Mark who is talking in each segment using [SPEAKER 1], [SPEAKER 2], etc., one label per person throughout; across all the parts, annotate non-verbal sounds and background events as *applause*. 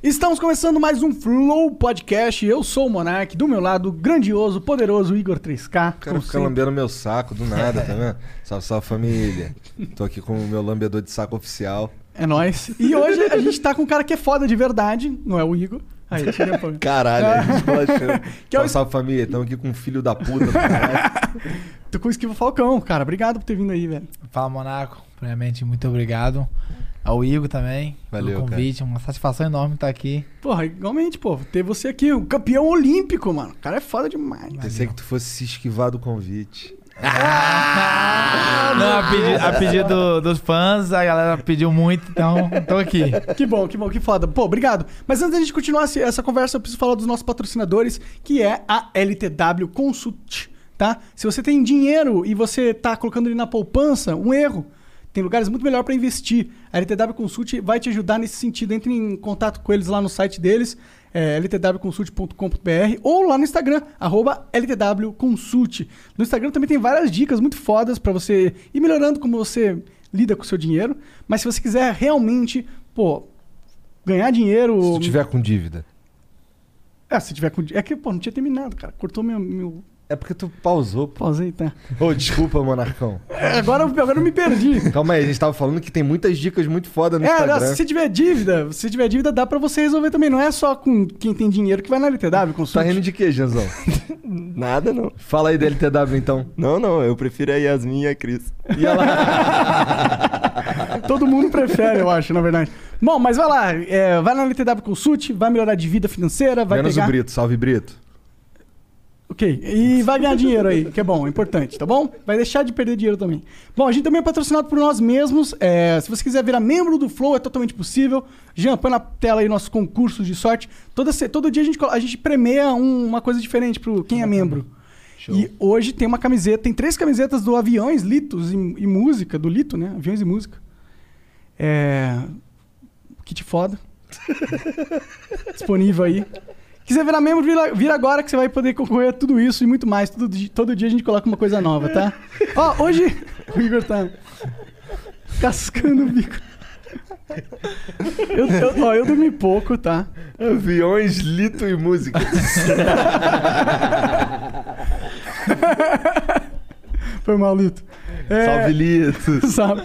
[SPEAKER 1] Estamos começando mais um Flow Podcast. Eu sou o Monark, do meu lado, grandioso, poderoso Igor 3K.
[SPEAKER 2] O cara
[SPEAKER 1] como
[SPEAKER 2] fica
[SPEAKER 1] sempre.
[SPEAKER 2] lambendo meu saco do nada, *laughs* tá vendo? Salve, salve família. Tô aqui com o meu lambedor de saco oficial.
[SPEAKER 1] É nóis. E hoje a gente tá com um cara que é foda de verdade, não é o Igor. Aí, chega depois.
[SPEAKER 2] Caralho, *laughs* a gente relaxando.
[SPEAKER 1] Que é o-
[SPEAKER 2] Salve, salve família. Tamo aqui com um filho da *laughs* puta. do caralho.
[SPEAKER 1] Tô com o Esquivo Falcão, cara. Obrigado por ter vindo aí, velho.
[SPEAKER 3] Fala, Monaco. Primeiramente, muito obrigado. Ao Igor também,
[SPEAKER 2] Valeu,
[SPEAKER 3] pelo convite. Uma satisfação enorme estar aqui.
[SPEAKER 1] Porra, igualmente, pô, ter você aqui, o campeão olímpico, mano. O cara é foda demais.
[SPEAKER 2] Pensei que tu fosse se esquivar do convite.
[SPEAKER 3] Não, a pedi- a pedido, dos fãs, a galera pediu muito, então tô aqui.
[SPEAKER 1] Que bom, que bom, que foda. Pô, obrigado. Mas antes da gente continuar esse- essa conversa, eu preciso falar dos nossos patrocinadores, que é a LTW Consult, tá? Se você tem dinheiro e você tá colocando ele na poupança, um erro. Tem lugares muito melhor para investir. A LTW Consult vai te ajudar nesse sentido. Entre em contato com eles lá no site deles, é, ltwconsult.com.br ou lá no Instagram, arroba ltwconsult. No Instagram também tem várias dicas muito fodas para você ir melhorando como você lida com o seu dinheiro. Mas se você quiser realmente, pô, ganhar dinheiro.
[SPEAKER 2] Se tu tiver com dívida.
[SPEAKER 1] É, se tiver com. di- É que, pô, não tinha terminado, cara. Cortou meu. meu...
[SPEAKER 2] É porque tu pausou. pô.
[SPEAKER 1] Pausei, tá?
[SPEAKER 2] Ô, *laughs* desculpa, Monarcão.
[SPEAKER 1] É, agora, agora eu me perdi.
[SPEAKER 2] Calma aí, a gente tava falando que tem muitas dicas muito foda *laughs* no
[SPEAKER 1] É,
[SPEAKER 2] Instagram.
[SPEAKER 1] nossa, se tiver dívida, se tiver dívida, dá pra você resolver também. Não é só com quem tem dinheiro que vai na LTW,
[SPEAKER 2] Tu Tá
[SPEAKER 1] consulta.
[SPEAKER 2] rindo de quê, Janzão?
[SPEAKER 4] Nada não.
[SPEAKER 2] *laughs* Fala aí da LTW, então.
[SPEAKER 4] Não, não, eu prefiro a Yasmin e a Cris.
[SPEAKER 2] E ela...
[SPEAKER 1] Todo mundo prefere, eu acho, na verdade. Bom, mas vai lá. é, vai na LTW Consult, vai melhorar de vida financeira, vai
[SPEAKER 2] Menos
[SPEAKER 1] pegar...
[SPEAKER 2] o Brito. Salve, Brito.
[SPEAKER 1] Ok, e vai ganhar dinheiro aí, que é bom, é importante, tá bom? Vai deixar de perder dinheiro também. Bom, a gente também é patrocinado por nós mesmos. é, se você quiser virar membro do Flow, é totalmente possível. Jean, põe na tela aí nossos concursos de sorte. Toda se- todo dia a gente, colo- a gente premia um- uma coisa diferente pro quem é membro. E hoje tem uma camiseta, tem três camisetas do Aviões, Litos e, e Música, do Lito, né? Aviões e Música. É. Kit foda. Disponível aí. Quiser virar membro, vira, vira agora que você vai poder concorrer a tudo isso e muito mais. Todo, di- todo dia a gente coloca uma coisa nova,
[SPEAKER 2] *laughs*
[SPEAKER 1] tá? Ó, hoje. *laughs* O Igor tá. Cascando o bico. Eu, eu, ó, eu dormi pouco, tá?
[SPEAKER 2] Aviões, lito e música.
[SPEAKER 1] Foi mal, Lito. É,
[SPEAKER 2] Salve, *laughs* Lito.
[SPEAKER 1] *laughs* sabe?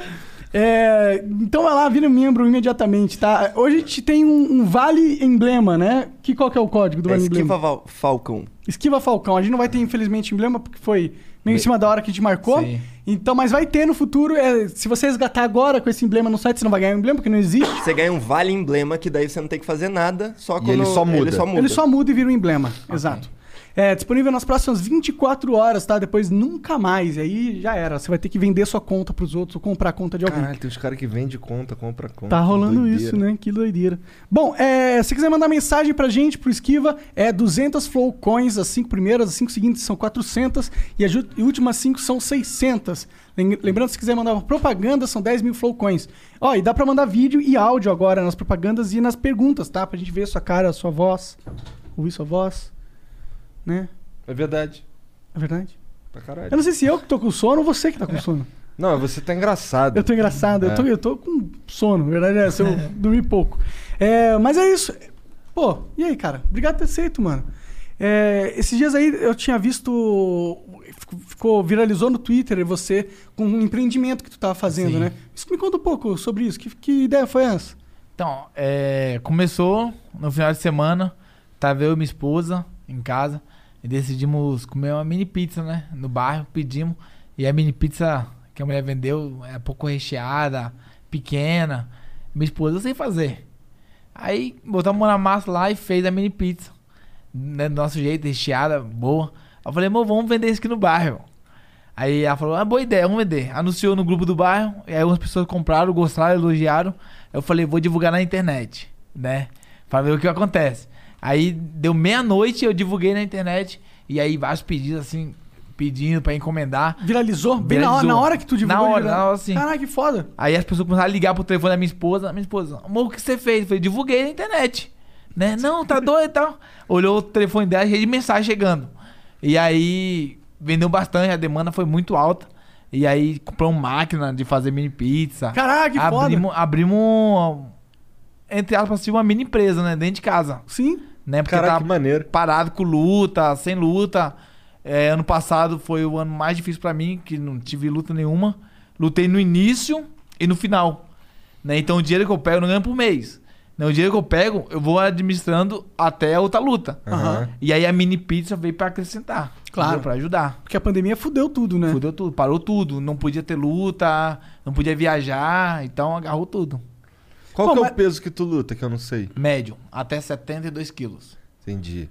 [SPEAKER 1] É, então vai lá, vira membro imediatamente, tá? Hoje a gente tem um, um vale emblema, né? Que, qual que é o código do
[SPEAKER 4] É
[SPEAKER 1] vale emblema?
[SPEAKER 4] esquiva Val- Falcon.
[SPEAKER 1] Esquiva Falcão. A gente não vai ter, infelizmente, emblema, porque foi meio em cima da hora que a gente marcou.
[SPEAKER 3] Sim.
[SPEAKER 1] Então, mas vai ter no futuro. É, se você resgatar agora com esse emblema no site, você não vai ganhar o emblema, porque não existe.
[SPEAKER 4] Você ganha um vale emblema que daí você não tem que fazer nada, só quando
[SPEAKER 2] ele só muda.
[SPEAKER 4] Ele só muda.
[SPEAKER 1] Ele só muda e vira um emblema. Exato. É disponível nas próximas 24 horas, tá? Depois nunca mais. E aí já era. Você vai ter que vender sua conta pros outros ou comprar a conta de alguém.
[SPEAKER 2] Caralho, tem uns caras que vendem conta, compra conta.
[SPEAKER 1] Tá rolando
[SPEAKER 2] doideira.
[SPEAKER 1] isso, né? Que doideira. Bom, é, se quiser mandar mensagem pra gente, pro Esquiva, é 200 Flow Coins, as cinco primeiras, as cinco seguintes são 400 e as ju- e últimas cinco são 600. Lem- Lembrando, se quiser mandar uma propaganda, são 10 mil Flow Coins. Ó, e dá pra mandar vídeo e áudio agora nas propagandas e nas perguntas, tá? Pra gente ver sua cara, sua voz, ouvir sua voz, né?
[SPEAKER 2] É verdade.
[SPEAKER 1] É verdade?
[SPEAKER 2] Pra caralho.
[SPEAKER 1] Eu não sei se eu que tô com sono ou você que tá com sono.
[SPEAKER 2] Não, você tá engraçado.
[SPEAKER 1] Eu tô engraçado, eu, tô,
[SPEAKER 2] É.
[SPEAKER 1] eu tô com sono, na verdade é
[SPEAKER 3] *laughs*
[SPEAKER 1] essa, eu dormi pouco. É, mas é isso. Pô, e aí, cara? Obrigado por ter aceito, mano. É, esses dias aí eu tinha visto. Ficou, viralizou no Twitter você com um empreendimento que tu tava fazendo,
[SPEAKER 3] Sim.
[SPEAKER 1] né? Isso me conta um pouco sobre isso. Que, que ideia foi essa?
[SPEAKER 3] Então, é, começou no final de semana, tava eu e minha esposa em casa e decidimos comer uma mini pizza, né? No bairro, pedimos. E a mini pizza que a mulher vendeu é pouco recheada, pequena. Minha esposa, eu sei fazer. Aí botamos a mão na massa lá e fez a mini pizza. Né, do nosso jeito, recheada, boa. Aí Eu falei, amor, vamos vender isso aqui no bairro. Aí ela falou, ah, boa ideia, vamos vender. Anunciou no grupo do bairro, e aí algumas pessoas compraram, gostaram, elogiaram. Eu falei, vou divulgar na internet, né? Pra ver o que acontece. Aí deu meia-noite, eu divulguei na internet, e aí vários pedidos, assim, pedindo pra encomendar.
[SPEAKER 1] Viralizou? Bem na hora,
[SPEAKER 3] Viralizou.
[SPEAKER 1] na hora que tu
[SPEAKER 3] Na
[SPEAKER 1] divulgou.
[SPEAKER 3] hora,
[SPEAKER 1] ele-
[SPEAKER 3] na hora, sim.
[SPEAKER 1] Caraca, que foda.
[SPEAKER 3] Aí as pessoas começaram a ligar pro telefone da minha esposa. Minha esposa, amor, o que você fez? Eu falei, divulguei na internet.
[SPEAKER 1] *laughs*
[SPEAKER 3] Né? Não, tá doido e tal. Olhou o telefone dela, cheio de mensagem chegando. E aí, vendeu bastante, a demanda foi muito alta. E aí, compramos máquina de fazer mini pizza.
[SPEAKER 1] Caraca, que foda.
[SPEAKER 3] abrimos, abrimos, entre aspas, assim, uma mini empresa, né? Dentro de casa.
[SPEAKER 1] Sim.
[SPEAKER 3] Né? Porque
[SPEAKER 1] tá
[SPEAKER 2] Caraca,
[SPEAKER 3] tava
[SPEAKER 2] que maneiro.
[SPEAKER 3] parado com luta, sem luta. É, ano passado foi o ano mais difícil pra mim, que não tive luta nenhuma. Lutei no início e no final. né? Então o dinheiro que eu pego eu não ganho por mês. Né? O dinheiro que eu pego, eu vou administrando até a outra luta.
[SPEAKER 1] Aham.
[SPEAKER 3] E aí a mini pizza veio pra acrescentar.
[SPEAKER 1] Claro.
[SPEAKER 3] entendeu? Pra ajudar.
[SPEAKER 1] Porque a pandemia fudeu tudo, né?
[SPEAKER 3] Fudeu tudo, parou tudo. Não podia ter luta, não podia viajar, então agarrou tudo.
[SPEAKER 2] Qual
[SPEAKER 1] Pô,
[SPEAKER 2] que é
[SPEAKER 1] mas-
[SPEAKER 2] o peso que tu luta, que eu não sei?
[SPEAKER 3] Médio, até 72 quilos.
[SPEAKER 2] Entendi.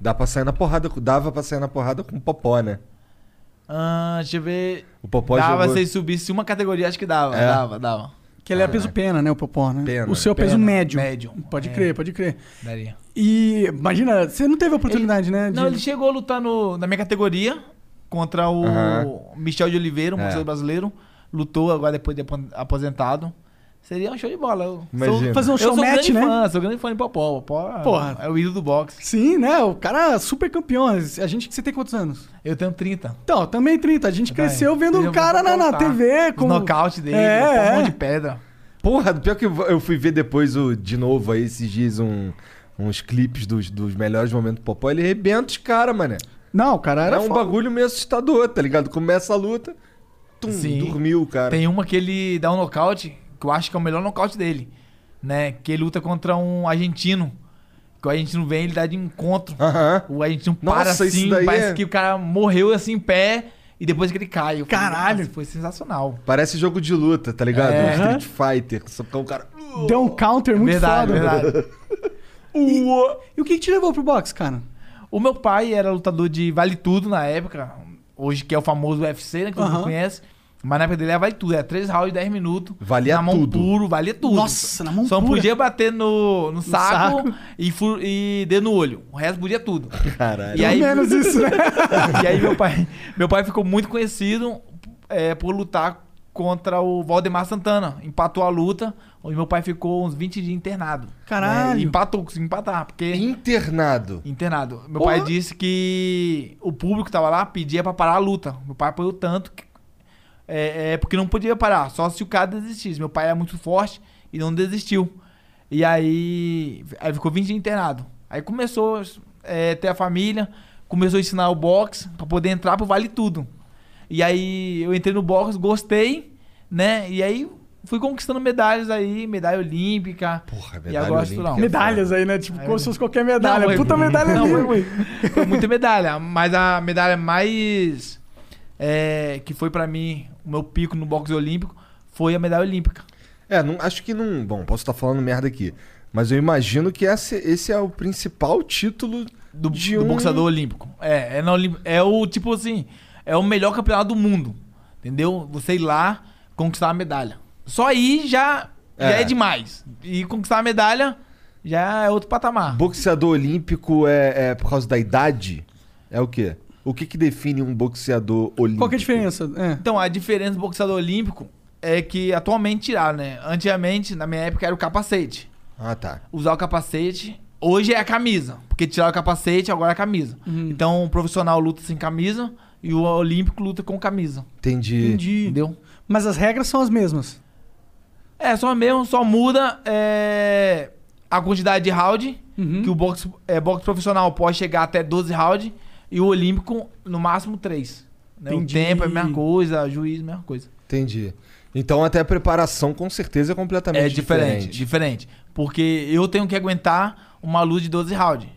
[SPEAKER 2] Dá pra sair na porrada, com- dava pra sair na porrada com popó, né?
[SPEAKER 3] Ah, deixa eu ver.
[SPEAKER 2] O popó
[SPEAKER 3] dava
[SPEAKER 2] jogou...
[SPEAKER 3] se ele subisse uma categoria, acho que dava.
[SPEAKER 2] É?
[SPEAKER 3] Dava, dava.
[SPEAKER 1] Que ele é peso pena, né? O popó, né?
[SPEAKER 2] Pena,
[SPEAKER 1] o seu é
[SPEAKER 3] Ah, pena,
[SPEAKER 1] peso médio.
[SPEAKER 3] médio.
[SPEAKER 1] Pode
[SPEAKER 3] É.
[SPEAKER 1] crer, pode crer.
[SPEAKER 3] Daria.
[SPEAKER 1] E imagina, você não teve oportunidade, né? de-
[SPEAKER 3] Não, ele chegou a lutar no- na minha categoria contra o
[SPEAKER 2] Aham.
[SPEAKER 3] Michel de Oliveira, um
[SPEAKER 2] É.
[SPEAKER 3] boxeador brasileiro. Lutou agora depois de apon- aposentado. Seria um show de bola. Eu sou,
[SPEAKER 2] Imagina.
[SPEAKER 1] Fazer um
[SPEAKER 3] eu sou
[SPEAKER 1] show match,
[SPEAKER 3] grande
[SPEAKER 1] né?
[SPEAKER 3] fã, sou um grande fã de Popó. Popó é-
[SPEAKER 1] Porra.
[SPEAKER 3] é o ídolo do boxe.
[SPEAKER 1] Sim, né? O cara é super campeão. A gente que você tem quantos anos?
[SPEAKER 3] Eu tenho 30.
[SPEAKER 1] Então, também 30. A gente
[SPEAKER 3] Vai.
[SPEAKER 1] cresceu vendo o
[SPEAKER 3] Eu
[SPEAKER 1] cara
[SPEAKER 3] vou
[SPEAKER 1] na, na
[SPEAKER 3] contar.
[SPEAKER 1] TV.
[SPEAKER 3] Os
[SPEAKER 1] Com...
[SPEAKER 3] nocaute dele,
[SPEAKER 1] É,
[SPEAKER 3] é,
[SPEAKER 1] é.
[SPEAKER 3] mão de pedra.
[SPEAKER 2] Porra, pior que eu eu fui ver depois o, de novo aí esses dias um- uns clipes dos, dos melhores momentos do Popó, ele arrebenta os caras, mané.
[SPEAKER 1] Não, o cara era
[SPEAKER 2] é um
[SPEAKER 1] foda.
[SPEAKER 2] bagulho meio assustador, tá ligado? Começa a luta, tum,
[SPEAKER 3] Sim.
[SPEAKER 2] dormiu o cara.
[SPEAKER 3] Tem uma que ele dá um nocaute, que eu acho que é o melhor nocaute dele. Né? Que ele luta contra um argentino. Que o argentino vem, ele dá de encontro.
[SPEAKER 2] Aham.
[SPEAKER 3] O argentino
[SPEAKER 2] Nossa,
[SPEAKER 3] para
[SPEAKER 2] isso
[SPEAKER 3] assim,
[SPEAKER 2] daí
[SPEAKER 3] parece
[SPEAKER 2] é-
[SPEAKER 3] que o cara morreu assim em pé e depois que ele cai. Eu falei,
[SPEAKER 1] Caralho.
[SPEAKER 3] "Nossa, Foi sensacional.
[SPEAKER 2] Parece jogo de luta, tá ligado?
[SPEAKER 3] É.
[SPEAKER 2] Street Fighter, só que é um cara...
[SPEAKER 1] Deu um counter muito
[SPEAKER 3] verdade,
[SPEAKER 1] foda.
[SPEAKER 3] verdade.
[SPEAKER 1] E o que, que te levou pro boxe, cara?
[SPEAKER 3] O meu pai era lutador de Vale Tudo na época. Hoje que é o famoso UFC, né? Que todo
[SPEAKER 1] Aham.
[SPEAKER 3] mundo conhece. Mas na época dele era Vale Tudo. Era 3 rounds, 10 minutos.
[SPEAKER 2] Valia
[SPEAKER 3] na mão
[SPEAKER 2] tudo.
[SPEAKER 3] puro, valia tudo.
[SPEAKER 1] Nossa, na mão
[SPEAKER 3] Só não
[SPEAKER 1] pura.
[SPEAKER 3] podia bater no, no saco,
[SPEAKER 1] saco.
[SPEAKER 3] E, fu- e dedo no olho. O resto podia tudo.
[SPEAKER 2] Caralho.
[SPEAKER 3] E aí,
[SPEAKER 1] Menos isso, né?
[SPEAKER 3] *laughs* E aí meu pai, meu pai ficou muito conhecido é, por lutar contra o Valdemar Santana. Empatou a luta, onde meu pai ficou uns 20 dias internado.
[SPEAKER 1] Caralho.
[SPEAKER 3] Né? E Empatou, conseguiu empatar, porque...
[SPEAKER 2] Internado.
[SPEAKER 3] Internado. Meu
[SPEAKER 1] Porra.
[SPEAKER 3] pai disse que o público que tava lá pedia pra parar a luta. Meu pai apoiou tanto que... É, é, porque não podia parar, só se o cara desistisse. Meu pai era muito forte e não desistiu. E aí, aí ficou 20 dias internado. Aí começou é, ter a família, começou a ensinar o boxe pra poder entrar pro Vale Tudo. E aí eu entrei no boxe, gostei, né? E aí fui conquistando medalhas aí, medalha olímpica.
[SPEAKER 2] Porra, é
[SPEAKER 3] E
[SPEAKER 2] medalha
[SPEAKER 3] agora
[SPEAKER 2] olímpica.
[SPEAKER 3] não.
[SPEAKER 1] Medalhas aí, né? Tipo,
[SPEAKER 3] Aí,
[SPEAKER 1] como se fosse qualquer medalha.
[SPEAKER 3] Não, eu-
[SPEAKER 1] Puta medalha
[SPEAKER 3] não,
[SPEAKER 1] ali,
[SPEAKER 3] eu-
[SPEAKER 1] mãe.
[SPEAKER 3] Foi muita medalha, mas a medalha mais. é, que foi pra mim o meu pico no boxe olímpico foi a medalha olímpica.
[SPEAKER 2] É, não, acho que não... Bom, posso estar falando merda aqui. Mas eu imagino que esse, esse é o principal título
[SPEAKER 3] Do,
[SPEAKER 2] de
[SPEAKER 3] do
[SPEAKER 2] um...
[SPEAKER 3] boxeador olímpico. É, é, na Olim- é o tipo assim, é o melhor campeonato do mundo. Entendeu? Você ir lá conquistar a medalha. Só aí já é, já
[SPEAKER 2] É.
[SPEAKER 3] é demais. E conquistar a medalha já é outro patamar.
[SPEAKER 2] Boxeador olímpico é, é por causa da idade? É o quê? O que, que define um boxeador olímpico?
[SPEAKER 1] Qual que é a diferença? É.
[SPEAKER 3] Então, a diferença do boxeador olímpico é que atualmente tiraram, né? Antigamente, na minha época, era o capacete.
[SPEAKER 2] Ah, tá.
[SPEAKER 3] usar o capacete. Hoje é a camisa, porque tiraram o capacete, agora é a camisa. Então o profissional luta sem camisa e o olímpico luta com camisa.
[SPEAKER 2] Entendi.
[SPEAKER 1] Entendi.
[SPEAKER 3] Entendeu?
[SPEAKER 1] Mas as regras são as mesmas.
[SPEAKER 3] É, só mesmo, só muda é, a quantidade de round Que o boxe, é, boxe profissional pode chegar até 12 rounds e o olímpico, no máximo, 3. O
[SPEAKER 1] Entendi.
[SPEAKER 3] tempo é a mesma coisa, o juiz é a mesma coisa.
[SPEAKER 2] Entendi. Então até a preparação com certeza é completamente
[SPEAKER 3] é diferente, diferente, Porque eu tenho que aguentar uma luta de 12 rounds.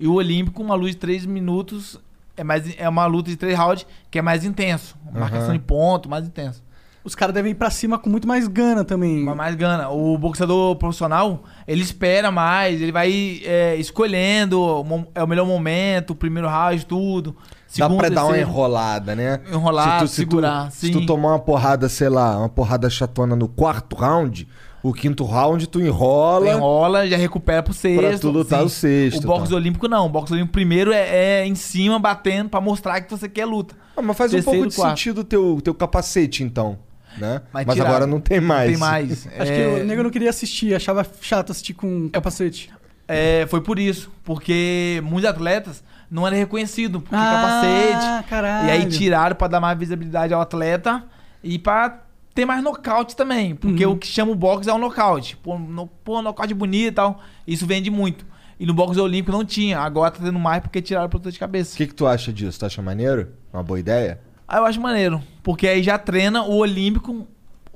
[SPEAKER 3] E o olímpico, uma luta de 3 minutos, é, mais, é uma luta de 3 rounds que é mais intenso. Marcação de ponto, mais intenso.
[SPEAKER 1] Os caras devem ir pra cima com muito mais gana também.
[SPEAKER 3] Mas mais gana. O boxeador profissional, ele espera mais, ele vai é, escolhendo o mom- é o melhor momento, o primeiro round, tudo.
[SPEAKER 2] Dá pra dar uma
[SPEAKER 3] terceiro.
[SPEAKER 2] enrolada, né?
[SPEAKER 3] Enrolar,
[SPEAKER 2] Se tu- se tu-
[SPEAKER 3] segurar,
[SPEAKER 2] Se
[SPEAKER 3] sim.
[SPEAKER 2] tu tomar uma porrada, sei lá, uma porrada chatona no quarto round, o quinto round tu enrola.
[SPEAKER 3] Enrola, já recupera pro sexto.
[SPEAKER 2] Pra tu lutar o sexto,
[SPEAKER 3] O boxe
[SPEAKER 2] tá.
[SPEAKER 3] olímpico não. O boxe olímpico primeiro é, é em cima, batendo, pra mostrar que você quer luta.
[SPEAKER 2] Ah, mas faz um
[SPEAKER 3] Terceiro,
[SPEAKER 2] pouco de
[SPEAKER 3] quarto.
[SPEAKER 2] sentido o teu, teu capacete, então. Né? Mas,
[SPEAKER 3] Mas tiraram.
[SPEAKER 2] agora não tem mais.
[SPEAKER 3] Tem mais.
[SPEAKER 1] *laughs* Acho
[SPEAKER 3] É,
[SPEAKER 1] que o nego não queria assistir, achava chato assistir com um capacete.
[SPEAKER 3] é, foi por isso. Porque muitos atletas não eram reconhecidos. Porque capacete.
[SPEAKER 1] Ah, caralho.
[SPEAKER 3] E aí tiraram pra dar mais visibilidade ao atleta e pra ter mais nocaute também. Porque
[SPEAKER 1] Uhum.
[SPEAKER 3] o que chama o boxe é um nocaute. Pô, no, pô nocaute bonito e tal. Isso vende muito. E no boxe olímpico não tinha. Agora tá tendo mais porque tiraram pra dor de
[SPEAKER 2] O
[SPEAKER 3] cabeça.
[SPEAKER 2] que, que tu acha disso? Tu acha maneiro? Uma boa ideia?
[SPEAKER 3] Aí eu acho maneiro. Porque aí já treina o olímpico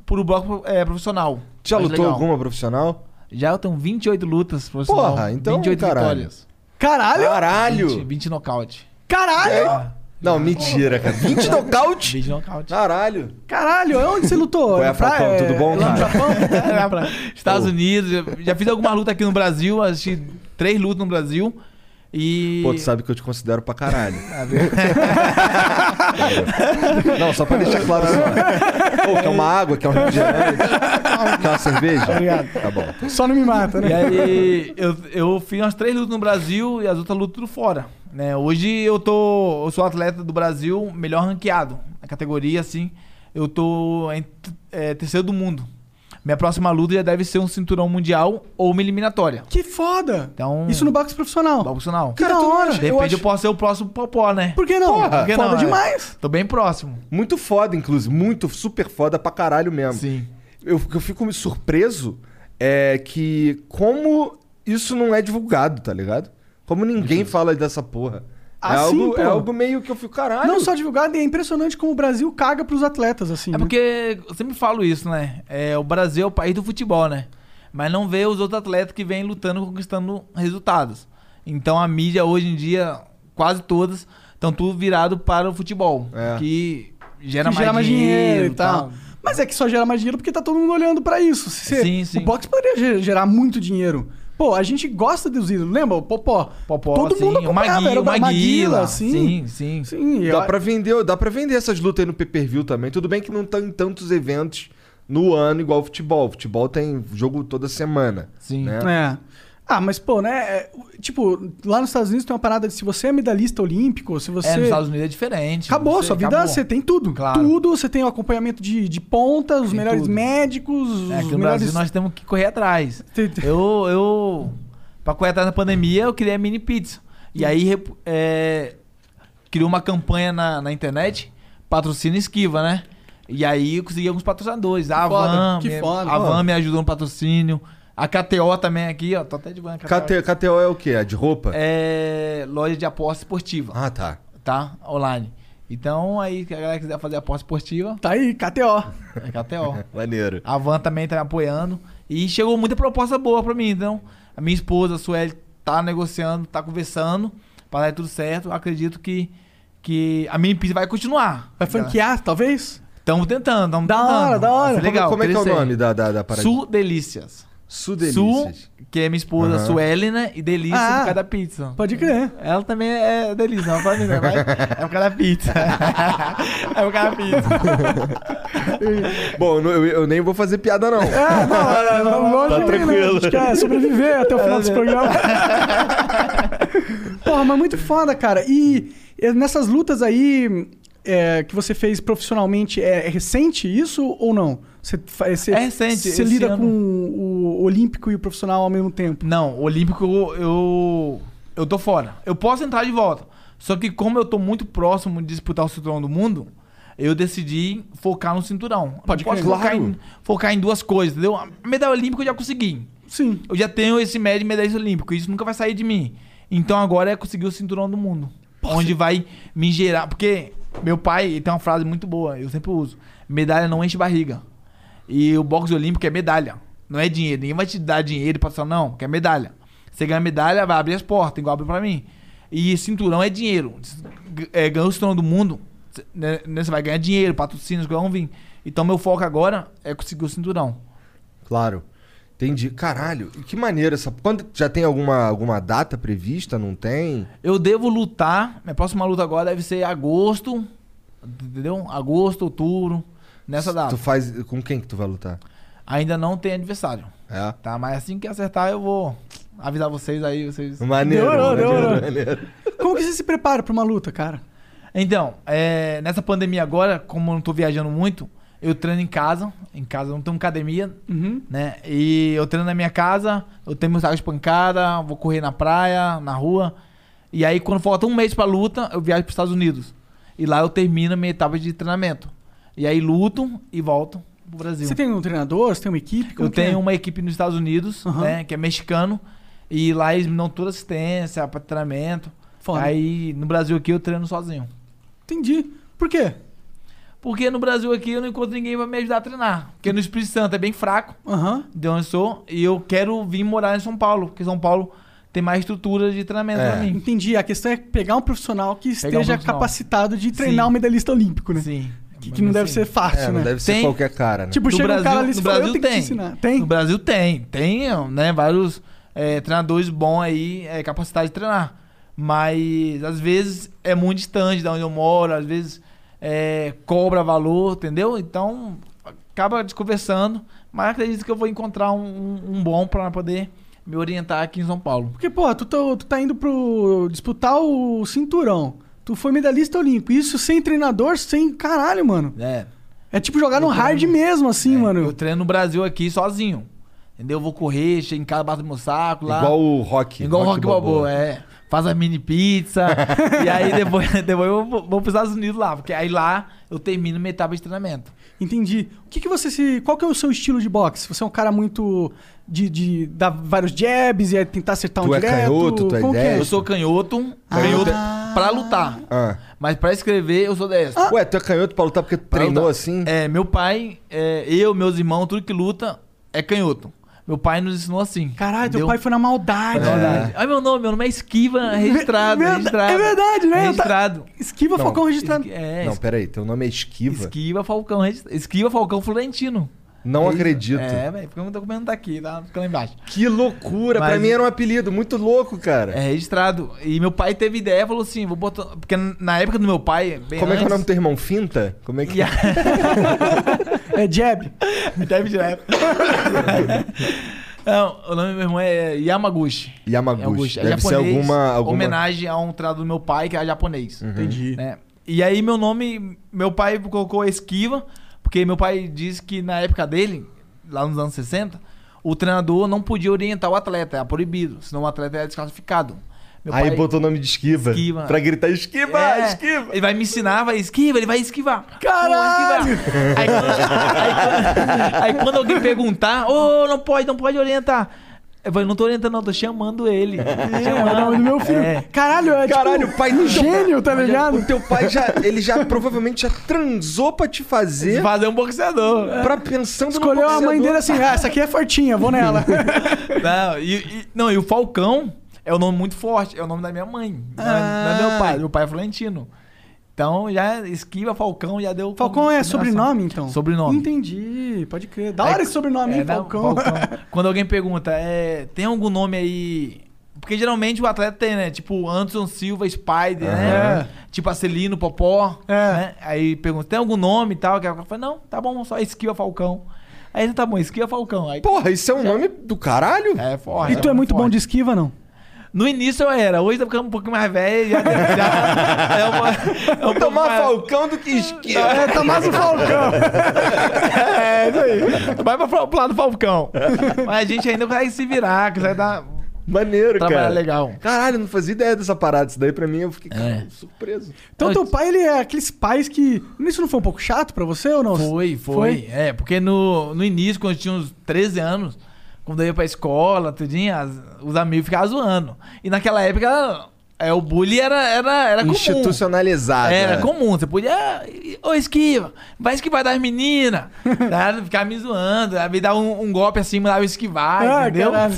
[SPEAKER 3] pro boxe é, profissional.
[SPEAKER 2] Tu já
[SPEAKER 3] Acho
[SPEAKER 2] lutou
[SPEAKER 3] legal.
[SPEAKER 2] alguma profissional?
[SPEAKER 3] Já eu tenho 28 lutas profissional.
[SPEAKER 2] Porra, então, caralho.
[SPEAKER 1] Caralho!
[SPEAKER 3] Ah.
[SPEAKER 2] Caralho!
[SPEAKER 3] 20, 20 nocaute.
[SPEAKER 1] Caralho!
[SPEAKER 2] Não, mentira, cara. 20 nocaute?
[SPEAKER 3] 20 nocaute.
[SPEAKER 2] Caralho!
[SPEAKER 1] Caralho! Onde você lutou?
[SPEAKER 3] é
[SPEAKER 2] Ué,
[SPEAKER 1] Na praia?
[SPEAKER 2] Falcão, tudo
[SPEAKER 1] Lá
[SPEAKER 2] bom,
[SPEAKER 1] no
[SPEAKER 2] cara?
[SPEAKER 1] Japão?
[SPEAKER 2] *laughs*
[SPEAKER 3] Era pra Estados Unidos, já, já fiz alguma luta aqui no Brasil, assisti três lutas no Brasil. E.
[SPEAKER 2] Pô, tu sabe que eu te considero pra caralho. Não, só pra deixar claro assim. Pô, quer uma água, quer um refrigerante? Quer uma cerveja? Obrigado. Tá bom.
[SPEAKER 1] Só não me mata, né?
[SPEAKER 3] E aí, eu, eu fiz umas três lutas no Brasil e as outras lutas tudo fora. Né? Hoje eu tô. Eu sou atleta do Brasil melhor ranqueado. Na categoria, assim, eu tô em t- é, terceiro do mundo. Minha próxima luta já deve ser um cinturão mundial ou uma eliminatória.
[SPEAKER 1] Que foda!
[SPEAKER 3] Então-
[SPEAKER 1] Isso no boxe profissional.
[SPEAKER 3] Boxe não.
[SPEAKER 1] Que da hora!
[SPEAKER 3] De
[SPEAKER 1] Eu
[SPEAKER 3] repente
[SPEAKER 1] acho-
[SPEAKER 3] eu posso ser o próximo popó, né?
[SPEAKER 1] Por que não?
[SPEAKER 3] Por que
[SPEAKER 1] foda
[SPEAKER 3] não, né?
[SPEAKER 1] demais!
[SPEAKER 3] Tô bem próximo.
[SPEAKER 2] Muito foda, inclusive. Muito, super foda pra caralho mesmo.
[SPEAKER 3] Sim.
[SPEAKER 2] Eu, eu fico me surpreso é que como isso não é divulgado, tá ligado? Como ninguém fala dessa porra.
[SPEAKER 1] Ah,
[SPEAKER 2] é,
[SPEAKER 1] sim,
[SPEAKER 2] algo, é
[SPEAKER 1] pô.
[SPEAKER 2] algo meio que eu fico, caralho.
[SPEAKER 1] Não só divulgado, e é impressionante como o Brasil caga pros atletas, assim.
[SPEAKER 3] É
[SPEAKER 1] né?
[SPEAKER 3] porque eu sempre falo isso, né? É, o Brasil é o país do futebol, né? Mas não vê os outros atletas que vêm lutando, conquistando resultados. Então a mídia hoje em dia, quase todas, estão tudo virado para o futebol.
[SPEAKER 2] É.
[SPEAKER 3] Que gera,
[SPEAKER 1] Que
[SPEAKER 3] mais,
[SPEAKER 1] gera mais dinheiro e tal.
[SPEAKER 3] tal.
[SPEAKER 1] Mas é que só gera mais dinheiro porque tá todo mundo olhando pra isso. Se você-
[SPEAKER 3] Sim, sim.
[SPEAKER 1] O boxe poderia ge- gerar muito dinheiro. Pô, a gente gosta dos ídolos, lembra? O Popó.
[SPEAKER 3] Popó,
[SPEAKER 1] Todo
[SPEAKER 3] assim,
[SPEAKER 1] mundo
[SPEAKER 3] o
[SPEAKER 1] acompanhava,
[SPEAKER 3] Maguila,
[SPEAKER 1] era o
[SPEAKER 3] o Maguila.
[SPEAKER 1] sim.
[SPEAKER 3] Sim, sim.
[SPEAKER 1] Sim, eu-
[SPEAKER 2] Dá pra, vender, dá pra vender essas lutas aí no pay-per-view também. Tudo bem que não tem tantos eventos no ano igual o futebol. O futebol tem jogo toda semana.
[SPEAKER 3] Sim.
[SPEAKER 2] Né?
[SPEAKER 1] É. Ah, mas pô, né? é, Tipo, lá nos Estados Unidos tem uma parada de se você é medalhista olímpico, se você.
[SPEAKER 3] É, nos Estados Unidos é diferente.
[SPEAKER 1] Acabou,
[SPEAKER 3] Você-
[SPEAKER 1] sua vida,
[SPEAKER 3] acabou.
[SPEAKER 1] você tem tudo.
[SPEAKER 3] Claro.
[SPEAKER 1] Tudo, você tem o acompanhamento de, de ponta, os
[SPEAKER 3] Tem
[SPEAKER 1] melhores
[SPEAKER 3] tudo.
[SPEAKER 1] médicos,
[SPEAKER 3] É,
[SPEAKER 1] os
[SPEAKER 3] aqui
[SPEAKER 1] melhores.
[SPEAKER 3] no Brasil nós temos que correr atrás.
[SPEAKER 1] Tem- tem-
[SPEAKER 3] Eu, eu. Pra correr atrás da pandemia, eu criei a mini pizza. E aí rep- é, criou uma campanha na, na internet, patrocina e esquiva, né? E aí eu consegui alguns patrocinadores. A
[SPEAKER 1] foda,
[SPEAKER 3] Avan,
[SPEAKER 1] que
[SPEAKER 3] me-
[SPEAKER 1] foda,
[SPEAKER 3] a Avan
[SPEAKER 1] mano.
[SPEAKER 3] me ajudou no patrocínio. A KTO também aqui, ó. Tô até de banho.
[SPEAKER 2] KT KTO é o quê? É de roupa?
[SPEAKER 3] É loja de aposta esportiva,
[SPEAKER 2] Ah, tá.
[SPEAKER 3] tá? Online. Então aí, se a galera quiser fazer aposta esportiva,
[SPEAKER 1] Tá aí, KTO.
[SPEAKER 3] é
[SPEAKER 1] *laughs*
[SPEAKER 3] KTO.
[SPEAKER 2] Maneiro.
[SPEAKER 3] A Van também tá me apoiando. E chegou muita proposta boa pra mim. Então, a minha esposa, a Sueli, tá negociando, tá conversando. Pra dar tudo certo. Eu Acredito que, que a minha pizza vai continuar.
[SPEAKER 1] Vai funkear, talvez?
[SPEAKER 3] Estamos tentando, estamos
[SPEAKER 1] Da
[SPEAKER 3] tentando.
[SPEAKER 1] hora, da hora.
[SPEAKER 3] Vai ser Legal,
[SPEAKER 2] como é que é o
[SPEAKER 3] crescer.
[SPEAKER 2] nome da, da, da parada?
[SPEAKER 3] Su Delícias.
[SPEAKER 2] Sudelícias.
[SPEAKER 3] *laughs* Su, que é minha esposa,
[SPEAKER 2] Aham.
[SPEAKER 3] Sueli, né? E Delícia
[SPEAKER 1] Ah.
[SPEAKER 3] por causa da pizza.
[SPEAKER 1] Pode crer.
[SPEAKER 3] Ela também é delícia, não pode dizer, mas *laughs* é por causa da pizza. *laughs* é por causa da pizza.
[SPEAKER 2] Bom, eu, não- eu- eu nem vou fazer piada, não.
[SPEAKER 3] É.
[SPEAKER 1] Ah, *laughs* não, não, não, longe aí,
[SPEAKER 2] tranquilo.
[SPEAKER 1] Né? Acho que é sobreviver até o final desse programa. *laughs* Porra, mas muito foda, cara. E eh, nessas lutas aí eh, que você fez profissionalmente, é, é recente isso ou não? Você, fa- eh, você-
[SPEAKER 3] É recente,
[SPEAKER 1] Você
[SPEAKER 3] esse
[SPEAKER 1] lida
[SPEAKER 3] ano.
[SPEAKER 1] com o olímpico e o profissional ao mesmo tempo.
[SPEAKER 3] Não, Olímpico eu, eu. eu tô fora. Eu posso entrar de volta. Só que como eu tô muito próximo de disputar o cinturão do mundo, eu decidi focar no cinturão.
[SPEAKER 1] Pode
[SPEAKER 3] não posso
[SPEAKER 1] crer.
[SPEAKER 3] focar,
[SPEAKER 2] Claro.
[SPEAKER 3] em, focar em duas coisas, entendeu? A medalha olímpica eu já consegui.
[SPEAKER 1] Sim.
[SPEAKER 3] Eu já tenho esse médio de medalhista olímpico, isso nunca vai sair de mim. Então agora é conseguir o cinturão do mundo. Onde vai me gerar. Porque meu pai ele tem uma frase muito boa, eu sempre uso: medalha não enche barriga. E o boxe olímpico é medalha. Não é dinheiro. Ninguém vai te dar dinheiro pra falar, não, que é medalha. Você ganha medalha, vai abrir as portas, igual abre pra mim. E cinturão é dinheiro. G- É, ganhou o cinturão do mundo, cê- né, né, você vai ganhar dinheiro, patrocínios, vão vir. Então meu foco agora é conseguir o cinturão.
[SPEAKER 2] Claro. Entendi. Caralho, e que maneiro essa. Quando, já tem alguma, alguma data prevista? Não tem?
[SPEAKER 3] Eu devo lutar. Minha próxima luta agora deve ser agosto. Entendeu? Agosto, outubro. Nessa data.
[SPEAKER 2] Tu faz. Com quem que tu vai lutar?
[SPEAKER 3] Ainda não tem adversário.
[SPEAKER 2] É.
[SPEAKER 3] Tá? Mas assim que acertar, eu vou avisar vocês aí. Vocês...
[SPEAKER 2] Maneiro.
[SPEAKER 1] Demorou,
[SPEAKER 2] maneiro,
[SPEAKER 1] demorou.
[SPEAKER 2] maneiro.
[SPEAKER 1] Como que você se prepara pra uma luta, cara?
[SPEAKER 3] Então, é, nessa pandemia agora, como eu não tô viajando muito, eu treino em casa. Em casa eu não tenho academia,
[SPEAKER 1] Uhum.
[SPEAKER 3] né? E eu treino na minha casa, eu tenho meus sacos de pancada, vou correr na praia, na rua. E aí, quando falta um mês pra luta, eu viajo pros Estados Unidos. E lá eu termino a minha etapa de treinamento. E aí luto e volto pro Brasil.
[SPEAKER 1] Você tem um treinador? Você tem uma equipe? Como
[SPEAKER 3] Eu
[SPEAKER 1] que é?
[SPEAKER 3] tenho uma equipe nos Estados Unidos,
[SPEAKER 1] Aham.
[SPEAKER 3] né? Que é mexicano. E lá eles me dão toda assistência, pra treinamento.
[SPEAKER 1] Foda.
[SPEAKER 3] Aí no Brasil aqui eu treino sozinho.
[SPEAKER 1] Entendi. Por quê?
[SPEAKER 3] Porque no Brasil aqui eu não encontro ninguém pra me ajudar a treinar. Porque no Espírito Santo é bem fraco,
[SPEAKER 1] Aham.
[SPEAKER 3] de onde eu sou. E eu quero vir morar em São Paulo, porque São Paulo tem mais estrutura de treinamento
[SPEAKER 2] É.
[SPEAKER 3] pra mim.
[SPEAKER 1] Entendi. A questão é pegar um profissional que esteja
[SPEAKER 3] profissional.
[SPEAKER 1] capacitado de treinar
[SPEAKER 3] Sim.
[SPEAKER 1] um medalhista olímpico, né?
[SPEAKER 3] Sim.
[SPEAKER 1] Que, que não deve ser fácil,
[SPEAKER 2] É, não
[SPEAKER 1] né?
[SPEAKER 2] deve ser
[SPEAKER 3] Assim, Tem-
[SPEAKER 2] qualquer cara, né?
[SPEAKER 1] Tipo,
[SPEAKER 3] No
[SPEAKER 1] chega um cara ali e você
[SPEAKER 3] Brasil, no
[SPEAKER 1] fala, eu
[SPEAKER 3] Brasil
[SPEAKER 1] tenho que te
[SPEAKER 3] tem.
[SPEAKER 1] ensinar. Tem?
[SPEAKER 3] No Brasil tem. Tem, né? Vários é, treinadores bons aí, é, capacidade de treinar. Mas às vezes é muito distante da onde eu moro, às vezes é, cobra valor, entendeu? Então acaba desconversando, mas acredito que eu vou encontrar um, um- um bom pra poder me orientar aqui em São Paulo.
[SPEAKER 1] Porque, pô, tu, tá- tu tá indo pro disputar o cinturão. Tu foi medalhista olímpico. Isso sem treinador, sem caralho, mano.
[SPEAKER 3] É,
[SPEAKER 1] É tipo jogar no
[SPEAKER 3] Eu
[SPEAKER 1] hard
[SPEAKER 3] treino.
[SPEAKER 1] mesmo, assim,
[SPEAKER 3] é, Eu
[SPEAKER 1] mano.
[SPEAKER 3] treino no Brasil aqui sozinho. Entendeu? Eu vou correr, chego em casa, bato meu saco lá.
[SPEAKER 2] Igual o Rock.
[SPEAKER 3] Igual o Rock Balboa, é. Faz a
[SPEAKER 1] *laughs*
[SPEAKER 3] mini pizza. e aí depois, *laughs* depois eu vou, vou pros Estados Unidos lá. Porque aí lá eu termino minha etapa de treinamento.
[SPEAKER 1] Entendi. O que que você se... Qual que é o seu estilo de boxe? Você é um cara muito de, de dar vários jabs e aí tentar acertar
[SPEAKER 2] Tu
[SPEAKER 1] um
[SPEAKER 2] é
[SPEAKER 1] direto?
[SPEAKER 2] canhoto, tu é
[SPEAKER 1] Como que
[SPEAKER 2] destro?
[SPEAKER 3] Eu sou canhoto,
[SPEAKER 1] Ah.
[SPEAKER 3] canhoto pra lutar.
[SPEAKER 2] Ah.
[SPEAKER 3] Mas pra escrever eu sou
[SPEAKER 1] Ah,
[SPEAKER 3] destro.
[SPEAKER 2] Ué, tu é canhoto pra lutar porque tu
[SPEAKER 3] Pra
[SPEAKER 2] treinou
[SPEAKER 3] lutar.
[SPEAKER 2] assim?
[SPEAKER 3] Ah. É, meu pai, é, eu, meus irmãos, tudo que luta é canhoto. Meu pai nos ensinou assim.
[SPEAKER 1] Caralho, teu
[SPEAKER 3] entendeu? É.
[SPEAKER 1] pai foi na maldade.
[SPEAKER 3] Olha
[SPEAKER 1] né?
[SPEAKER 3] Olha meu nome, meu nome é Esquiva, registrado,
[SPEAKER 1] Verda-
[SPEAKER 3] registrado.
[SPEAKER 1] é verdade, né? Eu tá-
[SPEAKER 3] Registrado.
[SPEAKER 1] Esquiva
[SPEAKER 2] Não,
[SPEAKER 1] Falcão registrado.
[SPEAKER 3] É,
[SPEAKER 2] Não, peraí, teu nome é Esquiva?
[SPEAKER 3] Esquiva Falcão, registra- Esquiva Falcão Florentino.
[SPEAKER 2] Não
[SPEAKER 3] Isso.
[SPEAKER 2] acredito.
[SPEAKER 3] É, velho, porque o documento tá aqui, tá ficando embaixo.
[SPEAKER 2] Que loucura, pra
[SPEAKER 3] Mas-
[SPEAKER 2] mim era um apelido muito louco, cara.
[SPEAKER 3] É registrado. E meu pai teve ideia, falou assim, vou botar... Porque na época do meu pai, bem
[SPEAKER 2] Como é que é o
[SPEAKER 3] antes-
[SPEAKER 2] nome do teu irmão? Finta? Como é que
[SPEAKER 3] E aí-
[SPEAKER 1] É jab.
[SPEAKER 3] *laughs* Deve
[SPEAKER 2] *laughs*
[SPEAKER 3] direto. Não, o nome do meu irmão é Yamaguchi.
[SPEAKER 2] Yamaguchi.
[SPEAKER 3] É
[SPEAKER 2] Deve ser
[SPEAKER 3] japonês,
[SPEAKER 2] alguma, alguma... Uhum.
[SPEAKER 3] homenagem a um trado do meu pai, que era japonês.
[SPEAKER 1] Entendi.
[SPEAKER 3] né? E aí meu nome, meu pai colocou esquiva, porque meu pai disse que na época dele, lá nos anos 60, o treinador não podia orientar o atleta, era proibido, senão o atleta era desclassificado. Meu
[SPEAKER 2] Aí
[SPEAKER 3] pai-
[SPEAKER 2] botou o nome de Esquiva.
[SPEAKER 3] Esquiva.
[SPEAKER 2] Pra gritar Esquiva,
[SPEAKER 3] É,
[SPEAKER 2] Esquiva.
[SPEAKER 3] Ele vai me ensinar, vai esquiva, ele vai esquivar.
[SPEAKER 1] Caralho!
[SPEAKER 3] Vou esquivar. Aí, quando- aí quando alguém perguntar, ô, não pode, não pode orientar. Eu falei, não tô orientando, não, tô chamando ele.
[SPEAKER 1] É o nome do meu filho.
[SPEAKER 3] É.
[SPEAKER 1] Caralho, é
[SPEAKER 2] Caralho,
[SPEAKER 1] tipo,
[SPEAKER 2] o pai do
[SPEAKER 1] gênio, tá
[SPEAKER 2] O
[SPEAKER 3] Ah,
[SPEAKER 1] ligado?
[SPEAKER 2] teu pai já, ele
[SPEAKER 3] *laughs*
[SPEAKER 2] já provavelmente já transou pra te fazer,
[SPEAKER 3] Fazer um boxeador.
[SPEAKER 1] É.
[SPEAKER 2] pra pensando no
[SPEAKER 1] Escolheu a mãe
[SPEAKER 2] boxeador.
[SPEAKER 1] dele assim, ah, essa aqui é fortinha, vou
[SPEAKER 2] *laughs*
[SPEAKER 1] nela.
[SPEAKER 3] Não, e, e- não, e o Falcão é um nome muito forte, é o nome da minha mãe. Não, é, não é
[SPEAKER 1] Ah.
[SPEAKER 3] meu pai, meu pai é Florentino. Então já esquiva Falcão, já deu.
[SPEAKER 1] Falcão é
[SPEAKER 3] combinação.
[SPEAKER 1] sobrenome, então?
[SPEAKER 3] Sobrenome.
[SPEAKER 1] Entendi, pode crer. Da hora
[SPEAKER 3] É,
[SPEAKER 1] esse sobrenome, hein,
[SPEAKER 3] né?
[SPEAKER 1] Falcão. *laughs*
[SPEAKER 3] Quando alguém pergunta, é, tem algum nome aí? Porque geralmente o atleta tem, né? Tipo Anderson Silva, Spider, né? Tipo Acelino, Popó.
[SPEAKER 1] É.
[SPEAKER 3] Né? Aí pergunta, tem algum nome e tal? Que ela fala, não, tá bom, só esquiva Falcão. Aí tá bom, esquiva Falcão. Aí,
[SPEAKER 2] Porra, isso é um nome do caralho?
[SPEAKER 3] é forte.
[SPEAKER 1] E tu é muito bom
[SPEAKER 3] forte.
[SPEAKER 1] de esquiva, não?
[SPEAKER 3] No início eu era, hoje tá ficando um pouquinho mais velho.
[SPEAKER 1] *laughs*
[SPEAKER 3] Já, já, é uma, é um pouco
[SPEAKER 2] Tomar
[SPEAKER 3] mais-
[SPEAKER 2] Falcão do que Esquiva.
[SPEAKER 1] É, tá mais o Falcão.
[SPEAKER 3] *laughs* É, isso aí. Vai pra, fal- pro lado do Falcão. Mas a gente ainda consegue se virar, consegue dar,
[SPEAKER 2] Maneiro,
[SPEAKER 1] Tá
[SPEAKER 3] trabalhar
[SPEAKER 2] cara.
[SPEAKER 3] legal.
[SPEAKER 2] Caralho, não fazia ideia dessa parada. Isso daí pra mim eu fiquei
[SPEAKER 3] É.
[SPEAKER 2] surpreso.
[SPEAKER 1] Então teu pai, ele é aqueles pais que... Isso não foi um pouco chato pra você ou não?
[SPEAKER 3] Foi, foi. É, porque no, no início, quando eu tinha uns 13 anos, Quando eu ia pra escola, tudinho, as- os amigos ficavam zoando. E naquela época, é, o bullying era, era,
[SPEAKER 1] É
[SPEAKER 3] era comum.
[SPEAKER 2] Institucionalizado.
[SPEAKER 3] Era
[SPEAKER 2] né?
[SPEAKER 3] comum, você podia. "Ah, Ô, esquiva, vai esquivar das *laughs* meninas. tá? Ficar me zoando, aí me dar um, um golpe assim, mandava eu esquivar,
[SPEAKER 1] Ah,
[SPEAKER 3] entendeu?
[SPEAKER 1] caralho.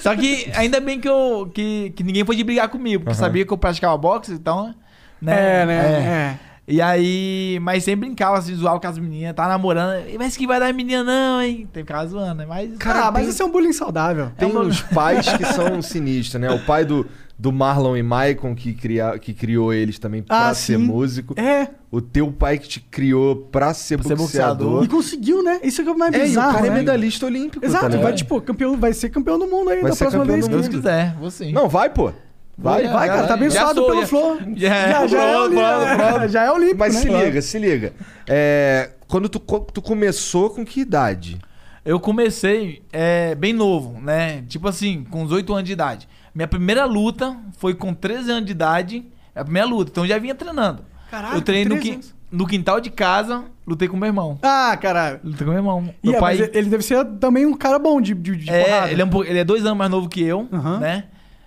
[SPEAKER 3] *laughs* Só que ainda bem que, eu, que, que ninguém pôde brigar comigo, porque sabia que eu praticava boxe, então. Né?
[SPEAKER 1] É,
[SPEAKER 3] É.
[SPEAKER 1] né? É.
[SPEAKER 3] E aí, mas sempre brincava assim, zoava com as meninas, tava namorando, "Ih, mas que vai dar menina não, hein? Tem que ficar zoando, né? Mas.
[SPEAKER 1] ah, mas esse é um bullying saudável.
[SPEAKER 2] Tem
[SPEAKER 3] É um
[SPEAKER 2] uns pais que
[SPEAKER 1] *laughs*
[SPEAKER 2] são sinistros, né? O pai do, do Marlon e Maicon, que, cria, que criou eles também pra
[SPEAKER 1] Ah,
[SPEAKER 2] ser
[SPEAKER 1] sim.
[SPEAKER 2] músico.
[SPEAKER 1] É.
[SPEAKER 2] O teu pai que te criou pra ser
[SPEAKER 3] Pra ser
[SPEAKER 2] boxeador.
[SPEAKER 3] boxeador.
[SPEAKER 1] E conseguiu, né? Isso é o que é mais
[SPEAKER 2] É, e o
[SPEAKER 1] bizarro.
[SPEAKER 2] cara é
[SPEAKER 1] né?
[SPEAKER 2] medalhista olímpico, tá
[SPEAKER 1] Exato,
[SPEAKER 2] ligado?
[SPEAKER 1] vai, tipo, campeão, vai ser campeão do mundo aí
[SPEAKER 2] Vai
[SPEAKER 1] da
[SPEAKER 2] ser
[SPEAKER 1] próxima
[SPEAKER 2] campeão
[SPEAKER 1] vez.
[SPEAKER 2] do
[SPEAKER 3] se Deus
[SPEAKER 2] mundo.
[SPEAKER 3] quiser, vou sim.
[SPEAKER 2] Não, vai, pô. Vai.
[SPEAKER 3] É,
[SPEAKER 1] Vai, cara, tá
[SPEAKER 3] já
[SPEAKER 1] abençoado
[SPEAKER 3] sou,
[SPEAKER 1] pelo
[SPEAKER 3] já-
[SPEAKER 1] Flow.
[SPEAKER 3] *laughs* já-
[SPEAKER 1] Já, já é
[SPEAKER 3] pronto,
[SPEAKER 1] olímpico,
[SPEAKER 3] pronto,
[SPEAKER 1] né?
[SPEAKER 3] pronto.
[SPEAKER 1] Já é olímpico,
[SPEAKER 2] Mas
[SPEAKER 1] né?
[SPEAKER 2] se liga, se liga. É, quando tu, co- tu começou, com que idade?
[SPEAKER 3] Eu comecei é, bem novo, né? Tipo assim, com os 8 anos de idade. Minha primeira luta foi com 13 anos de idade. A primeira luta, então eu já vinha treinando.
[SPEAKER 1] Caralho,
[SPEAKER 3] eu treinei no,
[SPEAKER 1] 13
[SPEAKER 3] qui-
[SPEAKER 1] anos.
[SPEAKER 3] no quintal de casa, lutei com meu irmão.
[SPEAKER 1] Ah, caralho.
[SPEAKER 3] Lutei com meu irmão.
[SPEAKER 1] E
[SPEAKER 3] Meu
[SPEAKER 1] é,
[SPEAKER 3] pai.
[SPEAKER 1] mas ele deve ser também um cara bom de, de, de porrada.
[SPEAKER 3] É, ele é, um pou- ele é dois anos mais novo que eu,
[SPEAKER 1] Aham.
[SPEAKER 3] né?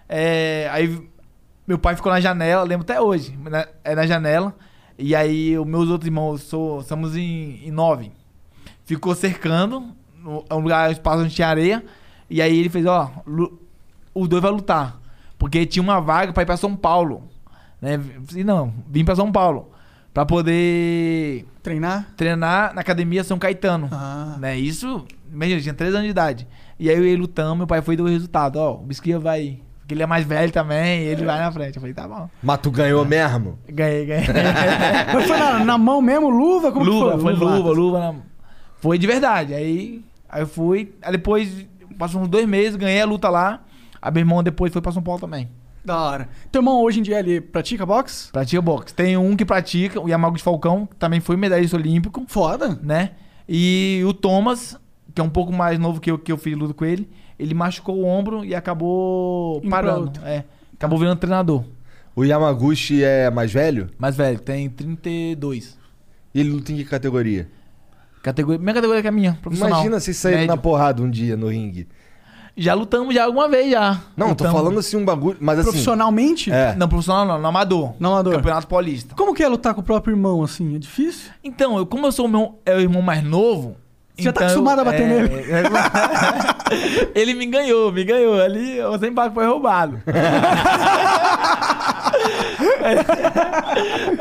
[SPEAKER 3] É, aí meu pai ficou na janela, lembro até hoje, na- é na janela. E aí os meus outros irmãos, sou, somos em, em nove, ficou cercando, no- é um lugar, um espaço onde tinha areia. E aí ele fez, ó, lu- os dois vai lutar. Porque tinha uma vaga pra ir pra São Paulo. Né? E não, vim pra São Paulo. Pra poder
[SPEAKER 1] Treinar?
[SPEAKER 3] treinar na academia São Caetano.
[SPEAKER 1] Ah.
[SPEAKER 3] Né? Isso, imagina, eu tinha 3 anos de idade. E aí eu e ele lutamos, meu pai foi e deu o resultado. Ó, o Bisquia vai. ir. Porque ele é mais velho também, ele vai na frente. Eu falei, tá bom.
[SPEAKER 2] Mas tu ganhou
[SPEAKER 1] É.
[SPEAKER 2] mesmo?
[SPEAKER 3] Ganhei, *laughs* ganhei.
[SPEAKER 1] Mas foi na, na mão mesmo, luva? Como que
[SPEAKER 3] luva, foi luva, luva.
[SPEAKER 1] luva.
[SPEAKER 3] na- Foi de verdade. Aí, aí eu fui. Aí depois, passou uns dois meses, ganhei a luta lá. Aí meu irmão depois foi pra São Paulo também.
[SPEAKER 1] Da hora. Teu irmão hoje em dia ele pratica boxe?
[SPEAKER 3] Pratica boxe. Tem um que pratica, o Yamago de Falcão, que também foi medalhista olímpico.
[SPEAKER 1] Foda.
[SPEAKER 3] né? E o Thomas, que é um pouco mais novo que eu, que eu fiz luta com ele, ele machucou o ombro e acabou
[SPEAKER 1] Indo pra
[SPEAKER 3] parando.
[SPEAKER 1] outro.
[SPEAKER 3] É, acabou virando treinador.
[SPEAKER 2] O Yamaguchi é mais velho?
[SPEAKER 3] Mais velho, tem 32.
[SPEAKER 2] E ele luta em que categoria?
[SPEAKER 3] Categoria, minha categoria que é a minha, profissional.
[SPEAKER 2] Imagina se sair
[SPEAKER 3] Médio.
[SPEAKER 2] na porrada um dia no ringue.
[SPEAKER 3] Já lutamos já alguma vez já.
[SPEAKER 2] Não, tô
[SPEAKER 3] Lutamos-
[SPEAKER 2] falando assim um bagulho. Mas assim.
[SPEAKER 1] Profissionalmente?
[SPEAKER 2] É.
[SPEAKER 3] Então, Não, profissional não, no amador.
[SPEAKER 1] Não, Amador.
[SPEAKER 3] Campeonato Paulista.
[SPEAKER 1] Como que é lutar com o próprio irmão, assim? É difícil?
[SPEAKER 3] Então, eu, como eu sou o meu, é o irmão mais novo.
[SPEAKER 1] Você já tá
[SPEAKER 3] então eu-
[SPEAKER 1] acostumado a bater nele.
[SPEAKER 3] *laughs* ele me ganhou, me ganhou. Ali o Zembaco foi roubado. *laughs*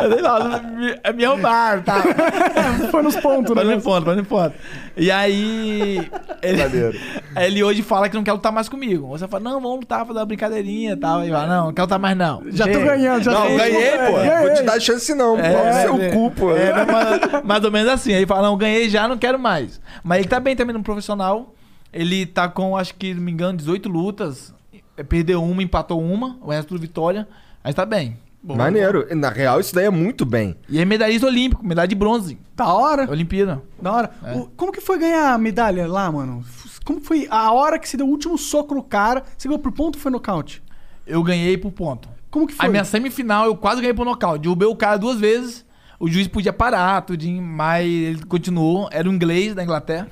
[SPEAKER 3] Eu dei lá, me, me roubaram, tá?
[SPEAKER 1] *laughs* Foi nos pontos, né?
[SPEAKER 3] Pra não ponto, pra não ponto. E aí. Ele, *laughs* aí ele hoje fala que não quer lutar mais comigo. Você fala, não, vamos lutar, fazer uma brincadeirinha e tal. E fala, não, não quero lutar mais, não.
[SPEAKER 1] Já tô
[SPEAKER 3] Chega.
[SPEAKER 1] ganhando, já
[SPEAKER 2] Não,
[SPEAKER 1] tô
[SPEAKER 2] ganhei, pô. Vou te dar chance não.
[SPEAKER 3] É,
[SPEAKER 2] pau no seu
[SPEAKER 3] é.
[SPEAKER 2] cu, pô.
[SPEAKER 3] É, mas mais, mais ou menos assim. Ele fala, não, ganhei já, não quero mais. Mas ele tá bem também no profissional. Ele tá com, acho que, não me engano, 18 lutas. É, Perdeu uma, empatou uma. O resto tudo vitória. Mas tá bem.
[SPEAKER 2] Maneiro. Na real, isso daí é muito bem.
[SPEAKER 3] E é medalhista olímpico, medalha de bronze.
[SPEAKER 1] Da hora.
[SPEAKER 3] Olimpíada.
[SPEAKER 1] Da hora.
[SPEAKER 2] É.
[SPEAKER 1] O- como que foi ganhar a medalha lá, mano? F- Como foi a hora que você deu o último soco no cara? Você ganhou por ponto ou foi nocaute?
[SPEAKER 3] Eu ganhei por ponto.
[SPEAKER 1] Como que foi?
[SPEAKER 3] A minha semifinal, eu quase ganhei por nocaute. Derrubei o cara duas vezes. O juiz podia parar, tudinho, mas ele continuou. Era um inglês da Inglaterra.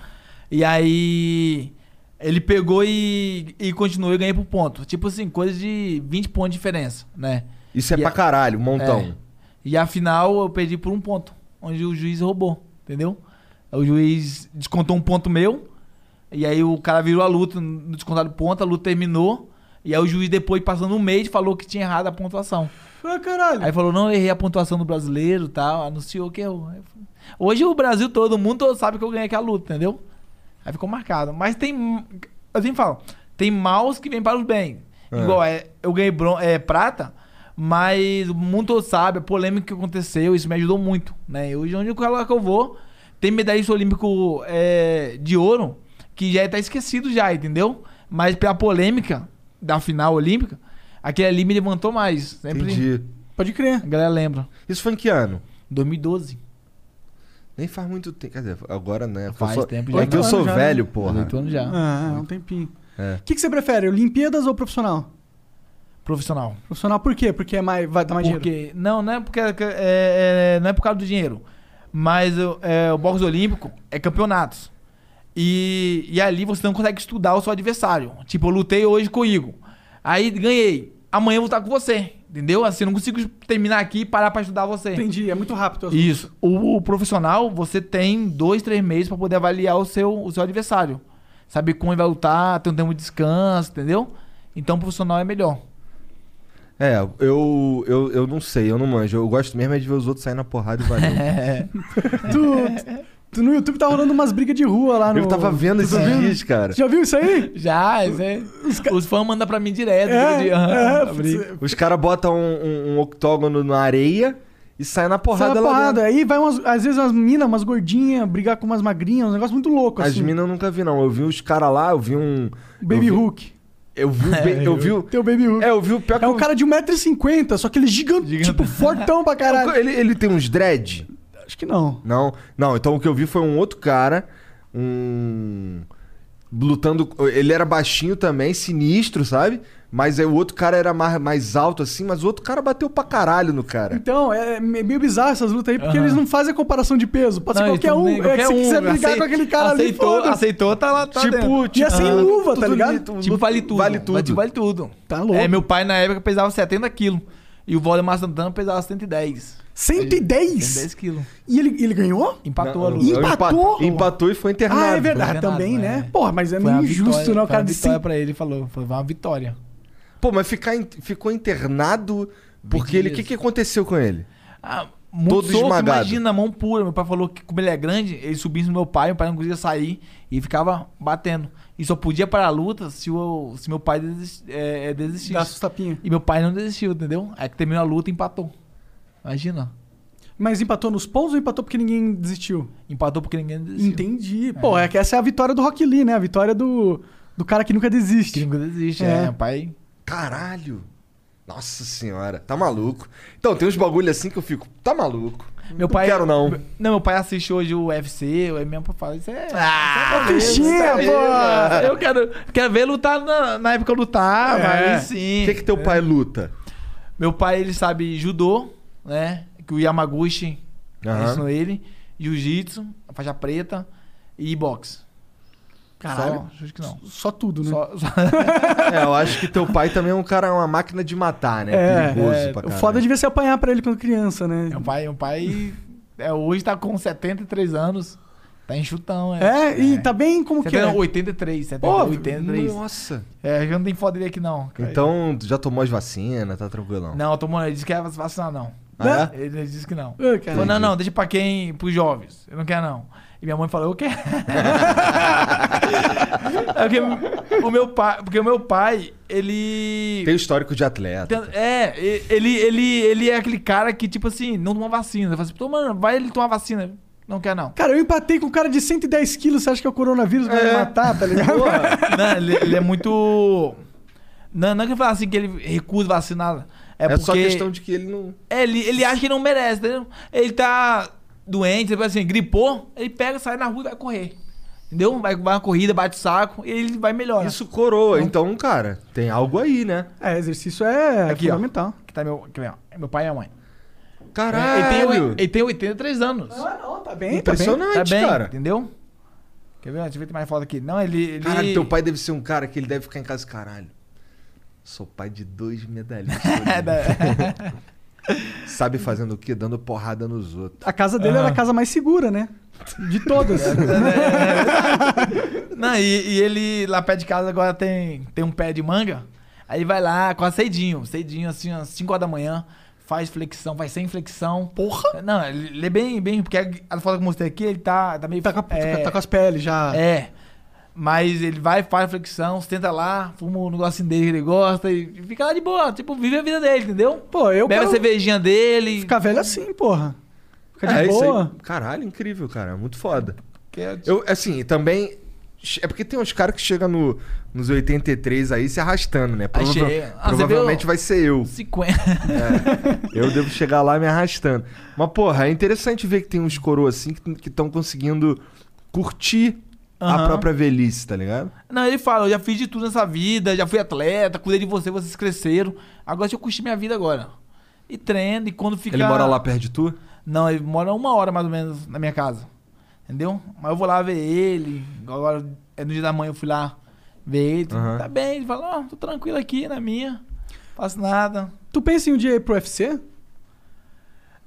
[SPEAKER 3] E aí. Ele pegou e, e continuou e ganhei por ponto. Tipo assim, coisa de 20 pontos de diferença, né?
[SPEAKER 2] Isso é
[SPEAKER 3] E é,
[SPEAKER 2] pra
[SPEAKER 3] a-
[SPEAKER 2] caralho, um montão.
[SPEAKER 3] E a final eu perdi por um ponto, onde o juiz roubou, entendeu? O juiz descontou um ponto meu, e aí o cara virou a luta no descontado ponto, a luta terminou, e aí o juiz depois, passando um mês, falou que tinha errado a pontuação.
[SPEAKER 1] Ah, caralho.
[SPEAKER 3] Aí falou, não, eu errei a pontuação do brasileiro e tal, anunciou que errou. Aí eu falei, Hoje o Brasil todo mundo sabe que eu ganhei aquela luta, entendeu? Aí ficou marcado. Mas tem, eu sempre falo, tem maus que vêm para os bens. Igual, é, eu ganhei bron é, prata, mas o mundo todo sabe, a polêmica que aconteceu, isso me ajudou muito, né? E Hoje, onde eu coloco que eu vou, tem medalhista olímpico é, de ouro, que já está esquecido já, entendeu? Mas pela polêmica da final olímpica, aquele ali me levantou mais. Sempre,
[SPEAKER 2] Entendi.
[SPEAKER 1] Pode crer.
[SPEAKER 3] a galera lembra.
[SPEAKER 2] Isso foi em que ano?
[SPEAKER 3] 2012.
[SPEAKER 2] Nem faz muito tempo. Quer dizer, agora, né?
[SPEAKER 3] Faz
[SPEAKER 2] eu sou...
[SPEAKER 3] tempo
[SPEAKER 2] É
[SPEAKER 3] já.
[SPEAKER 2] que eu
[SPEAKER 3] Oito
[SPEAKER 2] sou
[SPEAKER 1] anos já,
[SPEAKER 2] velho,
[SPEAKER 3] Faz
[SPEAKER 2] porra.
[SPEAKER 3] oito anos já.
[SPEAKER 1] Ah, é um tempinho.
[SPEAKER 2] É.
[SPEAKER 1] O que, que você prefere, Olimpíadas ou profissional?
[SPEAKER 3] Profissional.
[SPEAKER 1] Profissional por quê? Porque é mais, vai dar mais dinheiro.
[SPEAKER 3] Porque, não, não é porque é, é, não é por causa do dinheiro. Mas eu- é, o boxe olímpico é campeonatos. E, e ali você não consegue estudar o seu adversário. Tipo, eu lutei hoje com o Igor. Aí ganhei. Amanhã eu vou estar com você. Entendeu? Assim, eu não consigo terminar aqui e parar pra estudar você.
[SPEAKER 1] Entendi, é muito rápido. as
[SPEAKER 3] Isso. O, o profissional, você tem dois, três meses pra poder avaliar o seu, o seu adversário. Sabe como ele vai lutar, tem um tempo de descanso, entendeu? Então o profissional é melhor.
[SPEAKER 2] É, eu, eu, eu não sei, eu não manjo. Eu gosto mesmo é de ver os outros saírem na porrada e
[SPEAKER 3] *laughs*
[SPEAKER 2] valeu.
[SPEAKER 3] É,
[SPEAKER 1] Tu, *laughs* tu no YouTube tá rolando umas brigas de rua lá no.
[SPEAKER 2] eu tava vendo esses dias, cara.
[SPEAKER 1] Já viu isso
[SPEAKER 2] *laughs*
[SPEAKER 1] aí?
[SPEAKER 3] Já, isso é- os fãs mandam pra mim direto.
[SPEAKER 1] É,
[SPEAKER 3] de- aham,
[SPEAKER 1] é,
[SPEAKER 3] briga.
[SPEAKER 1] você-
[SPEAKER 2] Os caras botam um, um- um octógono na areia e saem na
[SPEAKER 1] sai
[SPEAKER 2] porrada
[SPEAKER 1] uma
[SPEAKER 2] lá
[SPEAKER 1] porrada. é, Aí vai umas, às vezes umas minas, umas gordinhas, brigar com umas magrinhas, um negócio muito louco,
[SPEAKER 2] dentro. As
[SPEAKER 1] assim.
[SPEAKER 2] minas eu nunca vi, não. Eu vi os caras lá, eu vi um...
[SPEAKER 1] Baby
[SPEAKER 2] eu vi,
[SPEAKER 1] Hulk.
[SPEAKER 2] Eu
[SPEAKER 1] *laughs*
[SPEAKER 2] vi, o ba- eu vi o...
[SPEAKER 1] Tem o Baby Hulk.
[SPEAKER 2] É, eu vi o pior que
[SPEAKER 1] É um
[SPEAKER 2] eu-
[SPEAKER 1] cara de 1,50m, só que ele é gigante, tipo, fortão pra
[SPEAKER 3] É
[SPEAKER 1] caralho.
[SPEAKER 2] Ele, ele tem uns dread?
[SPEAKER 1] Acho que não.
[SPEAKER 2] Não, não. Então o que eu vi foi um outro cara, um lutando. Ele era baixinho também, sinistro, sabe? Mas aí o outro cara era mais, mais alto assim, mas o outro cara bateu pra caralho no cara.
[SPEAKER 1] Então, é me- meio bizarro essas lutas aí, porque eles não fazem a comparação de peso. Pode ser
[SPEAKER 3] Não,
[SPEAKER 1] qualquer
[SPEAKER 3] isso não
[SPEAKER 1] um.
[SPEAKER 3] tem-
[SPEAKER 1] É que se quiser brigar
[SPEAKER 3] aceita-
[SPEAKER 1] com aquele cara
[SPEAKER 3] aceitou,
[SPEAKER 1] ali, foda
[SPEAKER 3] Aceitou, tá lá, tá dentro.
[SPEAKER 1] Tipo, e é sem
[SPEAKER 2] aham,
[SPEAKER 1] luva, tá
[SPEAKER 2] tudo
[SPEAKER 1] ligado?
[SPEAKER 2] bonito.
[SPEAKER 3] Tipo, vale tudo.
[SPEAKER 2] Vale tudo.
[SPEAKER 3] Mas, tipo, vale tudo.
[SPEAKER 1] Tá louco.
[SPEAKER 3] É, meu pai na época pesava 70 quilos. E o Valdemar Santana pesava 110.
[SPEAKER 1] 110?
[SPEAKER 3] 110 quilos.
[SPEAKER 1] E ele, ele ganhou?
[SPEAKER 3] Empatou a
[SPEAKER 2] Eu-
[SPEAKER 3] luta.
[SPEAKER 2] eu
[SPEAKER 1] Empatou?
[SPEAKER 2] empa- Empatou e foi internado.
[SPEAKER 1] Ah, é verdade,
[SPEAKER 3] Foi
[SPEAKER 1] também,
[SPEAKER 3] enganado,
[SPEAKER 1] né?
[SPEAKER 3] né?
[SPEAKER 1] Porra, mas é
[SPEAKER 3] Foi
[SPEAKER 1] meio
[SPEAKER 3] uma
[SPEAKER 1] injusto,
[SPEAKER 3] vitória,
[SPEAKER 1] né? O
[SPEAKER 3] foi
[SPEAKER 1] cara
[SPEAKER 3] uma
[SPEAKER 1] de
[SPEAKER 3] vitória
[SPEAKER 1] 100
[SPEAKER 3] pra ele, falou. Foi uma vitória.
[SPEAKER 2] Pô, mas ficar in- ficou internado porque ele. O que, que aconteceu com ele?
[SPEAKER 3] Ah, muito
[SPEAKER 2] Todo
[SPEAKER 3] soco,
[SPEAKER 2] esmagado.
[SPEAKER 3] Imagina, mão pura. Meu pai falou que como ele é grande, ele subia no meu pai, meu pai não conseguia sair e ficava batendo. E só podia parar a luta se, o, se meu pai desist, é, é, desistisse.
[SPEAKER 1] Dá tapinha.
[SPEAKER 3] E meu pai não desistiu, entendeu? Aí que terminou a luta e empatou. Imagina.
[SPEAKER 1] Mas empatou nos pontos ou empatou porque ninguém desistiu?
[SPEAKER 3] Empatou porque ninguém desistiu.
[SPEAKER 1] Entendi. Pô, é que essa é a vitória do Rock Lee, né? A vitória do, do cara que nunca desiste.
[SPEAKER 3] Gringo desiste,
[SPEAKER 1] É.
[SPEAKER 3] é. Meu pai.
[SPEAKER 2] Caralho! Nossa senhora, tá maluco. Então, tem uns bagulho assim que eu fico, tá maluco.
[SPEAKER 3] Meu pai.
[SPEAKER 2] quero, não.
[SPEAKER 3] Não, meu pai assiste hoje o UFC, o MMA pra falar. Isso é.
[SPEAKER 2] Ah,
[SPEAKER 1] Fichinha, pô!
[SPEAKER 3] Eu quero, quero ver lutar na, na época eu lutar,
[SPEAKER 1] É.
[SPEAKER 3] mas sim.
[SPEAKER 2] O que, que teu pai luta?
[SPEAKER 3] Meu pai, ele sabe judô, né? Que o Yamaguchi
[SPEAKER 2] Aham.
[SPEAKER 3] ensinou ele. Jiu-jitsu, a faixa preta e boxe.
[SPEAKER 1] Caralho.
[SPEAKER 3] Só, acho que não.
[SPEAKER 1] Só tudo, né?
[SPEAKER 3] Só, *laughs* só-
[SPEAKER 2] É, eu acho que teu pai também é um cara, uma máquina de matar, né?
[SPEAKER 1] É,
[SPEAKER 2] Perigoso
[SPEAKER 3] é.
[SPEAKER 2] pra
[SPEAKER 1] o
[SPEAKER 2] caralho.
[SPEAKER 1] foda devia ser apanhar pra ele quando criança, né?
[SPEAKER 3] meu pai, meu pai é, hoje tá com 73 anos. Tá enxutão,
[SPEAKER 1] É, e tá bem como que é.
[SPEAKER 3] um, 83, 70,
[SPEAKER 1] Pô,
[SPEAKER 3] 83.
[SPEAKER 2] Nossa.
[SPEAKER 3] É, acho que não tem foto dele aqui não. cara.
[SPEAKER 2] Então, tu já tomou as vacinas, tá tranquilão.
[SPEAKER 3] Não, tomou, ele disse que ia se vacinar não.
[SPEAKER 2] Ah, é?
[SPEAKER 3] Ele disse que não.
[SPEAKER 1] Ah, cara.
[SPEAKER 3] Falou, não, não, deixa pra quem, pros jovens. Eu não quero, não. E minha mãe falou,
[SPEAKER 2] *laughs*
[SPEAKER 3] eu quero. É porque o meu pai, porque o meu pai, ele...
[SPEAKER 2] Tem histórico de atleta.
[SPEAKER 3] É, e- ele, ele, ele é aquele cara que, tipo assim, não toma vacina. Eu falo assim, pô, mano, vai ele tomar vacina. Não quer, não. *laughs*
[SPEAKER 1] Cara, eu empatei com um cara de 110 quilos, você acha que é o coronavírus vai me matar, tá ligado?
[SPEAKER 3] Não, ele, ele é muito... Não, não é que ele fala assim que ele recusa vacinar. É,
[SPEAKER 2] É,
[SPEAKER 3] porque...
[SPEAKER 2] só questão de que ele não.
[SPEAKER 3] É, ele, ele acha que não merece, entendeu? Ele tá doente, tipo assim, gripou, ele pega, sai na rua e vai correr. Entendeu? Vai, vai uma corrida, bate o saco e ele vai melhor.
[SPEAKER 2] Isso coroa. Então, cara, tem algo aí, né?
[SPEAKER 1] *laughs* É, exercício é
[SPEAKER 3] Aqui, ó.
[SPEAKER 1] fundamental.
[SPEAKER 3] Que tá meu, que meu, meu pai É, e minha mãe. Ele tem,
[SPEAKER 2] Caralho.
[SPEAKER 3] oi- ele tem 83 anos.
[SPEAKER 1] Ah, não, tá bem, tá bem.
[SPEAKER 2] Impressionante,
[SPEAKER 3] Tá bem,
[SPEAKER 2] cara.
[SPEAKER 3] entendeu? Quer ver? Deixa eu ver mais foto aqui. Não, ele. ele...
[SPEAKER 2] Caralho, teu pai deve ser um cara que ele deve ficar em casa, caralho. Sou pai de dois
[SPEAKER 3] *laughs*
[SPEAKER 2] medalhistas.
[SPEAKER 3] É, né?
[SPEAKER 2] olímpicos. *laughs* Sabe fazendo o quê? Dando porrada nos outros.
[SPEAKER 1] A casa dele era a casa mais segura, né? De todas.
[SPEAKER 3] Né? *laughs* Não, e, e ele lá perto de casa agora tem, tem um pé de manga. Aí ele vai lá, quase cedinho, cedinho, assim, às 5 horas da manhã, faz flexão, faz sem flexão. Porra! Não, ele ele é bem, bem, porque a foto que eu mostrei aqui, ele tá, tá meio.
[SPEAKER 1] tá, com a-
[SPEAKER 3] é,
[SPEAKER 1] tá com as peles já.
[SPEAKER 3] É. Mas ele vai, faz flexão, senta lá, fuma um negocinho dele que ele gosta e fica lá de boa, tipo, vive a vida dele, entendeu?
[SPEAKER 1] Pô, eu
[SPEAKER 3] Bebe a
[SPEAKER 1] quero
[SPEAKER 3] cervejinha dele.
[SPEAKER 1] ficar velho assim, porra. Fica de
[SPEAKER 2] É, isso aí.
[SPEAKER 1] boa.
[SPEAKER 2] Caralho, incrível, cara. Muito foda.
[SPEAKER 3] que é-
[SPEAKER 2] Eu, assim, também. É porque tem uns caras que chegam no, nos 83 aí se arrastando, né?
[SPEAKER 3] Aí
[SPEAKER 2] Prova-
[SPEAKER 3] chega. Ah, você
[SPEAKER 2] provavelmente
[SPEAKER 3] viu?
[SPEAKER 2] vai ser eu.
[SPEAKER 3] *laughs* 50.
[SPEAKER 2] Eu devo chegar lá me arrastando. Mas, porra, é interessante ver que tem uns coroas assim que estão conseguindo curtir a
[SPEAKER 3] Aham.
[SPEAKER 2] própria velhice, tá ligado?
[SPEAKER 3] Não, ele fala, eu já fiz de tudo nessa vida, já fui atleta, cuidei de você, vocês cresceram. Agora deixa eu curtir minha vida agora. E treino, e quando fica.
[SPEAKER 2] Ele mora lá perto de tu?
[SPEAKER 3] Não, ele mora uma hora mais ou menos na minha casa. Entendeu? Mas eu vou lá ver ele. Agora é no dia da manhã eu fui lá ver ele. tudo,
[SPEAKER 2] Aham.
[SPEAKER 3] Tá bem, ele falou, ó, tô tranquilo aqui na minha. Faço nada.
[SPEAKER 1] Tu pensa em um dia ir pro UFC?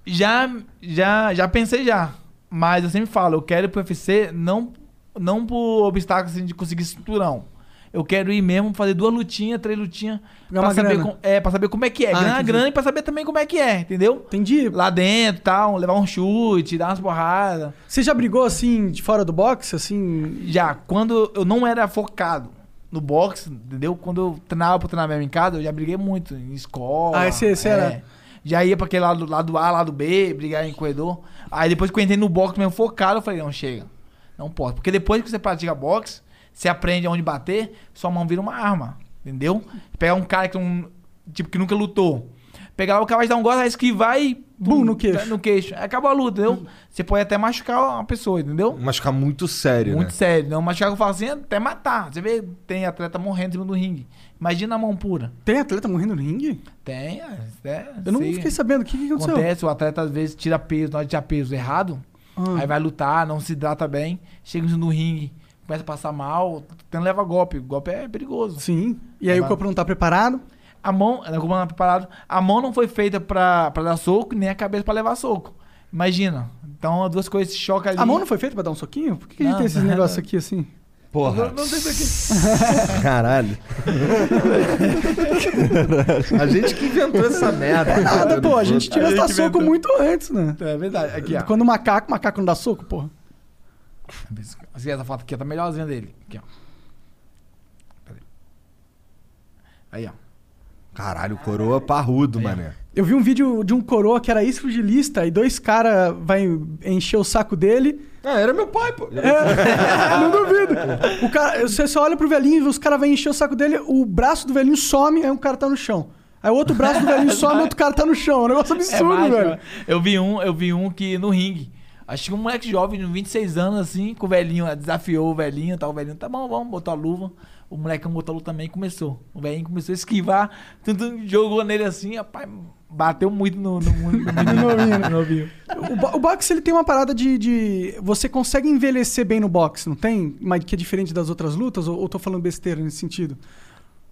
[SPEAKER 3] Já, já, já pensei já. Mas eu sempre falo, eu quero ir pro UFC não, não por obstáculo assim, de conseguir cinturão. Eu quero ir mesmo fazer duas lutinhas, três lutinhas.
[SPEAKER 1] Ganhar
[SPEAKER 3] Pra
[SPEAKER 1] uma
[SPEAKER 3] saber,
[SPEAKER 1] grana.
[SPEAKER 3] com- é, pra saber como é que é.
[SPEAKER 1] Ah,
[SPEAKER 3] Ganhar
[SPEAKER 1] entendi.
[SPEAKER 3] grana e pra saber também como é que é, entendeu?
[SPEAKER 1] Entendi.
[SPEAKER 3] Lá dentro e tal, levar um chute, dar umas porradas.
[SPEAKER 1] Você já brigou assim, de fora do boxe, assim?
[SPEAKER 3] Já, quando eu não era focado no boxe, entendeu? Quando eu treinava pro treinamento em casa, eu já briguei muito, em escola. é.
[SPEAKER 1] Ah, você- você era-
[SPEAKER 3] Já ia pra aquele lado, lado A, lado B, brigar em corredor. Aí depois que eu entrei no boxe mesmo focado, eu falei, não, chega. Não posso. Porque depois que você pratica boxe, você aprende aonde bater, sua mão vira uma arma, entendeu? Pegar um cara que, não- tipo, que nunca lutou. Pegar o cara vai dar um golpe, vai esquivar e...
[SPEAKER 1] Bum, no queixo. Hum.
[SPEAKER 3] No queixo. Acabou a luta, entendeu? Você pode até machucar uma pessoa, entendeu?
[SPEAKER 2] Mas fica muito sério,
[SPEAKER 3] Muito
[SPEAKER 2] né?
[SPEAKER 3] sério. Não, mas Thiago fala assim, até matar. Você vê, tem atleta morrendo em cima do ringue. Imagina a mão pura.
[SPEAKER 1] Tem atleta morrendo no ringue?
[SPEAKER 3] Tem, é,
[SPEAKER 1] Eu não
[SPEAKER 3] sei.
[SPEAKER 1] fiquei sabendo. O que, que aconteceu?
[SPEAKER 3] Acontece, o atleta às vezes tira peso, na hora de tirar peso errado,
[SPEAKER 1] Ah.
[SPEAKER 3] aí vai lutar, não se hidrata bem, chega no ringue, começa a passar mal, tentando levar golpe. Golpe é perigoso.
[SPEAKER 1] Sim. E aí o corpo não tá preparado?
[SPEAKER 3] A mão, ela como ela é preparado, a mão não foi feita pra, pra dar soco, nem a cabeça pra levar soco. Imagina. Então, as duas coisas se chocam ali.
[SPEAKER 1] A mão não foi feita pra dar um soquinho? Por que, que a gente
[SPEAKER 3] Não,
[SPEAKER 1] tem esses
[SPEAKER 3] não.
[SPEAKER 1] negócios aqui assim?
[SPEAKER 2] Porra. Caralho. A gente que inventou essa merda.
[SPEAKER 1] É Nada, pô. A gente tinha que dar soco muito antes, né?
[SPEAKER 3] É verdade. Aqui, ó.
[SPEAKER 1] Quando o macaco, macaco não dá soco, porra.
[SPEAKER 3] Assim, essa foto aqui ó, tá melhorzinha dele. Aqui, ó. Cadê? Aí, ó.
[SPEAKER 2] Caralho, coroa
[SPEAKER 3] É.
[SPEAKER 2] parrudo, mané.
[SPEAKER 1] Eu vi um vídeo de um coroa que era ex-pugilista e dois caras vai encher o saco *laughs* dele.
[SPEAKER 2] Ah, era meu pai, pô.
[SPEAKER 1] É, não duvido. O cara, você só olha pro velhinho, os caras vão encher o saco dele, o braço do velhinho some, aí um cara tá no chão. Aí o outro braço do *laughs* velhinho some, outro cara tá no chão. É um negócio
[SPEAKER 3] É
[SPEAKER 1] absurdo,
[SPEAKER 3] mágico,
[SPEAKER 1] velho.
[SPEAKER 3] né? Eu vi um, eu vi um que no ringue. Acho que um moleque jovem, de 26 anos, assim, com o velhinho, eh, desafiou o velhinho, tal, o velhinho, tá bom, vamos, botou a luva. O molecão botou a luva também e começou. O velhinho começou a esquivar, tanto jogou nele assim, rapaz, bateu muito no, no, no, *laughs* no,
[SPEAKER 2] *laughs*
[SPEAKER 3] novinho, no novinho.
[SPEAKER 1] O, bo- o boxe ele tem uma parada de, de- Você consegue envelhecer bem no boxe, não tem? Mas que é diferente das outras lutas? Ou, ou tô falando besteira nesse sentido?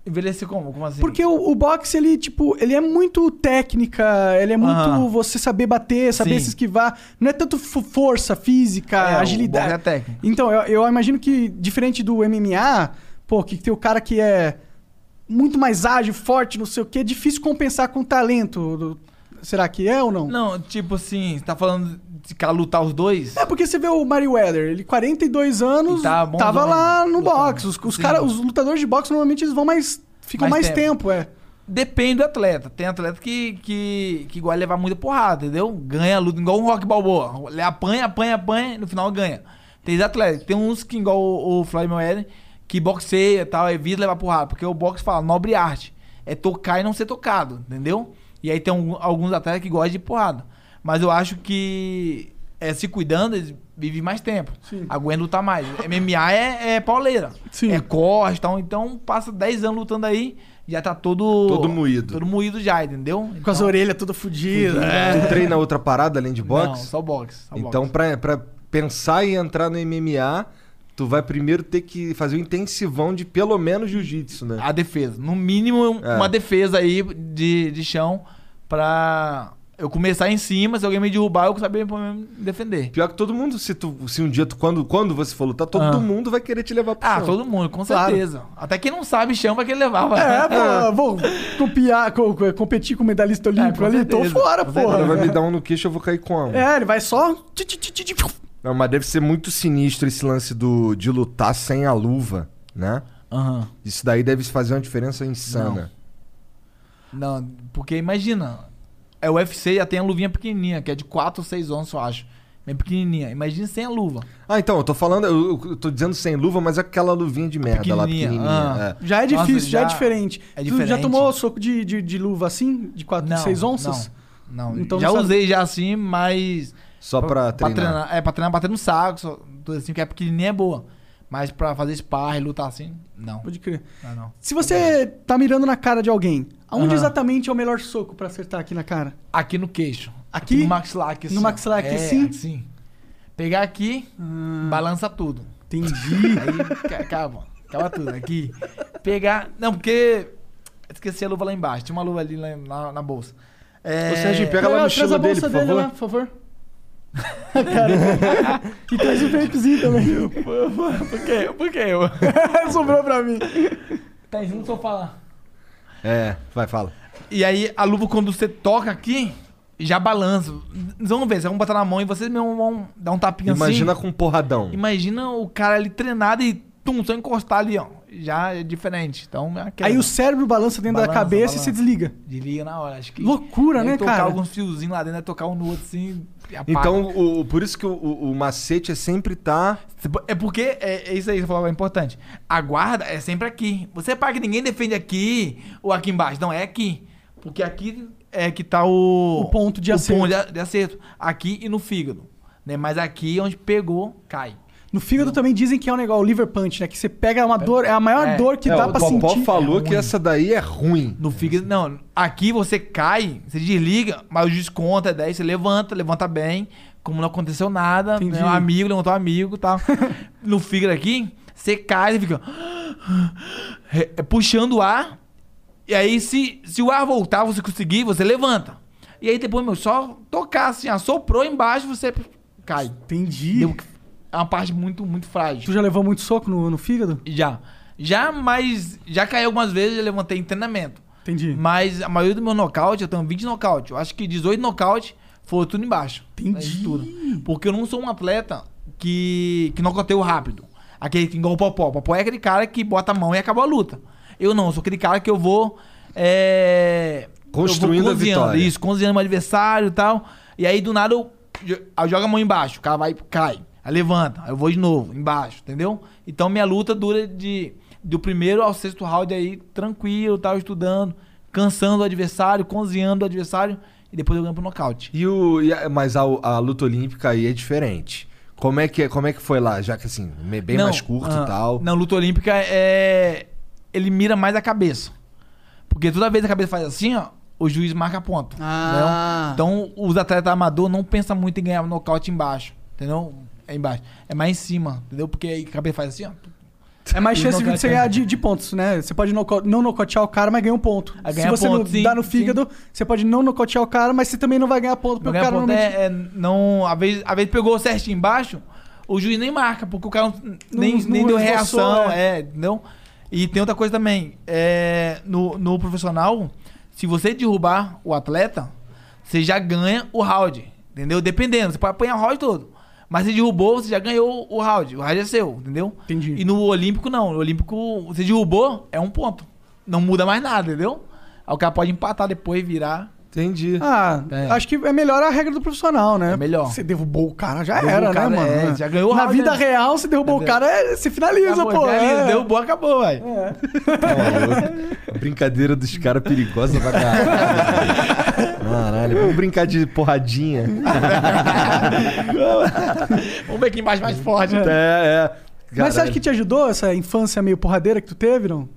[SPEAKER 3] Envelheceu como? Como assim?
[SPEAKER 1] Porque o, o boxe, ele, tipo, ele é muito técnica, ele é muito
[SPEAKER 3] Aham.
[SPEAKER 1] você saber bater, saber
[SPEAKER 3] Sim.
[SPEAKER 1] se esquivar. Não é tanto fo- força, física,
[SPEAKER 3] É, o
[SPEAKER 1] agilidade.
[SPEAKER 3] boxe é técnica.
[SPEAKER 1] Então, eu, eu imagino que, diferente do MMA, pô, que tem o cara que é muito mais ágil, forte, não sei o quê, é difícil compensar com o talento. do- Será que é ou não?
[SPEAKER 3] Não, tipo assim, você tá falando de cara lutar os dois?
[SPEAKER 1] É porque você vê o Meriwether, ele 42 anos,
[SPEAKER 3] E tá bom
[SPEAKER 1] tava
[SPEAKER 3] também,
[SPEAKER 1] lá no
[SPEAKER 3] lutando.
[SPEAKER 1] boxe. Os, os
[SPEAKER 3] Sim.
[SPEAKER 1] cara, os lutadores de boxe normalmente eles vão mais. ficam mais,
[SPEAKER 3] Mais
[SPEAKER 1] tempo. é.
[SPEAKER 3] Depende do atleta. Tem atleta que, que, que gosta de levar muita porrada, entendeu? Ganha a luta, igual um Rock Balboa. Ele apanha, apanha, apanha, no final ganha. Tem atletas, tem uns que, igual o, o Floyd Mayweather, que boxeia e tal, evita levar porrada. Porque o boxe fala, nobre arte. É tocar e não ser tocado, entendeu? E aí tem algum- alguns atletas que gostam de porrada. Mas eu acho que é, se cuidando, eles vivem mais tempo. Aguenta lutar mais. MMA é, é pauleira.
[SPEAKER 1] Sim.
[SPEAKER 3] É corte e tal. Então passa 10 anos lutando aí, já tá todo.
[SPEAKER 2] Todo moído.
[SPEAKER 3] Todo moído já, entendeu? Então,
[SPEAKER 1] Com as orelhas toda fodidas. né?
[SPEAKER 2] Tu treina outra parada além de
[SPEAKER 3] Não,
[SPEAKER 2] boxe?
[SPEAKER 3] só boxe. Só
[SPEAKER 2] então,
[SPEAKER 3] boxe.
[SPEAKER 2] pra, pra pensar em entrar no MMA, tu vai primeiro ter que fazer um intensivão de pelo menos jiu-jitsu, né?
[SPEAKER 3] A defesa. No mínimo, um-
[SPEAKER 2] É.
[SPEAKER 3] uma defesa aí de, de chão pra eu começar em cima. Se alguém me derrubar, eu saber me defender.
[SPEAKER 2] Pior que todo mundo, se, tu, se um dia, tu, quando, quando você for lutar, todo
[SPEAKER 3] Ah.
[SPEAKER 2] mundo vai querer te levar pro
[SPEAKER 3] Ah,
[SPEAKER 2] chão.
[SPEAKER 3] todo mundo, com
[SPEAKER 1] Claro.
[SPEAKER 3] certeza. Até quem não sabe chão vai querer levar. vai.
[SPEAKER 1] É,
[SPEAKER 3] *laughs*
[SPEAKER 1] pô, vou copiar, co- co- competir com o medalhista olímpico
[SPEAKER 3] É, com
[SPEAKER 1] ali, tô
[SPEAKER 3] certeza,
[SPEAKER 1] fora,
[SPEAKER 3] com
[SPEAKER 2] Ela vai
[SPEAKER 1] porra.
[SPEAKER 2] me dar um no queixo, eu vou cair com a mão.
[SPEAKER 1] É, ele vai só. ti, ti, ti, ti, ti, fiu.
[SPEAKER 2] Não, mas deve ser muito sinistro esse lance do, de lutar sem a luva, né?
[SPEAKER 3] Aham.
[SPEAKER 2] Isso daí deve fazer uma diferença insana.
[SPEAKER 3] Não, porque imagina, é o UFC já tem a luvinha pequenininha, que é de 4 ou 6 onças, eu acho. Bem pequenininha. Imagina sem a luva.
[SPEAKER 2] Ah, então, eu tô falando, eu, eu tô dizendo sem luva, mas aquela luvinha de merda lá
[SPEAKER 3] pequenininha,
[SPEAKER 2] pequenininha.
[SPEAKER 3] ah.
[SPEAKER 2] é.
[SPEAKER 1] Já é
[SPEAKER 3] Nossa,
[SPEAKER 1] difícil, já, é
[SPEAKER 3] já-
[SPEAKER 1] diferente.
[SPEAKER 3] é
[SPEAKER 1] Tu já
[SPEAKER 3] diferente.
[SPEAKER 1] tomou soco de, de, de luva assim? De 4, 6 onças?
[SPEAKER 3] Não, não.
[SPEAKER 1] Então
[SPEAKER 3] já
[SPEAKER 1] não sabe-
[SPEAKER 3] usei já assim, mas...
[SPEAKER 2] Só pra, treinar.
[SPEAKER 3] É, pra treinar batendo no saco, só, tudo assim, que é pequenininha é boa. Mas pra fazer sparring, lutar assim, não.
[SPEAKER 1] Pode crer.
[SPEAKER 3] Não, é não.
[SPEAKER 1] Se você tá mirando na cara de alguém, aonde
[SPEAKER 3] Aham.
[SPEAKER 1] exatamente é o melhor soco pra acertar aqui na cara?
[SPEAKER 3] Aqui no queixo.
[SPEAKER 1] Aqui?
[SPEAKER 3] no maxilar aqui
[SPEAKER 1] No maxilar aqui,
[SPEAKER 3] é,
[SPEAKER 1] assim?
[SPEAKER 3] Sim. Pegar aqui,
[SPEAKER 1] Ah.
[SPEAKER 3] balança tudo.
[SPEAKER 1] Entendi.
[SPEAKER 3] Aí ca- acaba, acaba tudo. Aqui, pegar. Não, porque. Esqueci a luva lá embaixo. Tinha uma luva ali lá, na- na bolsa. É...
[SPEAKER 2] Ô, Serginho, pega lá a
[SPEAKER 1] Gabriel,
[SPEAKER 2] mochila dele, por favor.
[SPEAKER 1] lá, por favor. Cara,
[SPEAKER 3] *laughs*
[SPEAKER 1] e traz o vapezinho também.
[SPEAKER 3] Por quê? Por quê? Eu...
[SPEAKER 1] Sobrou pra mim.
[SPEAKER 3] tá junto só falar.
[SPEAKER 2] É, vai, fala.
[SPEAKER 3] E aí a luva, quando você toca aqui, já balança. Vocês vão ver, vocês vão botar na mão e vocês mesmo vão dar um tapinha
[SPEAKER 2] Imagina
[SPEAKER 3] assim.
[SPEAKER 2] com um porradão.
[SPEAKER 3] Imagina o cara ali treinado e tum, só encostar ali, ó. Já é diferente. Então, é aquela.
[SPEAKER 1] Aí o cérebro balança dentro da
[SPEAKER 3] Balança,
[SPEAKER 1] cabeça e
[SPEAKER 3] balança.
[SPEAKER 1] se desliga.
[SPEAKER 3] Desliga na hora, acho que.
[SPEAKER 1] Loucura,
[SPEAKER 3] deve
[SPEAKER 1] né,
[SPEAKER 3] tocar
[SPEAKER 1] cara?
[SPEAKER 3] alguns fiozinhos lá dentro, é tocar um no outro assim. e apaga.
[SPEAKER 2] Então, o, o- por isso que o, o- o macete é sempre tá.
[SPEAKER 3] É porque, é, é isso aí que você falou, é importante. A guarda é sempre aqui. Você paga que ninguém defende aqui ou aqui embaixo. Não, é aqui. Porque aqui é que tá o...
[SPEAKER 1] O ponto de
[SPEAKER 3] o
[SPEAKER 1] acerto.
[SPEAKER 3] ponto de a- de acerto. Aqui e no fígado. Né? Mas aqui onde pegou, cai.
[SPEAKER 1] No fígado também dizem que é um negócio, o liver punch, né? Que você pega uma dor, é a maior
[SPEAKER 3] É.
[SPEAKER 1] dor que
[SPEAKER 2] É,
[SPEAKER 1] dá
[SPEAKER 2] o
[SPEAKER 1] pra
[SPEAKER 2] Popó
[SPEAKER 1] sentir.
[SPEAKER 2] falou
[SPEAKER 3] É
[SPEAKER 2] que
[SPEAKER 3] ruim.
[SPEAKER 2] essa daí é ruim.
[SPEAKER 3] No fígado, não. Aqui você cai, você desliga, mas o desconto é 10, você levanta, levanta bem, como não aconteceu nada,
[SPEAKER 1] Entendi.
[SPEAKER 3] né? um amigo levantou um amigo e tal. no fígado aqui, você cai, você fica é, é, puxando o ar, e aí se, se o ar voltar, você conseguir, você levanta. E aí depois, meu, só tocar assim, assoprou embaixo, você cai.
[SPEAKER 1] Entendi.
[SPEAKER 3] Deu- é uma parte muito, muito frágil.
[SPEAKER 1] Tu já levou muito soco no, no fígado?
[SPEAKER 3] Já. Já, mas já caí algumas vezes, já levantei em treinamento.
[SPEAKER 1] Entendi.
[SPEAKER 3] Mas a maioria do meu nocaute, eu tenho 20 nocaute. Eu acho que 18 nocaute foi tudo embaixo. Né,
[SPEAKER 1] Entendi.
[SPEAKER 3] De Tudo. Porque eu não sou um atleta que, que nocauteio rápido. Aquele que igual o Popó. O Popó é aquele cara que bota a mão e acabou a luta. Eu não, eu sou aquele cara que eu vou. É,
[SPEAKER 2] Construindo
[SPEAKER 3] eu
[SPEAKER 2] a
[SPEAKER 3] vou cozinhando,
[SPEAKER 2] vitória.
[SPEAKER 3] Isso, cozinhando meu adversário e tal. E aí do nada eu, eu jogo a mão embaixo. O cara vai, cai. Aí levanta, aí eu vou de novo, embaixo, entendeu? Então minha luta dura de do primeiro ao sexto round aí, tranquilo, tal, estudando, cansando o adversário, cozinhando o adversário, e depois eu ganho pro nocaute.
[SPEAKER 2] E o, e a- mas a, a luta olímpica aí é diferente. Como é que, é- como é que foi lá? Já que assim, me- bem mais curto
[SPEAKER 3] ah,
[SPEAKER 2] e tal.
[SPEAKER 3] Na luta olímpica é. Ele mira mais a cabeça. Porque toda vez que a cabeça faz assim, ó, o juiz marca ponto.
[SPEAKER 1] Ah.
[SPEAKER 3] entendeu? Então os atletas amador não pensam muito em ganhar um nocaute embaixo. Entendeu? É embaixo. É mais em cima, entendeu? Porque aí a cabeça faz assim, ó.
[SPEAKER 1] É mais
[SPEAKER 3] E
[SPEAKER 1] chance
[SPEAKER 3] nocaute- assim.
[SPEAKER 1] de você ganhar de, de pontos, né? Você pode noco- não nocautear o cara, mas ganha um ponto.
[SPEAKER 3] Ah,
[SPEAKER 1] Se
[SPEAKER 3] ganha
[SPEAKER 1] você
[SPEAKER 3] ponto,
[SPEAKER 1] não
[SPEAKER 3] sim,
[SPEAKER 1] dá no
[SPEAKER 3] sim.
[SPEAKER 1] fígado, você pode não nocautear o cara, mas você também não vai ganhar ponto, porque
[SPEAKER 3] Não
[SPEAKER 1] o
[SPEAKER 3] ganha
[SPEAKER 1] cara
[SPEAKER 3] ponto.
[SPEAKER 1] normalmente...
[SPEAKER 3] É, é, não, a, vez, a vez pegou certinho embaixo, o juiz nem marca, porque o cara não- nem,
[SPEAKER 1] não
[SPEAKER 3] nem deu
[SPEAKER 1] esboçou,
[SPEAKER 3] reação.
[SPEAKER 1] é.
[SPEAKER 3] É, entendeu? E tem outra coisa também. é, no, no profissional, se você derrubar o atleta, você já ganha o round. Entendeu? Dependendo, você pode apanhar o round todo. Mas se derrubou, você já ganhou o round. O round é seu, entendeu?
[SPEAKER 1] Entendi.
[SPEAKER 3] E no Olímpico, não. No Olímpico, você derrubou, é um ponto. Não muda mais nada, entendeu? Aí o cara pode empatar depois, virar.
[SPEAKER 2] Entendi.
[SPEAKER 1] Ah,
[SPEAKER 3] É.
[SPEAKER 1] acho que é melhor a regra do profissional, né?
[SPEAKER 3] É melhor.
[SPEAKER 1] Você derrubou o cara, já
[SPEAKER 3] Derrubou
[SPEAKER 1] era,
[SPEAKER 3] o cara,
[SPEAKER 1] né, mano?
[SPEAKER 3] é, já ganhou o
[SPEAKER 1] Na
[SPEAKER 3] round,
[SPEAKER 1] vida
[SPEAKER 3] né?
[SPEAKER 1] real, você derrubou o cara, é, você finaliza,
[SPEAKER 3] Acabou,
[SPEAKER 1] pô.
[SPEAKER 3] finaliza,
[SPEAKER 1] é.
[SPEAKER 3] Derrubou, acabou, velho.
[SPEAKER 2] A brincadeira dos caras perigosa pra caralho. Caralho, vamos brincar de porradinha.
[SPEAKER 3] Vamos ver aqui embaixo mais forte. então.
[SPEAKER 2] É, é.
[SPEAKER 1] Mas você acha
[SPEAKER 2] Caralho.
[SPEAKER 1] que te ajudou essa infância meio porradeira que tu teve, não?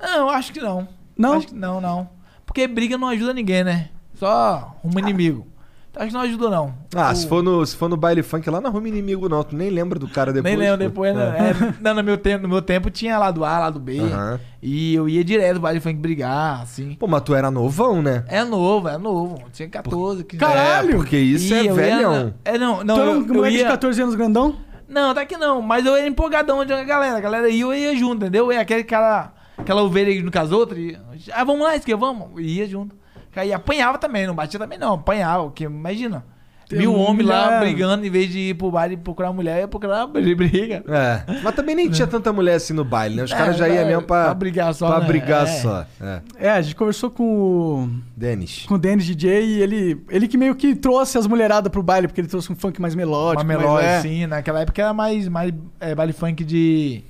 [SPEAKER 3] Não, acho que não.
[SPEAKER 1] Não?
[SPEAKER 3] Acho que não, não. Porque briga não ajuda ninguém, né? Só um inimigo. Então acho que não ajudou, não.
[SPEAKER 2] Ah,
[SPEAKER 3] O-
[SPEAKER 2] se for, no, se for no baile funk lá na rua inimigo, não. Tu nem lembra do cara depois.
[SPEAKER 3] Nem lembro
[SPEAKER 2] pô.
[SPEAKER 3] depois, né? É, não, no meu, tempo, no meu tempo tinha lá do A, lá do B.
[SPEAKER 2] É. Aham.
[SPEAKER 3] E eu ia direto pro baile funk brigar, assim.
[SPEAKER 2] Pô, mas tu era novão, né?
[SPEAKER 3] É novo, é novo. Tinha 14, 15
[SPEAKER 2] É, porque isso
[SPEAKER 3] Ih,
[SPEAKER 2] é
[SPEAKER 3] eu
[SPEAKER 2] velhão.
[SPEAKER 3] Ia, é, não, não.
[SPEAKER 1] tu era um
[SPEAKER 3] eu, eu
[SPEAKER 1] moleque de
[SPEAKER 3] ia,
[SPEAKER 1] 14 anos grandão?
[SPEAKER 3] Não, tá que não. Mas eu era empolgadão de uma galera. A galera ia, eu ia junto, entendeu? É aquele cara, aquela ovelha que não casou outra. e- Ah, vamos lá, esquerda, vamos. E ia junto. Aí apanhava também, não batia também não. Apanhava, porque imagina.
[SPEAKER 1] Tem
[SPEAKER 3] Mil homens lá
[SPEAKER 1] mulher.
[SPEAKER 3] brigando, em vez de ir pro bar e procurar mulher, ia procurar br- briga.
[SPEAKER 2] É. Mas também nem tinha tanta mulher assim no baile, né? Os caras já iam mesmo pra,
[SPEAKER 3] É, pra brigar só,
[SPEAKER 2] Pra
[SPEAKER 3] né?
[SPEAKER 2] brigar
[SPEAKER 3] É.
[SPEAKER 2] só. É.
[SPEAKER 1] É, a gente conversou com o...
[SPEAKER 2] Denis.
[SPEAKER 1] com o Dennis DJ e ele, ele que meio que trouxe as mulheradas pro baile, porque ele trouxe um funk mais melódico.
[SPEAKER 3] Uma
[SPEAKER 1] mais-
[SPEAKER 3] melódia,
[SPEAKER 1] é.
[SPEAKER 3] assim. Naquela época era mais, mais é, baile funk de,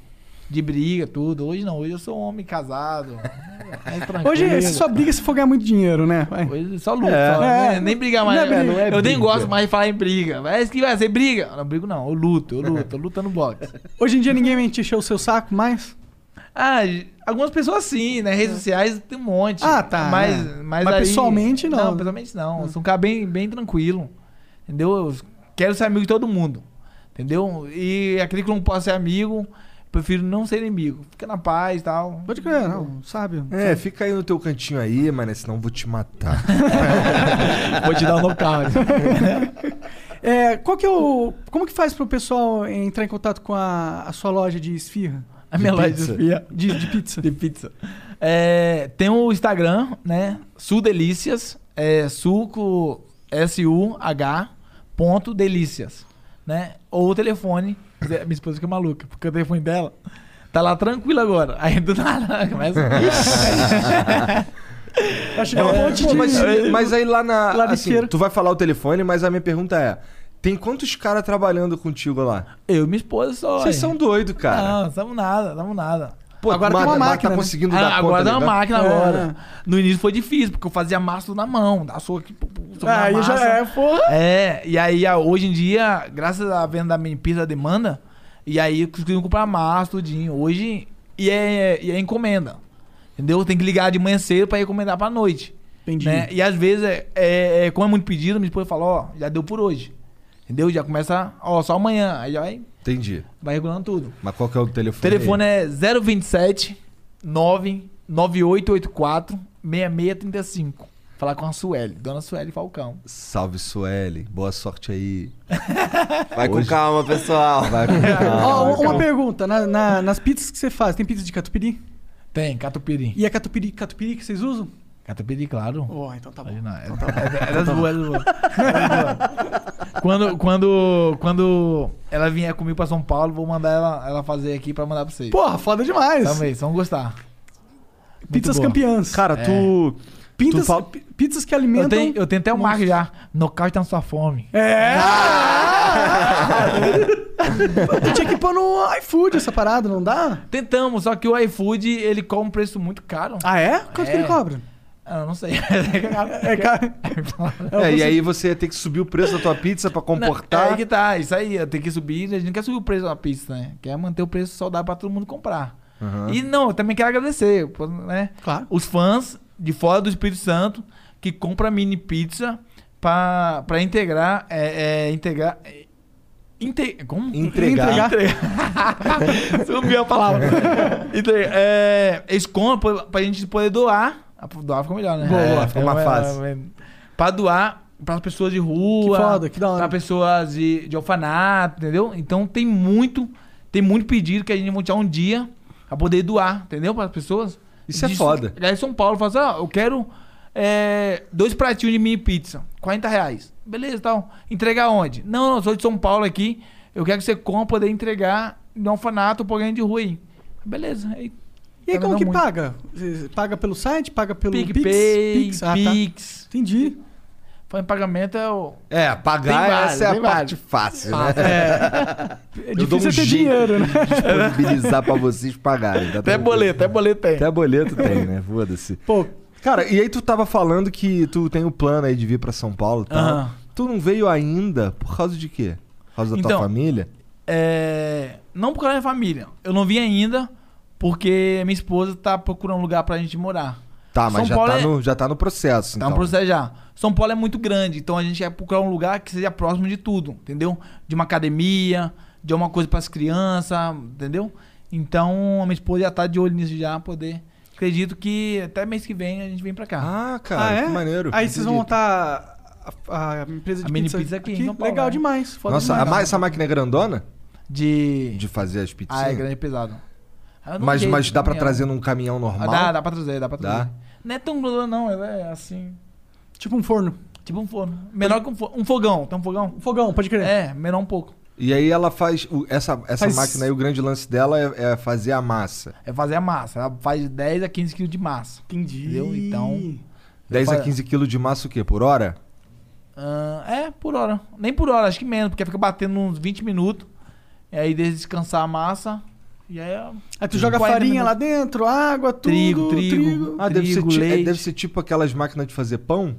[SPEAKER 3] de briga, tudo. Hoje não, hoje eu sou um homem casado. *laughs* mais
[SPEAKER 1] Hoje você
[SPEAKER 3] tranquilo.
[SPEAKER 1] só briga se for ganhar muito dinheiro, né? Vai.
[SPEAKER 3] Hoje só luta,
[SPEAKER 2] É.
[SPEAKER 3] só,
[SPEAKER 1] É.
[SPEAKER 3] né? nem brigar mais.
[SPEAKER 1] Não é
[SPEAKER 3] né?
[SPEAKER 1] briga. Não é
[SPEAKER 3] eu nem
[SPEAKER 2] briga.
[SPEAKER 3] gosto mais de falar em briga. Parece que vai ser briga. Eu não brigo, não. Eu luto, eu luto, eu luto
[SPEAKER 1] *laughs*
[SPEAKER 3] no boxe.
[SPEAKER 1] Hoje em dia ninguém vai te encher o seu saco mais.
[SPEAKER 3] Ah, algumas pessoas sim, né? Redes sociais tem um monte.
[SPEAKER 1] É. Ah, tá,
[SPEAKER 3] Mas,
[SPEAKER 1] né?
[SPEAKER 3] mas,
[SPEAKER 1] Mas
[SPEAKER 3] aí-
[SPEAKER 1] pessoalmente, não. É.
[SPEAKER 3] Não, pessoalmente não. Eu sou um cara bem, bem tranquilo. Entendeu? Eu quero ser amigo de todo mundo. Entendeu? E aquele que eu não posso ser amigo, prefiro não ser inimigo. Fica na paz e tal.
[SPEAKER 1] Pode crer, não, sabe?
[SPEAKER 2] É, fica aí no teu cantinho aí, mané, senão eu vou te matar.
[SPEAKER 3] Vou te dar um nocaute.
[SPEAKER 1] É, qual que é o. Como que faz pro pessoal entrar em contato com a, a sua loja de esfirra?
[SPEAKER 3] A minha loja de
[SPEAKER 2] pizza.
[SPEAKER 3] espia.
[SPEAKER 1] De, de pizza?
[SPEAKER 3] *laughs* De pizza. É, tem o Instagram, né? Sul Delícias. É suco S-U-H ponto delícias, né? Ou o telefone. Minha esposa que é maluca, porque o telefone dela tá lá tranquilo agora. *laughs* Aí do nada *laughs* começa...
[SPEAKER 1] Acho que é um monte
[SPEAKER 2] Pô,
[SPEAKER 1] de. *laughs*
[SPEAKER 2] mas, mas aí lá na.
[SPEAKER 1] Lá no
[SPEAKER 2] assim,
[SPEAKER 1] isqueiro.
[SPEAKER 2] tu vai falar o telefone, mas a minha pergunta é: tem quantos caras trabalhando contigo lá?
[SPEAKER 3] Eu e minha esposa só.
[SPEAKER 2] Vocês
[SPEAKER 3] hein?
[SPEAKER 1] um
[SPEAKER 2] são doidos, cara.
[SPEAKER 3] Não, não somos nada, não somos nada.
[SPEAKER 2] Pô,
[SPEAKER 1] Agora tem
[SPEAKER 2] mas-
[SPEAKER 1] uma
[SPEAKER 2] mas
[SPEAKER 1] máquina,
[SPEAKER 2] Tá
[SPEAKER 1] né?
[SPEAKER 2] conseguindo
[SPEAKER 3] Ah,
[SPEAKER 2] dar conta,
[SPEAKER 3] agora dá uma
[SPEAKER 2] legal?
[SPEAKER 3] máquina
[SPEAKER 1] É.
[SPEAKER 3] agora. No início foi difícil, porque eu fazia massa tudo na mão, da sua aqui, pum, pum, soco na
[SPEAKER 1] Aí já
[SPEAKER 3] massa.
[SPEAKER 1] é, porra.
[SPEAKER 3] É, e aí a- hoje em dia, graças à venda da mini pizza, a demanda, e aí conseguimos comprar massa, tudinho. Hoje, e é, e é encomenda. Entendeu? Tem que ligar de manhã cedo pra encomendar pra noite.
[SPEAKER 1] Entendi.
[SPEAKER 3] né? E às vezes, é, é- é- como é muito pedido, minha esposa fala, ó, já deu por hoje. Entendeu? Já começa, ó, só amanhã. Aí já vai,
[SPEAKER 2] Entendi.
[SPEAKER 3] vai regulando tudo.
[SPEAKER 2] Mas qual que é o telefone?
[SPEAKER 3] O telefone é 027 99884 6635. Falar com a Sueli, Dona Sueli Falcão.
[SPEAKER 2] Salve, Sueli. Boa sorte aí.
[SPEAKER 4] *laughs* Vai com
[SPEAKER 2] Hoje-
[SPEAKER 4] calma, pessoal.
[SPEAKER 2] Vai com calma.
[SPEAKER 1] Ó, uma pergunta. na- na- nas pizzas que você faz, tem pizza de catupiry?
[SPEAKER 3] Tem, Catupiry.
[SPEAKER 1] E a catupiry, catupiry que vocês usam?
[SPEAKER 3] Catupiry, claro.
[SPEAKER 1] Ó, então tá bom.
[SPEAKER 3] Imagina, é, é, é das boas, é das *laughs* boas. É das boas. Quando, quando, quando ela vier comigo pra São Paulo, vou mandar ela, ela fazer aqui pra mandar pra vocês.
[SPEAKER 1] Porra, foda demais.
[SPEAKER 3] Também, vocês vão gostar. Muito
[SPEAKER 1] Pizzas
[SPEAKER 3] boa.
[SPEAKER 1] campeãs.
[SPEAKER 2] Cara,
[SPEAKER 3] É.
[SPEAKER 2] tu.
[SPEAKER 1] Pintas-
[SPEAKER 2] fala-
[SPEAKER 1] pi- pizzas que
[SPEAKER 3] Eu
[SPEAKER 1] alimentam.
[SPEAKER 3] tenho, eu tenho até o marco já. Nocaute tá na sua fome.
[SPEAKER 1] É! tu tinha que pôr no iFood essa parada, não dá?
[SPEAKER 3] Tentamos, só que o iFood, ele cobra um preço muito caro.
[SPEAKER 1] Ah, é? Quanto que ele
[SPEAKER 3] É.
[SPEAKER 1] cobra?
[SPEAKER 3] Ah, não sei. *laughs*
[SPEAKER 1] É, cara.
[SPEAKER 3] Comportar.
[SPEAKER 2] É, e aí você ia ter que subir o preço da tua pizza pra
[SPEAKER 3] Aí
[SPEAKER 2] comportar.
[SPEAKER 3] que tá, isso aí, eu tenho que subir, a gente não quer subir o preço da pizza, né? Quer manter o preço saudável pra todo mundo comprar. E não, eu também quero agradecer, pô, né?
[SPEAKER 1] Claro.
[SPEAKER 3] Os fãs de fora do Espírito Santo que compram mini pizza pra, pra integrar, é, é, integrar... é, inte- como?
[SPEAKER 2] Entregar.
[SPEAKER 3] Entregar. *laughs* Sumiu a palavra.
[SPEAKER 2] *laughs*
[SPEAKER 3] Entregar. É, eles compram pra, pra gente poder doar. Ah, Doar ficou melhor, né?
[SPEAKER 2] Boa, ficou mais
[SPEAKER 3] é,
[SPEAKER 2] fácil.
[SPEAKER 3] é, Pra doar pras pessoas de rua.
[SPEAKER 1] Que foda, que da hora.
[SPEAKER 3] Pra pessoas de, de orfanato, entendeu? Então tem muito, tem muito pedido que a gente vai tirar um dia pra poder doar, entendeu? Pras pessoas.
[SPEAKER 2] Isso é foda.
[SPEAKER 3] Lá em São Paulo, fala assim, ó, eu quero é, dois pratinhos de mini pizza, 40 reais. Beleza, tal. Entregar onde? Não, não, eu sou de São Paulo aqui, eu quero que você compre pra poder entregar no orfanato ou alguém de rua aí. Beleza, aí...
[SPEAKER 1] E aí,
[SPEAKER 3] tá
[SPEAKER 1] como
[SPEAKER 3] mandando
[SPEAKER 1] que
[SPEAKER 3] muito.
[SPEAKER 1] paga? Você Paga pelo site? Paga pelo Pix?
[SPEAKER 3] PicPay, Pix,
[SPEAKER 1] Ah, tá. Entendi.
[SPEAKER 3] Foi em pagamento é o...
[SPEAKER 2] É, pagar
[SPEAKER 3] Tem vários,
[SPEAKER 2] essa é a
[SPEAKER 3] tem
[SPEAKER 2] parte
[SPEAKER 3] vários.
[SPEAKER 2] fácil, né?
[SPEAKER 1] É
[SPEAKER 2] Eu dou
[SPEAKER 1] difícil
[SPEAKER 2] um
[SPEAKER 1] é ter
[SPEAKER 2] jeito
[SPEAKER 1] dinheiro, né?
[SPEAKER 2] de disponibilizar pra vocês pagarem. tá tranquilo.
[SPEAKER 3] boleto tem.
[SPEAKER 2] Até boleto tem, né? Foda-se.
[SPEAKER 1] Pô,
[SPEAKER 2] Cara, e aí tu tava falando que tu tem o plano aí de vir pra São Paulo e tal.
[SPEAKER 3] Aham.
[SPEAKER 2] Tu não veio ainda por causa de quê? Por causa da
[SPEAKER 3] Então,
[SPEAKER 2] tua família?
[SPEAKER 3] É, não por causa da minha família. Eu não vim ainda porque minha esposa tá procurando um lugar pra gente morar.
[SPEAKER 2] Tá, mas
[SPEAKER 3] São
[SPEAKER 2] já
[SPEAKER 3] Paulo
[SPEAKER 2] tá,
[SPEAKER 3] é-
[SPEAKER 2] no, já tá no processo,
[SPEAKER 3] Tá
[SPEAKER 2] então.
[SPEAKER 3] um processo já. São Paulo é muito grande, então a gente quer procurar um lugar que seja próximo de tudo, entendeu? De uma academia, de alguma coisa pras crianças, entendeu? Então a minha esposa já tá de olho nisso já, poder. Acredito que até mês que vem a gente vem pra cá.
[SPEAKER 2] Ah, cara,
[SPEAKER 1] ah, é?
[SPEAKER 2] que maneiro.
[SPEAKER 1] Aí vocês vão
[SPEAKER 2] Entendi.
[SPEAKER 1] montar a, a empresa de
[SPEAKER 3] A mini pizza aqui em São Paulo,
[SPEAKER 1] Legal
[SPEAKER 3] né?
[SPEAKER 1] demais. Foda
[SPEAKER 2] Nossa, a
[SPEAKER 1] demais.
[SPEAKER 2] ma- essa máquina é grandona?
[SPEAKER 3] De.
[SPEAKER 2] De fazer as pizzinhas?
[SPEAKER 3] Ah, é grande e pesado. Ah, eu não
[SPEAKER 2] mas,
[SPEAKER 3] sei,
[SPEAKER 2] mas dá pra
[SPEAKER 3] caminhão.
[SPEAKER 2] trazer num caminhão
[SPEAKER 3] Ah,
[SPEAKER 2] normal?
[SPEAKER 3] Dá, dá pra trazer, dá pra
[SPEAKER 2] Dá?
[SPEAKER 3] trazer. Não é tão grande não, é assim.
[SPEAKER 1] Tipo um forno.
[SPEAKER 3] Tipo um forno. Menor que um, fo- um fogão. Tem um fogão?
[SPEAKER 1] Um fogão, pode crer.
[SPEAKER 3] É, menor um pouco.
[SPEAKER 2] E aí ela faz. o- essa essa
[SPEAKER 1] Faz-
[SPEAKER 2] máquina aí, o grande lance dela é, é fazer a massa.
[SPEAKER 3] É fazer a massa. Ela faz de 10 a 15 quilos de massa.
[SPEAKER 1] Entendi.
[SPEAKER 3] Entendeu? Então-
[SPEAKER 2] 10 a
[SPEAKER 3] faz-
[SPEAKER 2] 15 quilos de massa o quê? Por hora?
[SPEAKER 3] Ah, é, por hora. Nem por hora, acho que menos, porque fica batendo uns 20 minutos. E aí deixa descansar a massa. E aí. é, ó,
[SPEAKER 1] Aí tu joga
[SPEAKER 3] 40
[SPEAKER 1] farinha
[SPEAKER 3] minutos.
[SPEAKER 1] lá dentro, água, tudo.
[SPEAKER 3] Trigo, trigo.
[SPEAKER 2] Ah, deve ser,
[SPEAKER 3] Trigo,
[SPEAKER 2] ti- é,
[SPEAKER 3] leite.
[SPEAKER 2] deve ser tipo aquelas máquinas de fazer pão?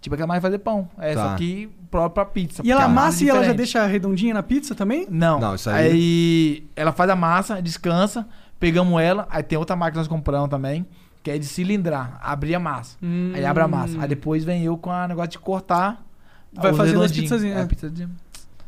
[SPEAKER 3] Tipo, aquela mais fazer pão. É,
[SPEAKER 2] Tá.
[SPEAKER 3] só que próprio pra pizza.
[SPEAKER 1] E ela
[SPEAKER 3] porque é uma massa
[SPEAKER 1] amassa e ela já
[SPEAKER 3] diferente.
[SPEAKER 1] deixa redondinha na pizza também?
[SPEAKER 3] Não.
[SPEAKER 2] Não, isso aí-
[SPEAKER 3] aí... ela faz a massa, descansa, pegamos ela, aí tem outra máquina que nós compramos também, que é de cilindrar, abrir a massa. Aí abre a massa. Aí depois vem eu com a negócio de cortar.
[SPEAKER 1] Hum. Vai
[SPEAKER 3] os
[SPEAKER 1] fazendo as
[SPEAKER 3] redondinhos.
[SPEAKER 1] pizzazinhas.
[SPEAKER 3] É, pizzazinha.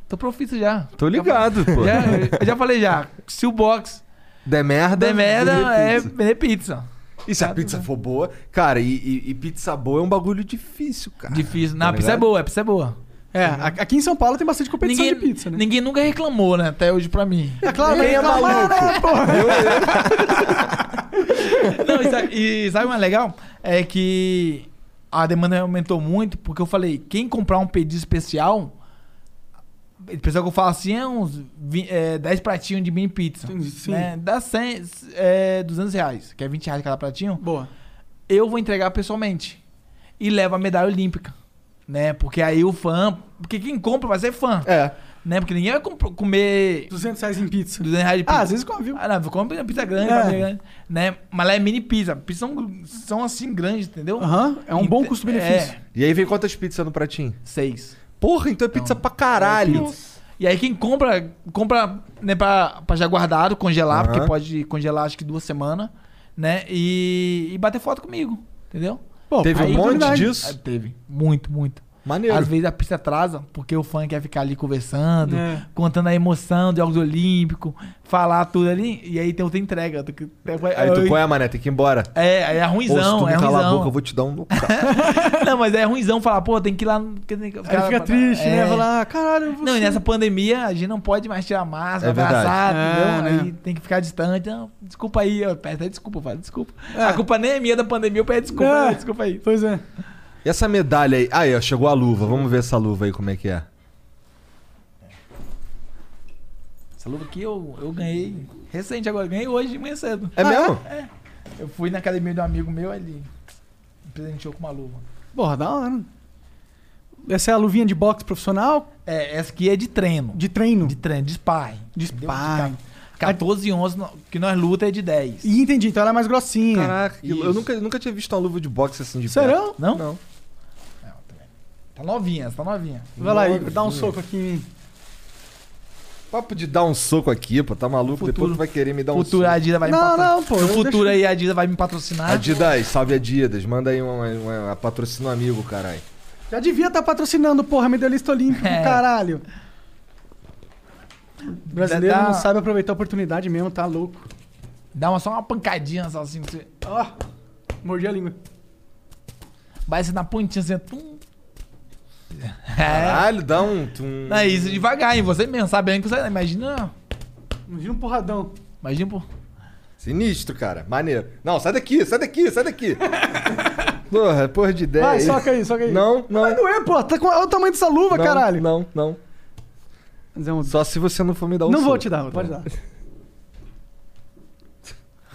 [SPEAKER 3] Tô profissa já.
[SPEAKER 2] Tô ligado, pô. *laughs*
[SPEAKER 3] Já, eu já falei já. Se o box
[SPEAKER 2] Der
[SPEAKER 1] Tá
[SPEAKER 2] merda.
[SPEAKER 3] der merda, é
[SPEAKER 2] pizza.
[SPEAKER 3] é pizza.
[SPEAKER 2] E se a pizza for boa? Cara, e, e- e pizza boa é um bagulho difícil, cara.
[SPEAKER 3] Difícil. Não,
[SPEAKER 2] tá
[SPEAKER 3] a pizza é
[SPEAKER 2] ligado?
[SPEAKER 3] boa, a pizza é boa.
[SPEAKER 1] É, a- aqui em São Paulo tem bastante competição
[SPEAKER 3] Ninguém,
[SPEAKER 1] de pizza, né?
[SPEAKER 3] ninguém nunca reclamou, né? Até hoje pra mim.
[SPEAKER 1] É claro,
[SPEAKER 2] Quem é
[SPEAKER 1] claro, né, porra?
[SPEAKER 3] Não, e, sa- e sabe o mais legal? É que a demanda aumentou muito, porque eu falei, quem comprar um pedido especial, o pessoal que eu falo assim é uns vi- é, 10 pratinhos de mini pizza.
[SPEAKER 1] Entendi, sim.
[SPEAKER 3] Né? Dá 100, é, 200 reais, que é 20 reais cada pratinho.
[SPEAKER 1] Boa.
[SPEAKER 3] Eu vou entregar pessoalmente. E levo a medalha olímpica. Né? Porque aí o fã. Porque quem compra vai ser fã.
[SPEAKER 2] É.
[SPEAKER 3] Né? Porque ninguém vai compro- comer
[SPEAKER 1] 200 reais em pizza.
[SPEAKER 3] 200 reais de pizza.
[SPEAKER 1] Ah, às vezes come, viu?
[SPEAKER 3] Ah, não, eu como pizza grande,
[SPEAKER 1] É.
[SPEAKER 3] pra mim, né? né? Mas lá é mini pizza. Pizza são, são assim grandes, entendeu?
[SPEAKER 1] Aham, é um bom
[SPEAKER 3] Ent-
[SPEAKER 1] custo-benefício.
[SPEAKER 3] É,
[SPEAKER 2] E aí vem quantas pizzas no pratinho?
[SPEAKER 3] seis.
[SPEAKER 2] Porra, então é pizza pra caralho.
[SPEAKER 3] É E aí quem compra, compra né, pra, pra já guardado, congelar,
[SPEAKER 2] Aham.
[SPEAKER 3] porque pode congelar acho que duas semanas, né? E, e bater foto comigo, entendeu?
[SPEAKER 1] Pô,
[SPEAKER 2] Teve
[SPEAKER 1] aí-
[SPEAKER 2] um monte
[SPEAKER 1] oportunidade.
[SPEAKER 3] Ah,
[SPEAKER 2] disso?
[SPEAKER 3] teve. Muito, muito.
[SPEAKER 2] Maneiro.
[SPEAKER 3] Às vezes a pista atrasa, porque o fã quer ficar ali conversando,
[SPEAKER 1] É.
[SPEAKER 3] contando a emoção dos Jogos Olímpicos, falar tudo ali, e aí tem outra entrega. Tu que-
[SPEAKER 2] Aí tu, qual é, mané? Tem que ir embora.
[SPEAKER 3] É, aí é
[SPEAKER 2] Ou se tu
[SPEAKER 3] ruimzão,
[SPEAKER 2] não
[SPEAKER 3] é
[SPEAKER 2] calar a
[SPEAKER 3] ruimzão.
[SPEAKER 2] boca, eu vou te dar um...
[SPEAKER 3] Não, mas é ruimzão falar, pô, tem que ir lá. porque tem que- os
[SPEAKER 1] Aí
[SPEAKER 3] cara-
[SPEAKER 1] fica triste,
[SPEAKER 3] é.
[SPEAKER 1] né? Falar, ah, caralho, você...
[SPEAKER 3] Não, e nessa pandemia a gente não pode mais tirar máscara,
[SPEAKER 2] É verdade.
[SPEAKER 3] abraçar,
[SPEAKER 1] É,
[SPEAKER 3] entendeu?
[SPEAKER 1] né?
[SPEAKER 3] Aí tem que ficar distante. Não, desculpa aí, eu peço até desculpa, fala desculpa. A culpa nem é minha da pandemia, eu peço desculpa,
[SPEAKER 1] É.
[SPEAKER 3] né? desculpa aí.
[SPEAKER 1] Pois é.
[SPEAKER 2] *laughs* E essa medalha aí? Aí, ó, chegou a luva. Vamos ver essa luva aí, como é que é.
[SPEAKER 3] Essa luva aqui eu, eu ganhei recente agora, ganhei hoje de manhã cedo.
[SPEAKER 2] É mesmo?
[SPEAKER 3] Eu fui na academia de um amigo meu, ele me presenteou com uma luva.
[SPEAKER 1] Porra, da hora. Essa é a luvinha de boxe profissional
[SPEAKER 3] É, essa aqui é de treino.
[SPEAKER 1] de treino.
[SPEAKER 3] De treino, de sparring.
[SPEAKER 1] De
[SPEAKER 3] entendeu?
[SPEAKER 1] sparring.
[SPEAKER 3] ca- 14 e 11, no- que nós luta é de 10.
[SPEAKER 1] E entendi, então ela é mais grossinha.
[SPEAKER 2] Caraca, que- eu
[SPEAKER 3] Isso.
[SPEAKER 2] nunca, nunca tinha visto uma luva de boxe assim de perto.
[SPEAKER 1] Serão?
[SPEAKER 3] Não? Não. tá bem. Tá novinha, essa tá novinha.
[SPEAKER 1] Vai lá, Igor, dá um soco aqui em mim.
[SPEAKER 2] Papo de dar um soco aqui, pô. Tá maluco?
[SPEAKER 3] Futuro.
[SPEAKER 2] Depois tu vai querer me dar um
[SPEAKER 3] futuro a
[SPEAKER 2] soco.
[SPEAKER 3] Adidas vai me
[SPEAKER 1] Não,
[SPEAKER 3] patrocinar.
[SPEAKER 1] não, pô, eu
[SPEAKER 3] No futuro
[SPEAKER 1] deixo-
[SPEAKER 3] aí a Adidas vai me patrocinar.
[SPEAKER 2] Adidas, salve Adidas. Manda aí uma, uma, uma patrocina um amigo, caralho.
[SPEAKER 1] Já devia estar patrocinando, porra, medalhista olímpico,
[SPEAKER 3] É.
[SPEAKER 1] caralho. O brasileiro
[SPEAKER 3] Dá-
[SPEAKER 1] não sabe aproveitar a oportunidade mesmo, tá louco.
[SPEAKER 3] Dá uma, só uma pancadinha só assim. Você...
[SPEAKER 1] Ó, mordi a língua.
[SPEAKER 3] Vai ser na pontinha assim. Tum. É.
[SPEAKER 2] Caralho, dá um... tum.
[SPEAKER 3] Não, é isso devagar, hein? Você mesmo sabe bem que você. Imagina.
[SPEAKER 1] Imagina um porradão.
[SPEAKER 3] Imagina, pô. *laughs*
[SPEAKER 2] Sinistro, cara. Maneiro. Não, sai daqui, sai daqui,
[SPEAKER 1] *laughs*
[SPEAKER 2] sai daqui. porra, porra de ideia.
[SPEAKER 1] Vai,
[SPEAKER 2] aí.
[SPEAKER 1] soca aí, soca aí.
[SPEAKER 2] É Não, não.
[SPEAKER 1] Mas não é, pô. Tá com... Olha o tamanho dessa luva,
[SPEAKER 2] não,
[SPEAKER 1] caralho.
[SPEAKER 2] Não, não.
[SPEAKER 1] Mas é um-
[SPEAKER 2] Só se você não for me dar um
[SPEAKER 1] Não vou
[SPEAKER 2] soco.
[SPEAKER 1] te dar, pode dar.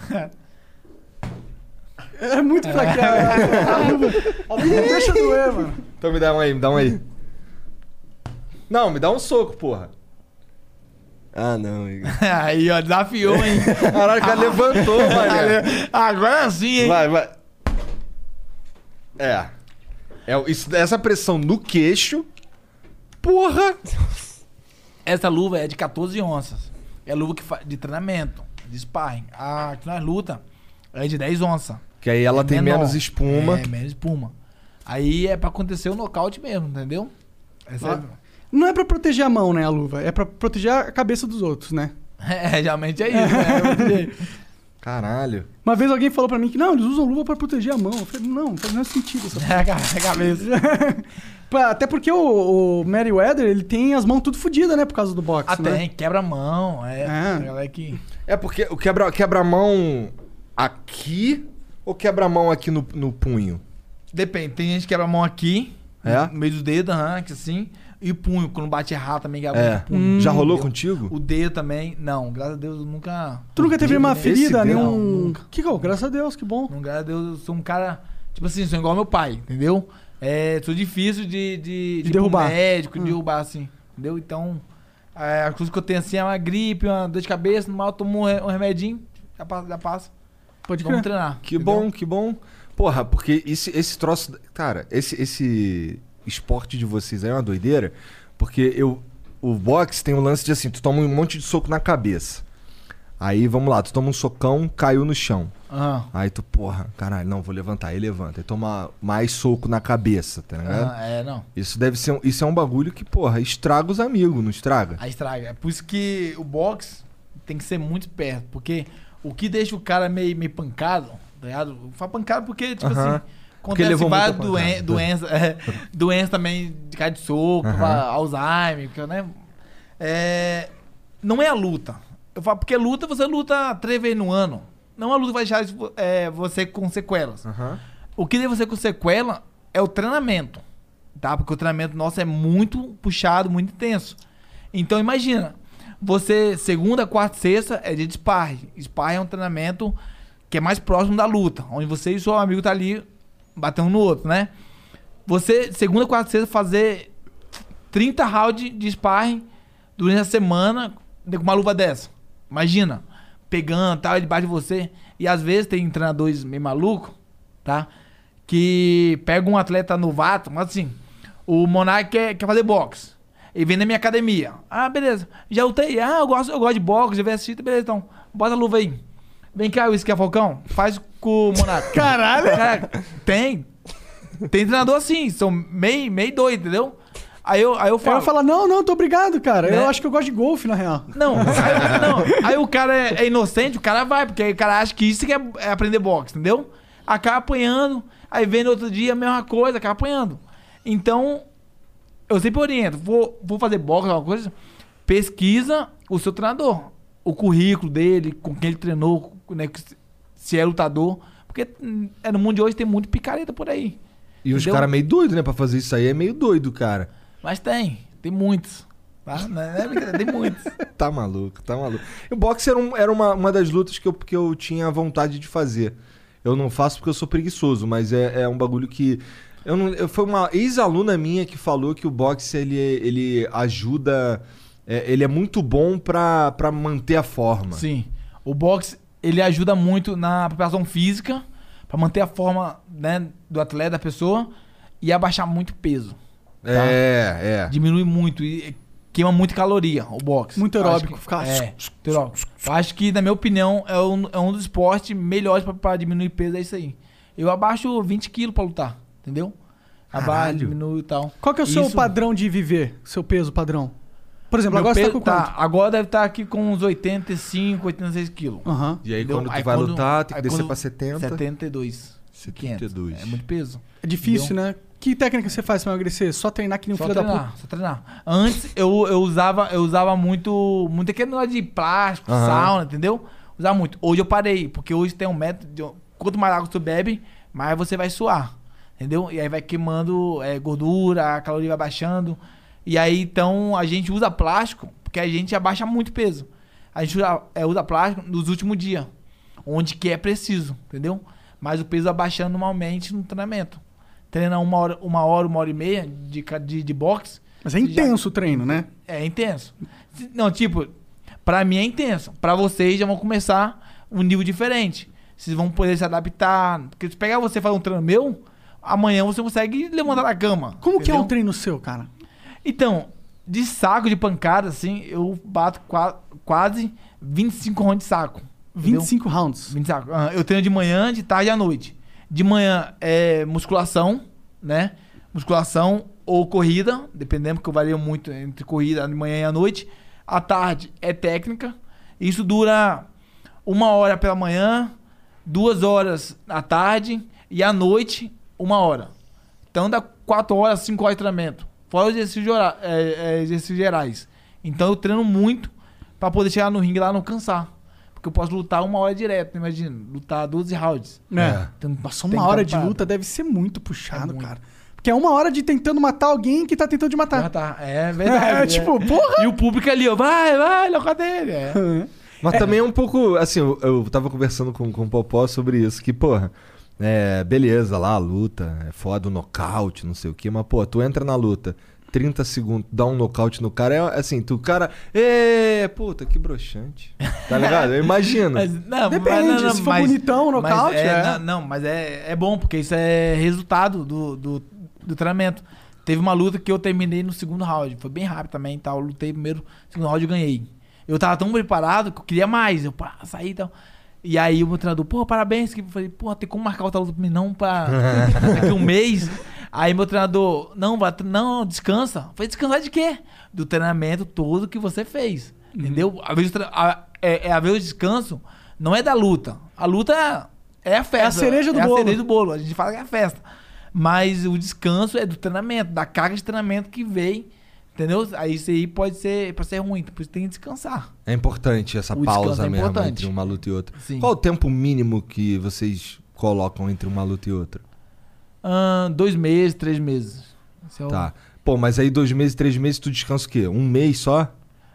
[SPEAKER 1] *laughs* É muito fraqueado. A luva, a
[SPEAKER 2] *laughs*
[SPEAKER 1] luva não deixa doer, mano.
[SPEAKER 2] Então me dá um aí, me
[SPEAKER 1] *laughs*
[SPEAKER 2] dá um aí. Não, me dá um soco, porra.
[SPEAKER 4] Ah, não, Igor.
[SPEAKER 3] aí, ó, desafiou,
[SPEAKER 2] *laughs*
[SPEAKER 3] hein?
[SPEAKER 2] Caralho, o
[SPEAKER 1] *laughs*
[SPEAKER 2] cara levantou, mano.
[SPEAKER 3] Agora sim, hein?
[SPEAKER 2] Vai, vai. É. é o- isso, essa pressão no queixo. Porra!
[SPEAKER 3] Essa luva é de 14 onças. É luva que fa... de treinamento, de sparring. A que nós luta é de 10 onças.
[SPEAKER 2] Que aí ela
[SPEAKER 3] É
[SPEAKER 2] tem
[SPEAKER 3] menor.
[SPEAKER 2] menos espuma.
[SPEAKER 3] É, menos espuma. Aí é pra acontecer o nocaute mesmo, entendeu? Essa
[SPEAKER 1] Não é pra proteger a mão, né, a luva. É pra proteger a cabeça dos outros, né?
[SPEAKER 3] é, realmente é *laughs* isso, né?
[SPEAKER 2] Caralho.
[SPEAKER 1] Uma vez alguém falou pra mim que não, eles usam luva pra proteger a mão. Eu falei, não, não faz nenhum sentido essa *laughs*
[SPEAKER 3] É a ca- a cabeça.
[SPEAKER 1] Pá, Até porque o, o Merryweather, ele tem as mãos tudo fodidas, né? Por causa do boxe,
[SPEAKER 3] Ah,
[SPEAKER 1] né?
[SPEAKER 3] tem, quebra a mão. É,
[SPEAKER 1] É.
[SPEAKER 3] a galera que...
[SPEAKER 2] É porque o quebra- quebra-mão aqui ou quebra-mão aqui no, no punho?
[SPEAKER 3] Depende, tem gente que quebra a mão aqui,
[SPEAKER 2] É?
[SPEAKER 3] no meio do dedo, aham, que assim, e o punho, quando bate errado também, quebra
[SPEAKER 2] É.
[SPEAKER 3] o Tá punho.
[SPEAKER 2] Já rolou
[SPEAKER 3] entendeu?
[SPEAKER 2] contigo?
[SPEAKER 3] O dedo também, não, graças a Deus eu nunca...
[SPEAKER 1] Tu nunca teve nenhuma
[SPEAKER 2] Esse
[SPEAKER 1] ferida,
[SPEAKER 2] deu,
[SPEAKER 1] nenhum...
[SPEAKER 3] nunca.
[SPEAKER 1] Que bom, graças a Deus, que bom.
[SPEAKER 3] Não, graças a Deus, eu sou um cara. Tipo assim, sou igual meu pai, entendeu? É, sou difícil de, de, de, ir pro
[SPEAKER 1] derrubar. Hum.
[SPEAKER 3] médico, de derrubar, assim. Entendeu? Então, é, a coisa que eu tenho assim é uma gripe, uma dor de cabeça, no mal, eu tomo um, re- um remedinho, já passa. Já passa.
[SPEAKER 1] Pode
[SPEAKER 3] Vamos
[SPEAKER 1] crer.
[SPEAKER 3] treinar.
[SPEAKER 2] Que
[SPEAKER 3] entendeu?
[SPEAKER 2] bom, que bom. Porra, porque esse, esse troço. Cara, esse, esse esporte de vocês aí é uma doideira. Porque eu. O boxe tem um lance de assim, tu toma um monte de soco na cabeça. Aí vamos lá, tu toma um socão, caiu no chão.
[SPEAKER 3] Ah,
[SPEAKER 2] Aí tu, porra, caralho, não, vou levantar. Aí levanta. Aí toma mais soco na cabeça, tá ligado?
[SPEAKER 3] ah, é, não.
[SPEAKER 2] Isso deve ser. um- Isso é um bagulho que, porra, estraga os amigos, não estraga?
[SPEAKER 3] Aí estraga. É por isso que o box tem que ser muito esperto. Porque o que deixa o cara meio, meio pancado, tá ligado? Faz pancada porque, tipo
[SPEAKER 2] Aham.
[SPEAKER 3] assim,
[SPEAKER 2] Porque
[SPEAKER 3] acontece
[SPEAKER 2] levou
[SPEAKER 3] várias
[SPEAKER 2] muita
[SPEAKER 3] doen
[SPEAKER 2] pancada. *laughs*
[SPEAKER 3] doenças. é, doença também de cara de soco,
[SPEAKER 2] Aham.
[SPEAKER 3] va- Alzheimer, que, né? É, não é a luta. Eu falo, porque luta, você luta três vezes no ano. Não é uma luta que vai deixar é, você com sequelas.
[SPEAKER 2] Aham.
[SPEAKER 3] O que deve você com sequela é o treinamento, tá? Porque o treinamento nosso é muito puxado, muito intenso. Então imagina, você segunda, quarta, e sexta é dia de sparring. Sparring é um treinamento que é mais próximo da luta, onde você e seu amigo tá ali batendo no outro, né? Você segunda, quarta, e sexta fazer 30 rounds de sparring durante a semana com uma luva dessa. Imagina, pegando tal, ele bate você. E às vezes tem treinadores meio maluco, tá? Que pega um atleta novato, mas assim, o Monark quer, quer fazer boxe. Ele vem na minha academia. Ah, beleza. Já lutei. Ah, eu gosto, eu gosto de boxe, já vi assistir. Beleza, então. Bota a luva aí. Vem cá, Whisky é Falcão. Faz com o Monark. Caralho! tem. Tem treinador assim, são meio, meio doido, entendeu? Aí eu, aí eu
[SPEAKER 1] Aí
[SPEAKER 3] falo.
[SPEAKER 1] eu falo, não, não, tô obrigado, cara.
[SPEAKER 3] Né?
[SPEAKER 1] Eu acho que eu gosto de golfe, na real.
[SPEAKER 3] Não, aí, não, aí o cara é, é inocente, o cara vai, porque aí o cara acha que isso que é, é aprender boxe, entendeu? Acaba apanhando, aí vem no outro dia a mesma coisa, acaba apanhando. Então, eu sempre oriento, vou, vou fazer boxe, alguma coisa, pesquisa o seu treinador, o currículo dele, com quem ele treinou, né, se- se é lutador, porque hum, é, no mundo de hoje tem muito picareta por aí.
[SPEAKER 2] E os
[SPEAKER 3] Entendeu?
[SPEAKER 2] caras meio doido, né? Pra fazer isso aí é meio doido, cara.
[SPEAKER 3] Mas tem, tem muitos.
[SPEAKER 1] *laughs*
[SPEAKER 3] Tá? Não é brincadeira, tem muitos.
[SPEAKER 2] Tá maluco, tá maluco. E o boxe era, um- era uma, uma das lutas que eu, que eu tinha vontade de fazer. Eu não faço porque eu sou preguiçoso, mas é, é um bagulho que. Eu não, eu, foi uma ex-aluna minha que falou que o boxe ele, ele ajuda. é, ele é muito bom pra, pra manter a forma.
[SPEAKER 3] Sim. O boxe, ele ajuda muito na preparação física, pra manter a forma né, do atleta, da pessoa, e abaixar muito peso.
[SPEAKER 2] É, é.
[SPEAKER 3] Diminui muito e queima muito caloria, o boxe.
[SPEAKER 1] Muito
[SPEAKER 3] Eu acho
[SPEAKER 1] aeróbico,
[SPEAKER 3] que-
[SPEAKER 1] ficar-
[SPEAKER 3] É, muito aeróbico. Eu acho que, na minha opinião, é um, é um dos esportes melhores pra, pra diminuir peso, é isso aí. Eu abaixo 20 quilos pra lutar, entendeu? Abaixo,
[SPEAKER 2] Caralho.
[SPEAKER 3] diminuo e tal.
[SPEAKER 1] Qual que é o seu
[SPEAKER 3] Isso-
[SPEAKER 1] padrão de viver? Seu peso padrão? Por exemplo,
[SPEAKER 3] Meu
[SPEAKER 1] agora você tá
[SPEAKER 3] peso-
[SPEAKER 1] com
[SPEAKER 3] tá,
[SPEAKER 1] quanto?
[SPEAKER 3] agora deve estar aqui com uns 85, 86 quilos.
[SPEAKER 1] Aham.
[SPEAKER 2] E aí
[SPEAKER 3] Entendeu?
[SPEAKER 2] quando tu vai
[SPEAKER 3] quando-
[SPEAKER 2] lutar, tem que
[SPEAKER 3] aí
[SPEAKER 2] descer
[SPEAKER 3] quando-
[SPEAKER 2] pra 70.
[SPEAKER 3] 72.
[SPEAKER 2] 72.
[SPEAKER 3] 500. É muito peso.
[SPEAKER 1] É difícil, né? Que técnica você faz pra emagrecer? Só treinar que nem um
[SPEAKER 3] Só
[SPEAKER 1] filho da puta.
[SPEAKER 3] treinar, só treinar. Antes eu, eu usava, eu usava muito, muito aquele negócio de plástico,
[SPEAKER 2] Aham.
[SPEAKER 3] sauna, entendeu? Usava muito. Hoje eu parei, porque hoje tem um método de quanto mais água tu bebe, mais você vai suar, entendeu? E aí vai queimando é, gordura, a caloria vai baixando. E aí então a gente usa plástico, porque a gente abaixa muito peso. A gente usa, é, usa plástico nos últimos dias, onde que é preciso, entendeu? Mas o peso abaixando normalmente no treinamento. Treina uma hora, uma hora, uma hora e meia de, ca- de, de boxe.
[SPEAKER 1] Mas é intenso o treino, né?
[SPEAKER 3] É intenso. Se- Não, tipo, pra mim é intenso. Pra vocês já vão começar um nível diferente. Vocês vão poder se adaptar. Porque se pegar você e fazer um treino meu, amanhã você consegue levantar da cama.
[SPEAKER 1] Como que é
[SPEAKER 3] entendeu?
[SPEAKER 1] um treino seu, cara?
[SPEAKER 3] Então, de saco de pancada, assim, eu bato qua- quase 25 rounds de saco. entendeu?
[SPEAKER 1] 25 rounds.
[SPEAKER 3] 20 sacos. Aham, ah, Eu treino de manhã, de tarde e à noite. De manhã é musculação, né? Musculação ou corrida, dependendo, porque eu vario muito entre corrida de manhã e à noite. À tarde é técnica. Isso dura uma hora pela manhã, duas horas à tarde e à noite, uma hora. Então dá quatro horas, cinco horas de treinamento. Fora os exercícios, de hora- é, é, exercícios gerais. Então eu treino muito pra poder chegar no ringue lá e não cansar. Porque eu posso lutar uma hora direto, imagina. Lutar 12 rounds.
[SPEAKER 1] Né?
[SPEAKER 3] Então,
[SPEAKER 1] Nossa,
[SPEAKER 3] tem
[SPEAKER 1] uma hora de
[SPEAKER 3] campada.
[SPEAKER 1] luta deve ser muito puxado,
[SPEAKER 3] É muito.
[SPEAKER 1] cara. Porque é uma hora de tentando matar alguém que tá tentando te
[SPEAKER 3] Já
[SPEAKER 1] matar.
[SPEAKER 3] tá. É verdade.
[SPEAKER 1] É, *laughs* tipo, porra!
[SPEAKER 3] E o público ali, ó, vai, vai, louca
[SPEAKER 1] *laughs*
[SPEAKER 3] dele. É.
[SPEAKER 2] Mas também é um pouco. Assim, eu, eu tava conversando com, com o Popó sobre isso, que, porra. É, beleza lá, a luta, é foda, o nocaute, não sei o que, mas, pô, tu entra na luta, 30 segundos, dá um nocaute no cara, é assim, tu, o cara, é, puta, que broxante, tá ligado? Eu imagino.
[SPEAKER 3] *laughs* Mas, não,
[SPEAKER 1] Depende,
[SPEAKER 3] mas, não, não,
[SPEAKER 1] se for
[SPEAKER 3] mas-
[SPEAKER 1] bonitão,
[SPEAKER 3] mas
[SPEAKER 1] nocaute,
[SPEAKER 3] é,
[SPEAKER 1] é.
[SPEAKER 3] Não, não, mas é, é bom, porque isso é resultado do, do, do treinamento. Teve uma luta que eu terminei no segundo round. Foi bem rápido também e tal. Eu Lutei primeiro, segundo round eu ganhei. Eu tava tão preparado que eu queria mais. Eu pá, saí e tal. E aí o meu treinador, porra, parabéns. Que eu falei, porra, tem como marcar outra luta pra mim não pra daqui um mês? Aí meu treinador, não, vai, não, descansa. Eu falei, descansar de quê? Do treinamento todo que você fez. Entendeu? Às vezes, o tre- a, é, é, às vezes o descanso não é da luta. A luta é a festa.
[SPEAKER 1] É a cereja do bolo.
[SPEAKER 3] A cereja do bolo. A gente fala que é a festa. Mas o descanso é do treinamento, da carga de treinamento que vem. Entendeu? Aí isso aí pode ser, pode ser ruim. Por isso tem que descansar.
[SPEAKER 2] É importante essa
[SPEAKER 3] O descanso
[SPEAKER 2] pausa
[SPEAKER 3] é
[SPEAKER 2] mesmo
[SPEAKER 3] importante.
[SPEAKER 2] entre uma luta e outra.
[SPEAKER 3] Sim.
[SPEAKER 2] Qual o tempo mínimo que vocês colocam entre uma luta e outra?
[SPEAKER 3] Ahn, Ah, dois meses, três meses. Esse é o-
[SPEAKER 2] Tá. Pô, mas aí dois meses, três meses, tu descansa o quê? Um mês só?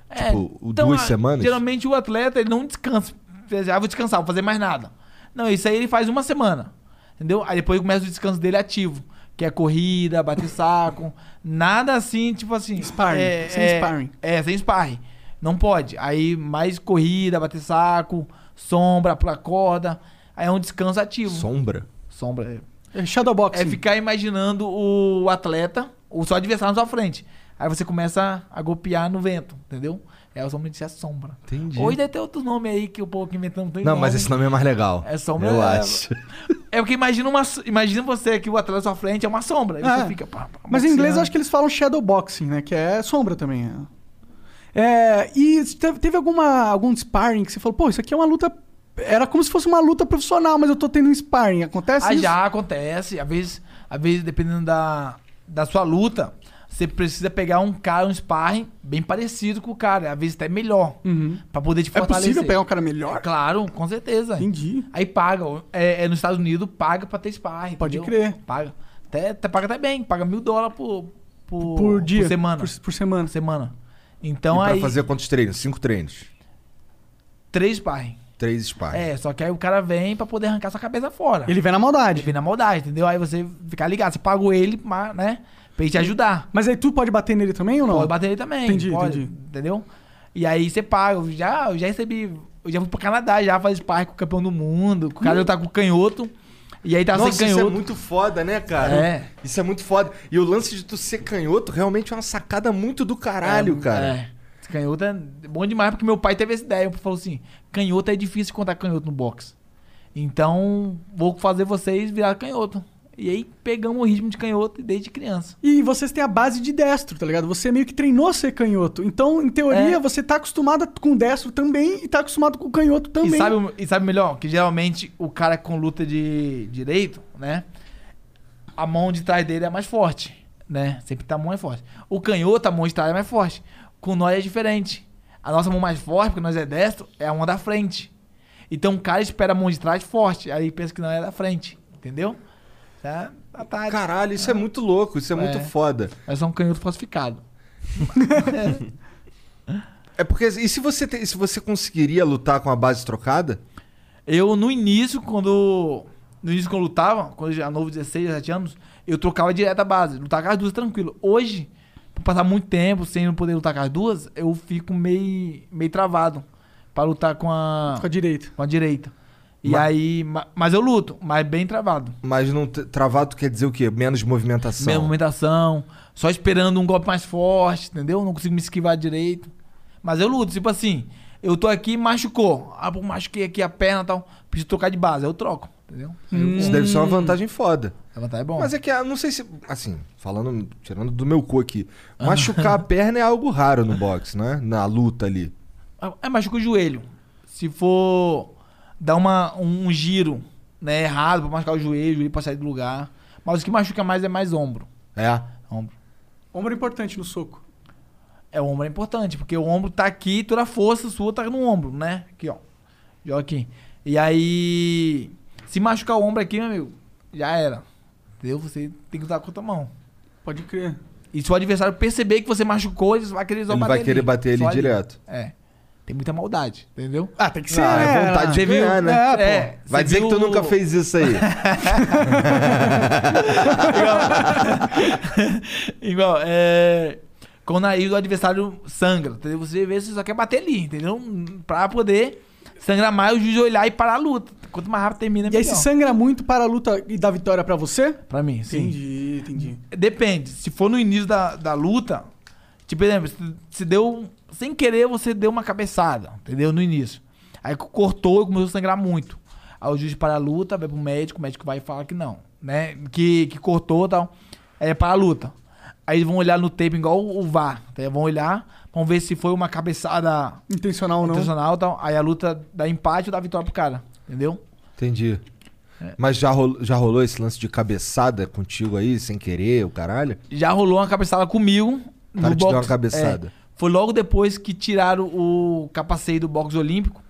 [SPEAKER 3] É,
[SPEAKER 2] Tipo, o- duas
[SPEAKER 3] a-
[SPEAKER 2] semanas?
[SPEAKER 3] Geralmente o atleta ele não descansa. Ele diz, Ah, vou descansar, vou fazer mais nada. Não, isso aí ele faz uma semana. Entendeu? Aí depois começa o descanso dele ativo. Que é corrida, bater *laughs* saco. Nada assim, tipo assim.
[SPEAKER 1] Sparring,
[SPEAKER 3] é-
[SPEAKER 1] sem
[SPEAKER 3] é-
[SPEAKER 1] sparring.
[SPEAKER 3] É, sem sparring. Não pode. Aí mais corrida, bater saco, sombra pra corda. Aí é um descanso ativo.
[SPEAKER 2] Sombra?
[SPEAKER 3] Sombra, é
[SPEAKER 1] É Shadowboxing.
[SPEAKER 3] é ficar imaginando o atleta, o seu adversário na sua frente. Aí você começa a golpear no vento, entendeu? É o sombra de a sombra.
[SPEAKER 2] Entendi.
[SPEAKER 3] Hoje deve ter outros nomes aí que o povo que inventando tem
[SPEAKER 2] Não,
[SPEAKER 3] nome.
[SPEAKER 2] mas esse nome é mais legal.
[SPEAKER 3] É sombra.
[SPEAKER 2] Eu
[SPEAKER 3] é-
[SPEAKER 2] acho.
[SPEAKER 3] É porque imagina, uma, imagina você que o atleta na sua frente é uma sombra. Aí
[SPEAKER 1] Ah,
[SPEAKER 3] você fica. Pá, né? pá,
[SPEAKER 1] Mas em inglês eu acho
[SPEAKER 3] boxeando.
[SPEAKER 1] que eles falam shadowboxing, né? Que é sombra também. é. É, e teve, teve alguma, algum sparring que você falou, pô, isso aqui é uma luta. Era como se fosse uma luta profissional, mas eu tô tendo um sparring. Acontece
[SPEAKER 3] Ah,
[SPEAKER 1] isso?
[SPEAKER 3] já acontece. Às vezes, às vezes dependendo da, da sua luta, você precisa pegar um cara, um sparring bem parecido com o cara. Às vezes até melhor.
[SPEAKER 1] Uhum.
[SPEAKER 3] Pra poder te
[SPEAKER 1] É
[SPEAKER 3] fortalecer.
[SPEAKER 1] possível pegar um cara melhor?
[SPEAKER 3] Claro, com certeza.
[SPEAKER 1] Entendi.
[SPEAKER 3] Aí paga. É, é nos Estados Unidos, paga pra ter sparring.
[SPEAKER 1] Pode
[SPEAKER 3] entendeu?
[SPEAKER 1] crer.
[SPEAKER 3] Paga. Até, até- paga até bem. Paga mil dólares por, por,
[SPEAKER 1] Por dia.
[SPEAKER 3] semana.
[SPEAKER 1] Por, por semana.
[SPEAKER 3] Por semana. Então
[SPEAKER 2] e pra
[SPEAKER 3] aí,
[SPEAKER 2] fazer quantos treinos? Cinco treinos.
[SPEAKER 3] três sparring.
[SPEAKER 2] Três sparring.
[SPEAKER 3] É, só que aí o cara vem pra poder arrancar sua cabeça fora.
[SPEAKER 1] Ele vem na maldade.
[SPEAKER 3] Ele vem na maldade, entendeu? Aí você fica ligado. Você pagou ele, mas, né? Pra ele te ajudar.
[SPEAKER 1] Mas aí tu pode bater nele também ou não?
[SPEAKER 3] Pode bater ele também.
[SPEAKER 1] Entendi,
[SPEAKER 3] pode,
[SPEAKER 1] entendi.
[SPEAKER 3] Entendeu? E aí você paga. Eu já, eu já recebi. Eu já fui pro Canadá já fazer sparring com o campeão do mundo. O cara tá com canhoto. E aí tá sem
[SPEAKER 2] isso é
[SPEAKER 3] canhoto.
[SPEAKER 2] muito foda, né, cara?
[SPEAKER 3] É.
[SPEAKER 2] Isso é muito foda. E o lance de tu ser canhoto realmente é uma sacada muito do caralho,
[SPEAKER 3] É,
[SPEAKER 2] cara.
[SPEAKER 3] É. Esse Canhoto é bom demais, porque meu pai teve essa ideia. Ele falou assim: canhoto é difícil contar canhoto no box. Então, vou fazer vocês virar canhoto. E aí pegamos o ritmo de canhoto desde criança.
[SPEAKER 1] E vocês têm a base de destro, tá ligado? Você meio que treinou ser canhoto. Então, em teoria,
[SPEAKER 3] É.
[SPEAKER 1] você tá acostumado com destro também e tá acostumado com canhoto também.
[SPEAKER 3] E sabe, o- e sabe melhor? Que geralmente o cara com luta de direito, né? A mão de trás dele é mais forte, né? Sempre tá a mão mais forte. O canhoto, a mão de trás é mais forte. Com nós é diferente. A nossa mão mais forte, porque nós é destro, é a mão da frente. Então o cara espera a mão de trás forte, aí pensa que não é da frente, entendeu? Tá, tá, tá.
[SPEAKER 2] Caralho, isso é muito louco, isso é, muito
[SPEAKER 3] É.
[SPEAKER 2] foda.
[SPEAKER 3] É só um canhoto falsificado.
[SPEAKER 2] É porque, e se você, te- se você conseguiria lutar com a base trocada?
[SPEAKER 3] Eu, no início, quando. No início, quando eu lutava, quando eu já novo, 16, 17 anos, eu trocava direto a base. Lutava com as duas tranquilo. Hoje, por passar muito tempo sem não poder lutar com as duas, eu fico meio, meio travado pra lutar com a,
[SPEAKER 1] Com a direita.
[SPEAKER 3] com a direita. E
[SPEAKER 2] Mas-
[SPEAKER 3] aí. ma- Mas eu luto, mas bem travado.
[SPEAKER 2] Mas não t- travado quer dizer o quê? Menos movimentação.
[SPEAKER 3] Minha movimentação, só esperando um golpe mais forte, entendeu? Não consigo me esquivar direito. Mas eu luto, tipo assim, eu tô aqui machucou. Ah, pô, machuquei aqui a perna e tal. Preciso trocar de base, eu troco, entendeu? Aí eu
[SPEAKER 2] Isso deve ser uma vantagem foda.
[SPEAKER 3] A vantagem é bom.
[SPEAKER 2] Mas é que, ah, não sei se. Assim, falando, tirando do meu cu aqui. Machucar a perna é algo raro no boxe, né? Na luta ali.
[SPEAKER 3] É, machuca o joelho. Se for dar uma, um, um giro né, errado pra machucar o joelho, o joelho pra sair do lugar. Mas o que machuca mais é mais ombro.
[SPEAKER 2] É.
[SPEAKER 3] Ombro.
[SPEAKER 1] Ombro importante no soco.
[SPEAKER 3] É, o ombro é importante, porque o ombro tá aqui, toda a força sua tá no ombro, né? Aqui, ó. Ó aqui. E aí, se machucar o ombro aqui, meu amigo, já era. Entendeu? Você tem que usar com a outra mão.
[SPEAKER 1] Pode crer.
[SPEAKER 3] E se o adversário perceber que você machucou, ele vai querer só
[SPEAKER 2] Ele vai querer
[SPEAKER 3] ali.
[SPEAKER 2] bater ele
[SPEAKER 3] Só ali.
[SPEAKER 2] direto.
[SPEAKER 3] É. Tem muita maldade, entendeu?
[SPEAKER 1] Ah, tem que ser.
[SPEAKER 2] Ah, é
[SPEAKER 1] né?
[SPEAKER 2] vontade de
[SPEAKER 3] Você viu?
[SPEAKER 2] ganhar, né?
[SPEAKER 3] É,
[SPEAKER 1] É,
[SPEAKER 3] pô.
[SPEAKER 2] Vai
[SPEAKER 3] Você
[SPEAKER 2] dizer que tu
[SPEAKER 3] viu-
[SPEAKER 2] nunca fez isso
[SPEAKER 3] *laughs*
[SPEAKER 2] aí.
[SPEAKER 3] Igual, *laughs* é. Quando aí o adversário sangra, entendeu? Você vê se só quer bater ali, entendeu? Pra poder sangrar mais, o juiz olhar e parar a luta. Quanto mais rápido termina,
[SPEAKER 1] E aí
[SPEAKER 3] melhor.
[SPEAKER 1] se sangra muito para a luta e dá vitória pra você?
[SPEAKER 3] Pra mim, sim.
[SPEAKER 1] Entendi, entendi.
[SPEAKER 3] Depende. Se for no início da, da luta, Tipo, por exemplo, se- se deu. Sem querer, você deu uma cabeçada, entendeu? No início. Aí co- cortou e começou a sangrar muito. Aí o juiz para a luta, vai pro médico, o médico vai e fala que não, né? Que, que cortou e tal. Aí é para a luta. Aí eles vão olhar no tape igual o VAR. Tá? Vão olhar, vão ver se foi uma cabeçada
[SPEAKER 1] Intencional ou não.
[SPEAKER 3] intencional e tal. Aí a luta dá empate ou dá vitória pro cara, entendeu?
[SPEAKER 2] Entendi.
[SPEAKER 3] É.
[SPEAKER 2] Mas já rolou, já rolou esse lance de cabeçada contigo aí, sem querer, o caralho?
[SPEAKER 3] Já rolou uma cabeçada comigo.
[SPEAKER 2] O cara
[SPEAKER 3] no
[SPEAKER 2] te deu
[SPEAKER 3] boxe.
[SPEAKER 2] uma cabeçada.
[SPEAKER 3] É, foi logo depois que tiraram o capacete do boxe olímpico.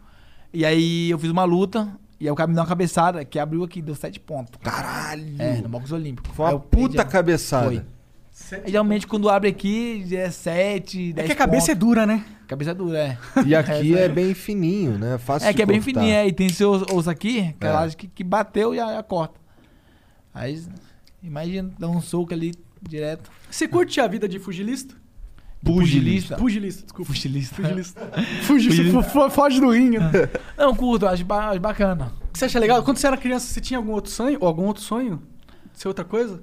[SPEAKER 3] E aí eu fiz uma luta. E aí o cara me deu uma cabeçada que abriu aqui, deu sete pontos.
[SPEAKER 2] Caralho!
[SPEAKER 3] É, no boxe olímpico.
[SPEAKER 2] Foi
[SPEAKER 3] Aí
[SPEAKER 2] uma
[SPEAKER 3] eu perdi
[SPEAKER 2] puta
[SPEAKER 3] a-
[SPEAKER 2] cabeçada.
[SPEAKER 3] Foi. Geralmente quando abre aqui é sete,
[SPEAKER 1] É
[SPEAKER 3] dez
[SPEAKER 1] que a cabeça é dura, né?
[SPEAKER 3] é... Cabeça é dura, *laughs* é.
[SPEAKER 2] E aqui é, bem fininho, né? Fácil
[SPEAKER 3] É
[SPEAKER 2] de
[SPEAKER 3] que é bem
[SPEAKER 2] cortar.
[SPEAKER 3] fininha, é, e tem seu osso aqui, que,
[SPEAKER 2] É.
[SPEAKER 3] ela acha que, que bateu e já, já corta. Aí, imagina, dá um soco ali direto.
[SPEAKER 1] Você curte a vida de pugilista?
[SPEAKER 3] De Pugilista.
[SPEAKER 1] Pugilista, desculpa.
[SPEAKER 3] Pugilista. É.
[SPEAKER 1] Pugilista.
[SPEAKER 3] *laughs*
[SPEAKER 1] Pugilista. fo- Foge do ringue, né?
[SPEAKER 3] Não, curto, acho, ba- acho bacana.
[SPEAKER 1] O que Você acha legal? Quando você era criança, você tinha algum outro sonho? Ou algum outro sonho? Ser outra coisa?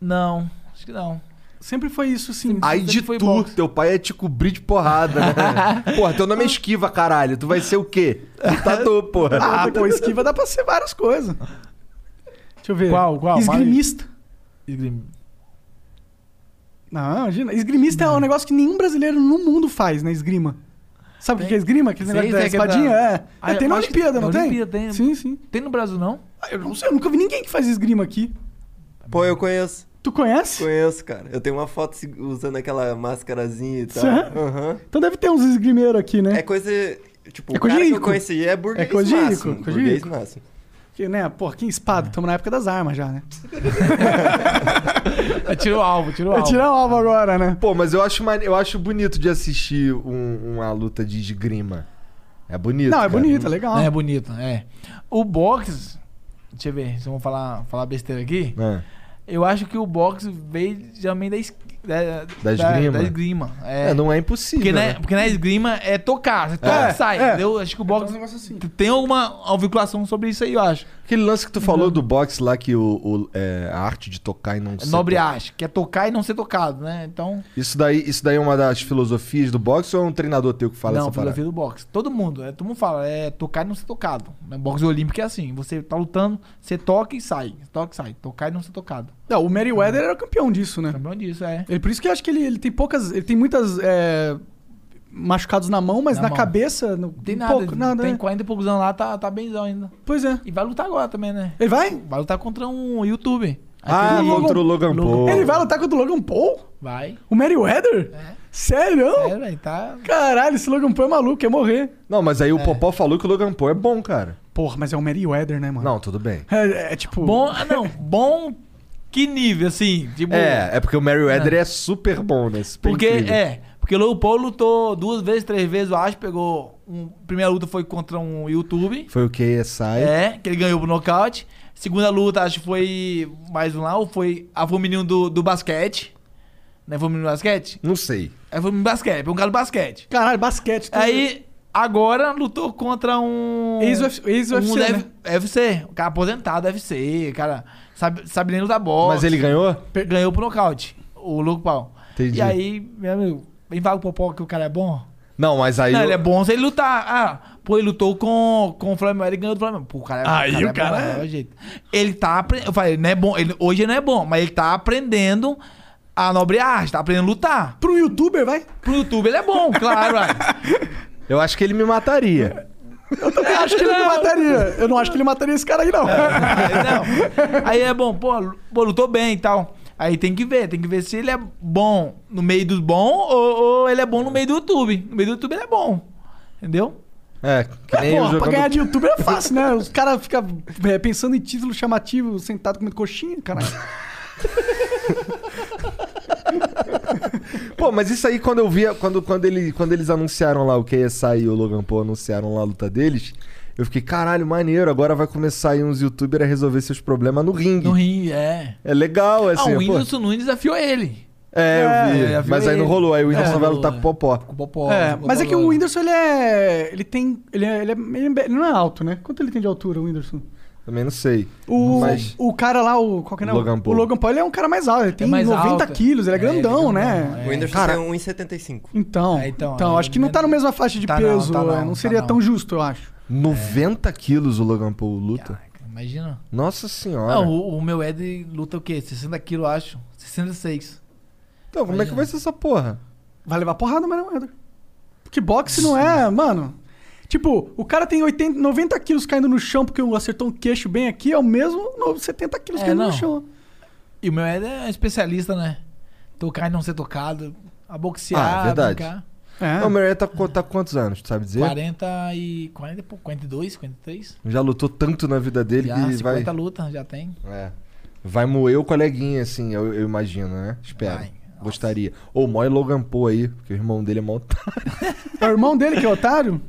[SPEAKER 3] Não, acho que não.
[SPEAKER 1] Sempre foi isso, assim. sim.
[SPEAKER 2] Aí de
[SPEAKER 3] Sempre foi
[SPEAKER 2] tu,
[SPEAKER 3] boxe.
[SPEAKER 2] teu pai ia te cobrir de porrada, né? porra, teu nome é esquiva, caralho. Tu vai ser o quê? Lutador, porra.
[SPEAKER 1] Ah, pô, esquiva dá pra ser várias coisas. Deixa eu ver.
[SPEAKER 3] Qual, qual?
[SPEAKER 1] Esgrimista.
[SPEAKER 3] Esgrima.
[SPEAKER 1] Não, imagina. Esgrimista é um negócio que nenhum brasileiro no mundo faz, né? Esgrima. Sabe o que que é esgrima? Aquele
[SPEAKER 3] Sei,
[SPEAKER 1] negócio da
[SPEAKER 3] sei que é da-
[SPEAKER 1] espadinha? É.
[SPEAKER 3] Ah,
[SPEAKER 1] É, tem na
[SPEAKER 3] eu acho que-
[SPEAKER 1] Olimpíada, não
[SPEAKER 3] na
[SPEAKER 1] tem?
[SPEAKER 3] Olimpíada tem.
[SPEAKER 1] Sim, sim.
[SPEAKER 3] Tem no Brasil, não?
[SPEAKER 1] Ah, Eu não sei, eu nunca vi ninguém que faz esgrima aqui.
[SPEAKER 4] Pô, eu conheço.
[SPEAKER 1] Tu conhece?
[SPEAKER 4] Conheço, cara. Eu tenho uma foto se- usando aquela máscarazinha e tal.
[SPEAKER 1] Sério?
[SPEAKER 4] Aham.
[SPEAKER 1] Então deve ter uns esgrimeiros aqui, né?
[SPEAKER 4] É coisa. Tipo,
[SPEAKER 1] É
[SPEAKER 4] o
[SPEAKER 1] coisa
[SPEAKER 4] cara
[SPEAKER 1] de
[SPEAKER 4] que eu
[SPEAKER 1] rico.
[SPEAKER 4] conheci é burguês
[SPEAKER 1] É coisa de rico,
[SPEAKER 4] máximo.
[SPEAKER 1] coisa de
[SPEAKER 4] burguês
[SPEAKER 1] rico.
[SPEAKER 4] máximo.
[SPEAKER 1] Porque, né, pô, que espada. Estamos na época das armas já,
[SPEAKER 3] *laughs*
[SPEAKER 1] né?
[SPEAKER 3] É, tira o alvo, tira o
[SPEAKER 1] Vai
[SPEAKER 3] alvo.
[SPEAKER 1] tirar o alvo agora, né?
[SPEAKER 2] Pô, mas eu acho, mane- eu acho bonito de assistir um- uma luta de esgrima. É bonito.
[SPEAKER 1] Não, é
[SPEAKER 2] cara.
[SPEAKER 1] bonito, é legal.
[SPEAKER 3] É bonito, é. O boxe, deixa eu ver, se eu vou falar, falar besteira aqui.
[SPEAKER 2] É.
[SPEAKER 3] Eu acho que o boxe veio também da, es- da,
[SPEAKER 2] Da esgrima?
[SPEAKER 3] da esgrima, É,
[SPEAKER 2] É, não é impossível.
[SPEAKER 3] porque, na,
[SPEAKER 2] né?
[SPEAKER 3] porque na esgrima é tocar, você toca
[SPEAKER 2] É,
[SPEAKER 3] e sai.
[SPEAKER 1] é.
[SPEAKER 3] entendeu? Acho que o boxe
[SPEAKER 1] negócio assim.
[SPEAKER 3] tem alguma vinculação sobre isso aí, eu acho.
[SPEAKER 2] Aquele lance que tu falou do boxe lá, que o, o- é, a arte de tocar e não
[SPEAKER 3] É
[SPEAKER 2] ser
[SPEAKER 3] Nobre
[SPEAKER 2] to-
[SPEAKER 3] arte, que é tocar e não ser tocado, né? Então,
[SPEAKER 2] Isso daí, isso daí é uma das filosofias do boxe ou é um treinador teu que fala
[SPEAKER 3] não,
[SPEAKER 2] essa
[SPEAKER 3] filosofia
[SPEAKER 2] parada?
[SPEAKER 3] do boxe. Todo mundo, é, todo mundo fala, é tocar e não ser tocado. Né? Boxe olímpico é assim, você tá lutando, você toca e sai, toca e sai, tocar e não ser tocado.
[SPEAKER 1] Não, o Meriwether era o campeão disso, né?
[SPEAKER 3] Campeão disso, é.
[SPEAKER 1] Ele, por isso que eu acho que ele, ele tem poucas. Ele tem muitas. é, machucados na mão, mas
[SPEAKER 3] Na
[SPEAKER 1] na,
[SPEAKER 3] mão.
[SPEAKER 1] cabeça. No,
[SPEAKER 3] Tem
[SPEAKER 1] um
[SPEAKER 3] nada,
[SPEAKER 1] pouco, nada
[SPEAKER 3] tem
[SPEAKER 1] né?
[SPEAKER 3] 40 e poucos anos lá, tá, tá benzão ainda.
[SPEAKER 1] Pois é.
[SPEAKER 3] E vai lutar agora também, né?
[SPEAKER 1] Ele vai?
[SPEAKER 3] Vai lutar contra um YouTube.
[SPEAKER 2] Ah,
[SPEAKER 3] Aquele-
[SPEAKER 2] contra o Logan Paul.
[SPEAKER 1] Ele vai lutar contra o Logan Paul?
[SPEAKER 3] Vai.
[SPEAKER 1] O Meriwether?
[SPEAKER 3] É.
[SPEAKER 1] Sério?
[SPEAKER 3] É, velho, tá...
[SPEAKER 1] Caralho, esse Logan Paul é maluco, ia morrer.
[SPEAKER 2] Não, mas aí o Popó falou que o Logan Paul é bom, cara.
[SPEAKER 1] Porra, mas é o Meriwether, né, mano?
[SPEAKER 2] Não, tudo bem.
[SPEAKER 1] É, é tipo.
[SPEAKER 3] Bom, ah, não, bom que nível, assim, tipo...
[SPEAKER 2] É, é porque o Meriwether é super bom, né? Super
[SPEAKER 3] Porque,
[SPEAKER 2] incrível.
[SPEAKER 3] é, porque o Logan Paul lutou duas vezes, três vezes, eu acho, pegou... Um, primeira luta foi contra um YouTube,
[SPEAKER 2] Foi o KSI.
[SPEAKER 3] é, que ele ganhou pro nocaute. Segunda luta, acho que foi mais um lá, ou foi... Ah, foi o menino do, do basquete, né, foi o menino do basquete?
[SPEAKER 2] Não sei.
[SPEAKER 3] Aí foi o menino do basquete, foi um cara do basquete.
[SPEAKER 1] Caralho, basquete. tudo.
[SPEAKER 3] Aí, agora, lutou contra um...
[SPEAKER 1] Ex-UFC,
[SPEAKER 3] um
[SPEAKER 1] né?
[SPEAKER 3] deve- UFC, o um cara aposentado, UFC, cara, sabe, sabe nem lutar bola.
[SPEAKER 2] Mas ele ganhou?
[SPEAKER 3] ganhou pro nocaute, o Logo Pau.
[SPEAKER 2] Entendi.
[SPEAKER 3] E aí, meu amigo, vem falar com o Popó que o cara é bom.
[SPEAKER 2] Não, mas aí.
[SPEAKER 3] não,
[SPEAKER 2] o-
[SPEAKER 3] ele é bom se ele lutar. Ah, pô, ele lutou com, com o Flamengo, ele ganhou do Flamengo. Pô, o cara é
[SPEAKER 1] Aí
[SPEAKER 3] bom,
[SPEAKER 1] o cara
[SPEAKER 3] é
[SPEAKER 1] é-
[SPEAKER 3] bom, não jeito. Ele tá aprendendo, eu falei, não é bom, ele, hoje ele não é bom, mas ele tá aprendendo a nobre arte, tá aprendendo a lutar.
[SPEAKER 1] Pro um youtuber, vai?
[SPEAKER 3] Pro YouTube ele
[SPEAKER 1] *laughs*
[SPEAKER 3] é bom, claro. ué.
[SPEAKER 2] Eu acho que ele me mataria.
[SPEAKER 1] Eu acho que ele não
[SPEAKER 3] Não.
[SPEAKER 1] mataria. Eu não acho que ele mataria esse cara aí, não.
[SPEAKER 2] É,
[SPEAKER 3] Aí, não. Aí é bom, pô, lu- pô, lutou bem e tal. Aí tem que ver, tem que ver se ele é bom no meio dos bons ou, ou ele é bom no meio do YouTube. No meio do YouTube ele é bom. Entendeu?
[SPEAKER 2] É, que nem eu
[SPEAKER 1] Porra, pra
[SPEAKER 2] jogando.
[SPEAKER 1] ganhar de youtuber é fácil, né? Os caras ficam pensando em título chamativo, sentado comendo coxinha, caralho.
[SPEAKER 3] É,
[SPEAKER 2] Pô, mas isso aí quando eu via. Quando, quando, ele, quando eles anunciaram lá o KSI e o Logan Paul anunciaram lá a luta deles, eu fiquei, caralho, maneiro. Agora vai começar aí uns youtubers a resolver seus problemas no ringue.
[SPEAKER 3] No rim, é.
[SPEAKER 2] É legal, é
[SPEAKER 3] Ah,
[SPEAKER 2] assim.
[SPEAKER 3] o
[SPEAKER 2] pô.
[SPEAKER 3] Whindersson Nunes desafiou ele.
[SPEAKER 2] É, eu vi.
[SPEAKER 3] É, eu vi
[SPEAKER 2] mas aí não
[SPEAKER 3] ele.
[SPEAKER 2] rolou. Aí o Whindersson
[SPEAKER 3] É,
[SPEAKER 2] vai
[SPEAKER 3] rolou,
[SPEAKER 2] lutar com o
[SPEAKER 3] é.
[SPEAKER 2] Popó.
[SPEAKER 3] Com o Popó.
[SPEAKER 1] É,
[SPEAKER 3] com o
[SPEAKER 1] mas é que o
[SPEAKER 3] Popó.
[SPEAKER 1] Whindersson, ele é. Ele tem. Ele, é, ele, é- ele é- ele não é alto, né? Quanto ele tem de altura, o Whindersson?
[SPEAKER 2] Também não sei.
[SPEAKER 1] O,
[SPEAKER 2] Mas-
[SPEAKER 1] o cara lá, o. Qual que é o nome?
[SPEAKER 2] Logan Paul.
[SPEAKER 1] O Logan Paul ele é um cara mais alto, ele tem
[SPEAKER 3] mais
[SPEAKER 1] 90
[SPEAKER 3] alto.
[SPEAKER 1] quilos, ele é
[SPEAKER 3] É, ele é
[SPEAKER 1] grandão,
[SPEAKER 3] grandão,
[SPEAKER 1] né?
[SPEAKER 3] é.
[SPEAKER 4] O Whindersson
[SPEAKER 2] Cara-
[SPEAKER 4] tem 1,75.
[SPEAKER 1] Então,
[SPEAKER 3] É,
[SPEAKER 1] então,
[SPEAKER 3] então,
[SPEAKER 1] acho que não tá na mesma faixa de
[SPEAKER 3] Tá não,
[SPEAKER 1] peso, é,
[SPEAKER 3] tá
[SPEAKER 1] não,
[SPEAKER 3] não, tá
[SPEAKER 1] seria
[SPEAKER 3] não.
[SPEAKER 1] tão justo, eu acho.
[SPEAKER 2] 90 quilos o Logan Paul luta.
[SPEAKER 3] Caraca, imagina.
[SPEAKER 2] Nossa senhora.
[SPEAKER 3] Não, o, o meu Ed luta o quê? 60 quilos, eu acho. 66.
[SPEAKER 2] então, como é que vai ser essa porra?
[SPEAKER 1] Vai levar porrada, mas não é. Porque boxe não é, mano. Tipo, o cara tem 80, 90 quilos caindo no chão porque acertou um queixo bem aqui, é o mesmo no- 70 quilos
[SPEAKER 3] É,
[SPEAKER 1] caindo no
[SPEAKER 3] não.
[SPEAKER 1] chão.
[SPEAKER 3] E o meu Ed é especialista, né? Tocar e não ser tocado. A boxear,
[SPEAKER 2] Ah, verdade.
[SPEAKER 3] brincar.
[SPEAKER 1] É.
[SPEAKER 2] Não, O Mariah tá, com- tá com quantos anos, tu sabe dizer?
[SPEAKER 3] 40 e... 40 e pouco, 42, 43?
[SPEAKER 2] Já lutou tanto na vida dele
[SPEAKER 3] já,
[SPEAKER 2] que
[SPEAKER 3] 50
[SPEAKER 2] vai.
[SPEAKER 3] luta, já tem.
[SPEAKER 2] É. Vai moer o coleguinha, assim, eu, eu imagino, né? Espero.
[SPEAKER 3] Vai.
[SPEAKER 2] Gostaria. Ou moe Logan Paul aí, porque o irmão dele é mó otário.
[SPEAKER 1] É o irmão dele que é otário?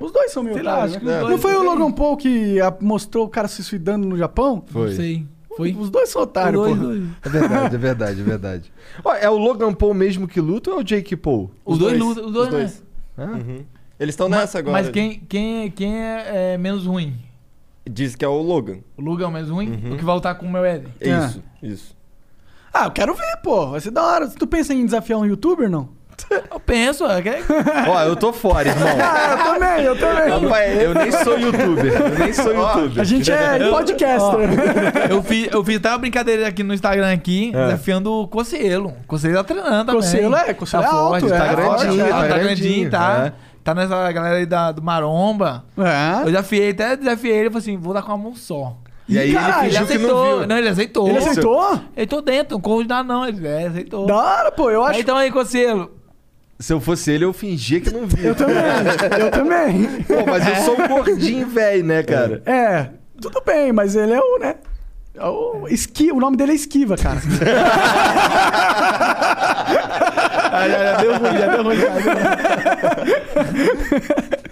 [SPEAKER 1] Os dois são meio
[SPEAKER 3] Sei lá,
[SPEAKER 1] otários.
[SPEAKER 3] acho que
[SPEAKER 1] né?
[SPEAKER 3] os
[SPEAKER 1] Não
[SPEAKER 3] dois
[SPEAKER 1] foi o
[SPEAKER 3] também.
[SPEAKER 1] Logan Paul que ah, mostrou o cara se suicidando no Japão?
[SPEAKER 2] Foi.
[SPEAKER 3] Não sei. Foi?
[SPEAKER 1] Os dois são otários,
[SPEAKER 3] Os
[SPEAKER 1] pô.
[SPEAKER 3] dois, dois.
[SPEAKER 2] É verdade, é verdade, é verdade. Ó, é o Logan Paul mesmo que luta ou é o Jake Paul?
[SPEAKER 3] Os dois lutam. Os dois,
[SPEAKER 4] Os
[SPEAKER 3] né?
[SPEAKER 4] dois.
[SPEAKER 2] Hã?
[SPEAKER 4] Uhum. Eles estão nessa agora.
[SPEAKER 3] Mas quem, quem, quem é, é menos ruim?
[SPEAKER 4] Diz que é o Logan.
[SPEAKER 3] O Luga é o menos ruim?
[SPEAKER 4] Uhum.
[SPEAKER 3] O que vai lutar com o meu Ed?
[SPEAKER 4] É
[SPEAKER 1] Ah.
[SPEAKER 4] isso, isso.
[SPEAKER 1] Ah, eu quero ver, pô. Vai ser da hora. Tu pensa em desafiar um youtuber, não?
[SPEAKER 3] Eu penso, é que-
[SPEAKER 2] Ó, eu tô fora, irmão.
[SPEAKER 1] Ah, eu também, eu também.
[SPEAKER 2] Rapaz, eu nem sou youtuber. Eu nem sou
[SPEAKER 1] A
[SPEAKER 2] youtuber.
[SPEAKER 1] gente é podcaster.
[SPEAKER 3] eu fiz, eu fiz até uma brincadeira aqui no Instagram aqui,
[SPEAKER 2] É.
[SPEAKER 3] desafiando o Cocielo. O Cocielo tá treinando também.
[SPEAKER 1] Cocielo é, Cocielo é alto, é,
[SPEAKER 3] tá
[SPEAKER 1] é forte,
[SPEAKER 3] grandinho,
[SPEAKER 1] é,
[SPEAKER 3] tá,
[SPEAKER 2] tá grandinho,
[SPEAKER 3] grandinho, tá.
[SPEAKER 2] é.
[SPEAKER 3] Tá nessa galera aí da, do Maromba. Eu
[SPEAKER 1] *laughs* É.
[SPEAKER 3] desafiei, até desafiei ele, falei assim, vou dar com a mão só.
[SPEAKER 2] E aí
[SPEAKER 1] Caralho,
[SPEAKER 2] ele
[SPEAKER 3] Ele
[SPEAKER 2] fingiu que não
[SPEAKER 3] aceitou.
[SPEAKER 2] viu.
[SPEAKER 3] Não, ele aceitou.
[SPEAKER 1] Ele aceitou?
[SPEAKER 3] Eu tô dentro, não corro de nada não. Ele é, aceitou.
[SPEAKER 1] Da hora, pô. Eu acho.
[SPEAKER 3] Aí, então aí, Cocielo.
[SPEAKER 2] Se eu fosse ele, eu fingia que não via.
[SPEAKER 1] Eu também. Eu também.
[SPEAKER 2] Pô, mas eu sou um gordinho, velho, né, cara?
[SPEAKER 1] É, tudo bem, mas ele é o, né? é O, esqui, o nome dele é Esquiva,
[SPEAKER 2] *laughs*
[SPEAKER 1] cara.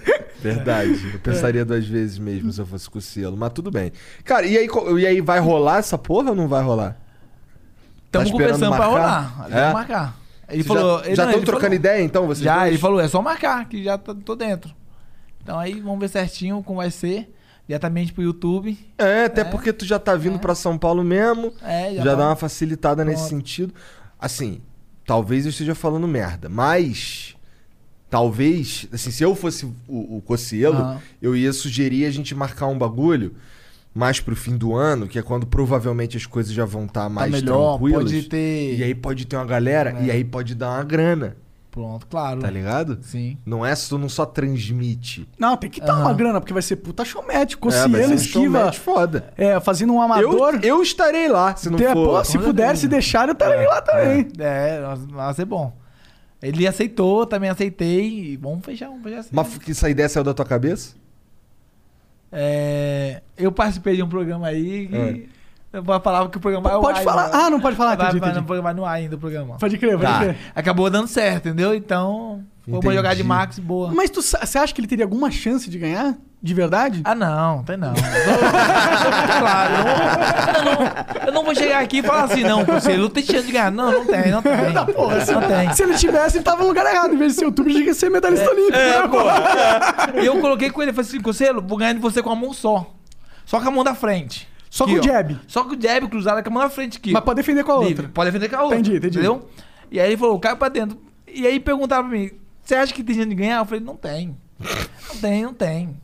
[SPEAKER 2] É, Verdade. Eu pensaria duas vezes mesmo se eu fosse com o Cielo, mas tudo bem. Cara, e aí, co- e aí vai rolar essa porra ou não vai rolar?
[SPEAKER 3] Estamos
[SPEAKER 2] Tá esperando
[SPEAKER 3] conversando pra
[SPEAKER 2] marcar?
[SPEAKER 3] rolar.
[SPEAKER 2] É?
[SPEAKER 3] Vamos marcar. Ele
[SPEAKER 2] Vocês
[SPEAKER 3] falou...
[SPEAKER 2] já
[SPEAKER 3] ele-
[SPEAKER 2] já
[SPEAKER 3] não,
[SPEAKER 2] estão
[SPEAKER 3] ele
[SPEAKER 2] trocando
[SPEAKER 3] falou-
[SPEAKER 2] ideia, então? Vocês
[SPEAKER 3] Já,
[SPEAKER 2] dois?
[SPEAKER 3] ele falou, é só marcar, que já tá- tô dentro. Então aí vamos ver certinho como vai ser. tá Diretamente pro tipo, YouTube.
[SPEAKER 2] É, até porque tu já tá vindo pra São Paulo mesmo.
[SPEAKER 3] É,
[SPEAKER 2] já
[SPEAKER 3] já tá-
[SPEAKER 2] dá uma facilitada nesse
[SPEAKER 3] Pronto.
[SPEAKER 2] sentido. Assim, talvez eu esteja falando merda, mas talvez, assim, se eu fosse o, o Cocielo,
[SPEAKER 3] Aham.
[SPEAKER 2] eu ia sugerir a gente marcar um bagulho mais pro fim do ano, que é quando provavelmente as coisas já vão estar
[SPEAKER 3] Tá
[SPEAKER 2] mais
[SPEAKER 3] melhor,
[SPEAKER 2] tranquilas.
[SPEAKER 3] pode ter.
[SPEAKER 2] E aí pode ter uma galera e aí pode dar uma grana,
[SPEAKER 3] Pronto, claro.
[SPEAKER 2] tá ligado?
[SPEAKER 3] Sim.
[SPEAKER 2] Não é só, tu não só transmite.
[SPEAKER 1] Não, tem que dar uma
[SPEAKER 3] Aham.
[SPEAKER 1] grana, porque vai ser puta showmatch.
[SPEAKER 2] É, vai ser
[SPEAKER 1] Cocielo,
[SPEAKER 2] um
[SPEAKER 1] Esquiva,
[SPEAKER 2] showmatch foda.
[SPEAKER 1] é, fazendo um amador.
[SPEAKER 2] Eu, eu estarei lá, se não
[SPEAKER 1] Tem-
[SPEAKER 2] for.
[SPEAKER 1] pô, se
[SPEAKER 3] Com
[SPEAKER 1] puder,
[SPEAKER 3] certeza.
[SPEAKER 1] se deixar, eu estarei lá também.
[SPEAKER 3] É, nós- vai ser bom. Ele aceitou, também aceitei. E vamos fechar, vamos fechar assim.
[SPEAKER 2] Mas f- que essa ideia saiu da tua cabeça?
[SPEAKER 3] É, eu participei de um programa aí
[SPEAKER 2] É.
[SPEAKER 3] que. Eu falava que o programa vai ao
[SPEAKER 1] Pode
[SPEAKER 3] ar
[SPEAKER 1] falar.
[SPEAKER 3] ainda.
[SPEAKER 1] Ah, não pode falar,
[SPEAKER 3] vai,
[SPEAKER 1] entendi,
[SPEAKER 3] vai,
[SPEAKER 1] entendi.
[SPEAKER 3] no programa- vai no ar ainda o programa.
[SPEAKER 1] Pode crer, pode
[SPEAKER 2] Tá.
[SPEAKER 1] crer.
[SPEAKER 3] *laughs* Acabou dando certo, entendeu? Então, foi uma
[SPEAKER 2] Entendi.
[SPEAKER 3] jogada de Max boa.
[SPEAKER 1] Mas tu, sa- você acha que ele teria alguma chance de ganhar? De verdade?
[SPEAKER 3] Ah, não, tem não. *laughs* Eu sou muito claro. Eu não, eu não- eu não vou chegar aqui e falar assim, não, conselho, não tem chance de ganhar. Não, não tem, não tem.
[SPEAKER 1] Tá, porra, se,
[SPEAKER 3] não tem. É,
[SPEAKER 1] se ele tivesse, ele tava no lugar errado. Em vez de ser youtuber, ele tinha que ser medalhista olímpico. né, pô?
[SPEAKER 3] E eu coloquei com ele, falei assim, conselho, vou ganhar de você com a mão só. Só com a mão da frente.
[SPEAKER 1] Só
[SPEAKER 3] Aqui,
[SPEAKER 1] com o
[SPEAKER 3] ó.
[SPEAKER 1] jab.
[SPEAKER 3] Só com o jab cruzado com a mão da frente aqui.
[SPEAKER 1] Mas pode defender com a
[SPEAKER 3] Livre.
[SPEAKER 1] outra.
[SPEAKER 3] Pode defender com a outra.
[SPEAKER 1] Entendi, entendi.
[SPEAKER 3] Entendeu? E aí ele falou, cai pra dentro. E aí perguntaram pra mim, você acha que tem chance de ganhar? Eu falei, não tem. Não tem, não tem.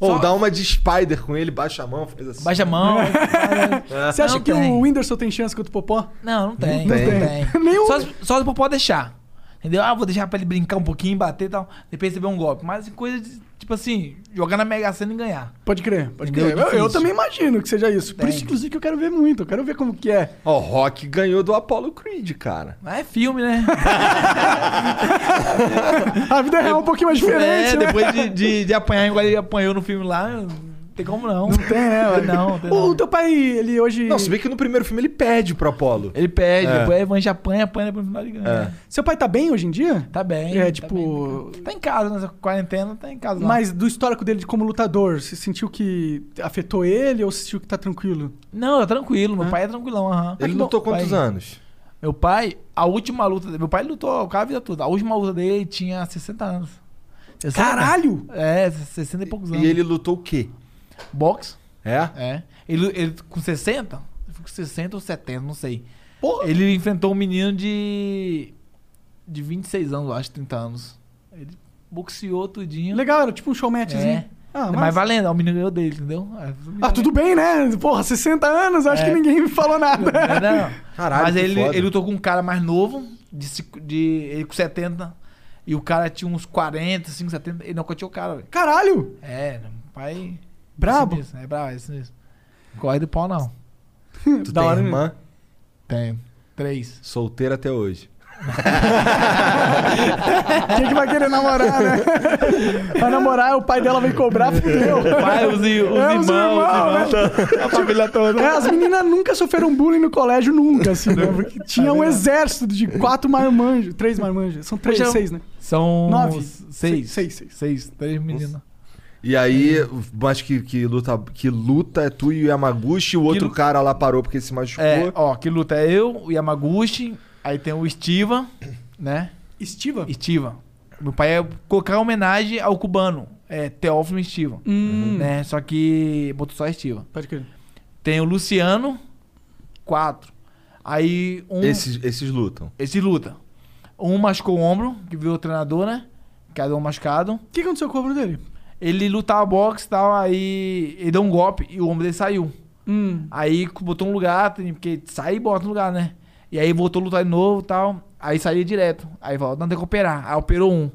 [SPEAKER 2] Ou
[SPEAKER 3] Só-
[SPEAKER 2] dá uma de Spider com ele, baixa a mão, faz
[SPEAKER 1] um
[SPEAKER 2] assim.
[SPEAKER 3] Baixa a mão.
[SPEAKER 1] *laughs* Você acha
[SPEAKER 3] Não
[SPEAKER 1] que
[SPEAKER 3] tem.
[SPEAKER 1] o Whindersson tem chance contra o Popó?
[SPEAKER 3] Não, não tem.
[SPEAKER 2] Não
[SPEAKER 3] Não
[SPEAKER 2] tem.
[SPEAKER 3] tem.
[SPEAKER 1] Nenhum.
[SPEAKER 3] Só, se- só se o Popó deixar. Entendeu? Ah, vou deixar pra ele brincar um pouquinho, bater e tal. Depois receber um golpe. Mas coisa de, tipo assim, jogar na Mega Sena e ganhar.
[SPEAKER 1] Pode crer, pode
[SPEAKER 3] Entendeu?
[SPEAKER 1] crer. Eu, eu
[SPEAKER 3] Difícil.
[SPEAKER 1] também imagino que seja isso. Por
[SPEAKER 3] Tem.
[SPEAKER 1] isso, inclusive, que eu quero ver muito. Eu quero ver como que é.
[SPEAKER 2] Ó, o Rock ganhou do Apollo Creed, cara.
[SPEAKER 3] Mas é filme, né?
[SPEAKER 1] A vida real *laughs* é um pouquinho mais diferente,
[SPEAKER 3] é,
[SPEAKER 1] né?
[SPEAKER 3] depois de, de, de apanhar igual ele apanhou no filme lá, não tem como não. Não
[SPEAKER 1] Tem, né? *laughs* mano?
[SPEAKER 3] Não, tem
[SPEAKER 1] O
[SPEAKER 3] não.
[SPEAKER 1] teu pai, ele hoje...
[SPEAKER 2] Não, se bem que no primeiro filme ele pede pro Apollo.
[SPEAKER 3] Ele perde,
[SPEAKER 2] É.
[SPEAKER 3] depois a Evange apanha, apanha, depois no final ele ganha.
[SPEAKER 1] Seu pai tá bem hoje em dia?
[SPEAKER 3] Tá bem.
[SPEAKER 1] É,
[SPEAKER 3] tá
[SPEAKER 1] tipo-
[SPEAKER 3] bem. Tá em casa nessa quarentena, tá em casa lá.
[SPEAKER 1] Mas do histórico dele de como lutador, você sentiu que afetou ele ou sentiu que tá tranquilo?
[SPEAKER 3] Não, tá tranquilo, meu pai é tranquilão, aham.
[SPEAKER 2] Ele
[SPEAKER 3] Tá
[SPEAKER 2] lutou
[SPEAKER 3] bom.
[SPEAKER 2] quantos
[SPEAKER 3] Pai-
[SPEAKER 2] anos?
[SPEAKER 3] Meu pai, a última luta dele, meu pai lutou o cara a vida toda. A última luta dele ele tinha 60 anos. 60?
[SPEAKER 1] Caralho!
[SPEAKER 3] É, 60 e poucos anos.
[SPEAKER 2] E ele lutou o quê?
[SPEAKER 3] Boxe,
[SPEAKER 2] É?
[SPEAKER 3] É. Ele, ele com 60? Ele Com 60 ou 70, não sei.
[SPEAKER 1] Porra!
[SPEAKER 3] Ele enfrentou um menino de. de 26 anos, eu acho, 30 anos. Ele boxeou tudinho.
[SPEAKER 1] Legal, era tipo um showmatchzinho.
[SPEAKER 3] É.
[SPEAKER 1] Ah,
[SPEAKER 3] mas...
[SPEAKER 1] mas...
[SPEAKER 3] valendo, o menino ganhou dele, entendeu? É,
[SPEAKER 1] ah, tudo bem, né? Porra, 60 anos, acho
[SPEAKER 3] É.
[SPEAKER 1] que ninguém me falou nada.
[SPEAKER 3] Não, não.
[SPEAKER 2] Caralho,
[SPEAKER 3] Mas
[SPEAKER 2] que
[SPEAKER 3] ele,
[SPEAKER 2] foda.
[SPEAKER 3] ele lutou com um cara mais novo, de, cinco- de, ele com 70. E o cara tinha uns 40, 5, 70. Ele não coteou o cara,
[SPEAKER 1] *laughs*
[SPEAKER 3] velho.
[SPEAKER 1] Caralho!
[SPEAKER 3] É, um pai.
[SPEAKER 1] Brabo.
[SPEAKER 3] É sinistro, É brabo, é isso mesmo. Corre do pau, não.
[SPEAKER 2] Tu
[SPEAKER 1] Da
[SPEAKER 2] tem
[SPEAKER 1] hora, né?
[SPEAKER 2] irmã
[SPEAKER 3] Tem. Três.
[SPEAKER 2] solteira até hoje.
[SPEAKER 1] né? Quem que vai querer namorar, né?
[SPEAKER 3] *laughs*
[SPEAKER 1] Vai namorar, o pai dela vem cobrar, fudeu.
[SPEAKER 3] Pai, os, i- os
[SPEAKER 1] É, os
[SPEAKER 3] irmãos, os irmãos.
[SPEAKER 1] irmãos, É, as meninas nunca sofreram bullying no colégio, nunca, assim, né? Porque tinha
[SPEAKER 3] É
[SPEAKER 1] um exército de quatro marmanjos, três marmanjos. São três,
[SPEAKER 3] Hoje é um-
[SPEAKER 1] seis, né?
[SPEAKER 3] São
[SPEAKER 1] Nove.
[SPEAKER 3] Seis.
[SPEAKER 1] Seis, seis.
[SPEAKER 3] Três meninas.
[SPEAKER 2] E aí, mas que, que luta que luta é tu e o Yamaguchi, o outro
[SPEAKER 3] lu-
[SPEAKER 2] cara lá parou porque se machucou.
[SPEAKER 3] É, ó, que luta é eu, o Yamaguchi, aí tem o Estiva, né?
[SPEAKER 1] Estiva?
[SPEAKER 3] Estiva. Meu pai ia colocar homenagem ao cubano, é Teófilo Estiva,
[SPEAKER 1] Hum,
[SPEAKER 3] né? Só que botou só Estiva.
[SPEAKER 1] pode crer.
[SPEAKER 3] Tem o Luciano, quatro. Aí um...
[SPEAKER 2] Esses, esses lutam.
[SPEAKER 3] Esse luta. Um machucou o ombro, que viu o treinador, né? Cada um machucado.
[SPEAKER 1] O que aconteceu com o ombro dele?
[SPEAKER 3] Ele lutava boxe e tal, aí ele deu um golpe e o ombro dele saiu.
[SPEAKER 1] Hum,
[SPEAKER 3] Aí botou um lugar, tem- porque sai e bota no lugar, né? E aí voltou a lutar de novo e tal. Aí saía direto. Aí falou, não tem que operar. Aí operou um.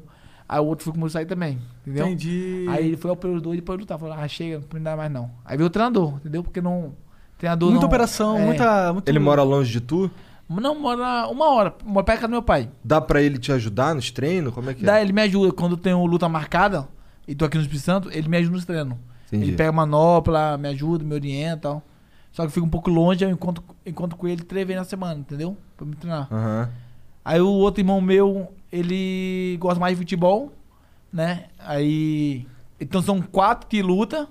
[SPEAKER 3] Aí o outro foi começou a sair também, entendeu?
[SPEAKER 1] entendi.
[SPEAKER 3] Aí ele foi operou os dois e depois lutar. Falou, ah, chega, não dá mais não. Aí veio o treinador, entendeu? Porque não. Treinador
[SPEAKER 1] muita
[SPEAKER 3] não-
[SPEAKER 1] operação,
[SPEAKER 3] é.
[SPEAKER 1] muita, muito-
[SPEAKER 2] Ele mora longe de tu?
[SPEAKER 3] Não, mora uma hora. Mora perto da casa do meu pai.
[SPEAKER 2] Dá pra ele te ajudar nos treinos? Como é que
[SPEAKER 3] Daí
[SPEAKER 2] é?
[SPEAKER 3] ele me ajuda. Quando eu tenho luta marcada e tô aqui no Espírito Santo, ele me ajuda nos treinos.
[SPEAKER 2] Entendi.
[SPEAKER 3] Ele pega manopla, me ajuda, me orienta e tal. Só que eu fico um pouco longe, eu encontro, encontro com ele três vezes na semana, entendeu? Pra me treinar.
[SPEAKER 2] Aham.
[SPEAKER 3] Aí o outro irmão meu, ele gosta mais de futebol, né? Aí. Então são quatro que luta.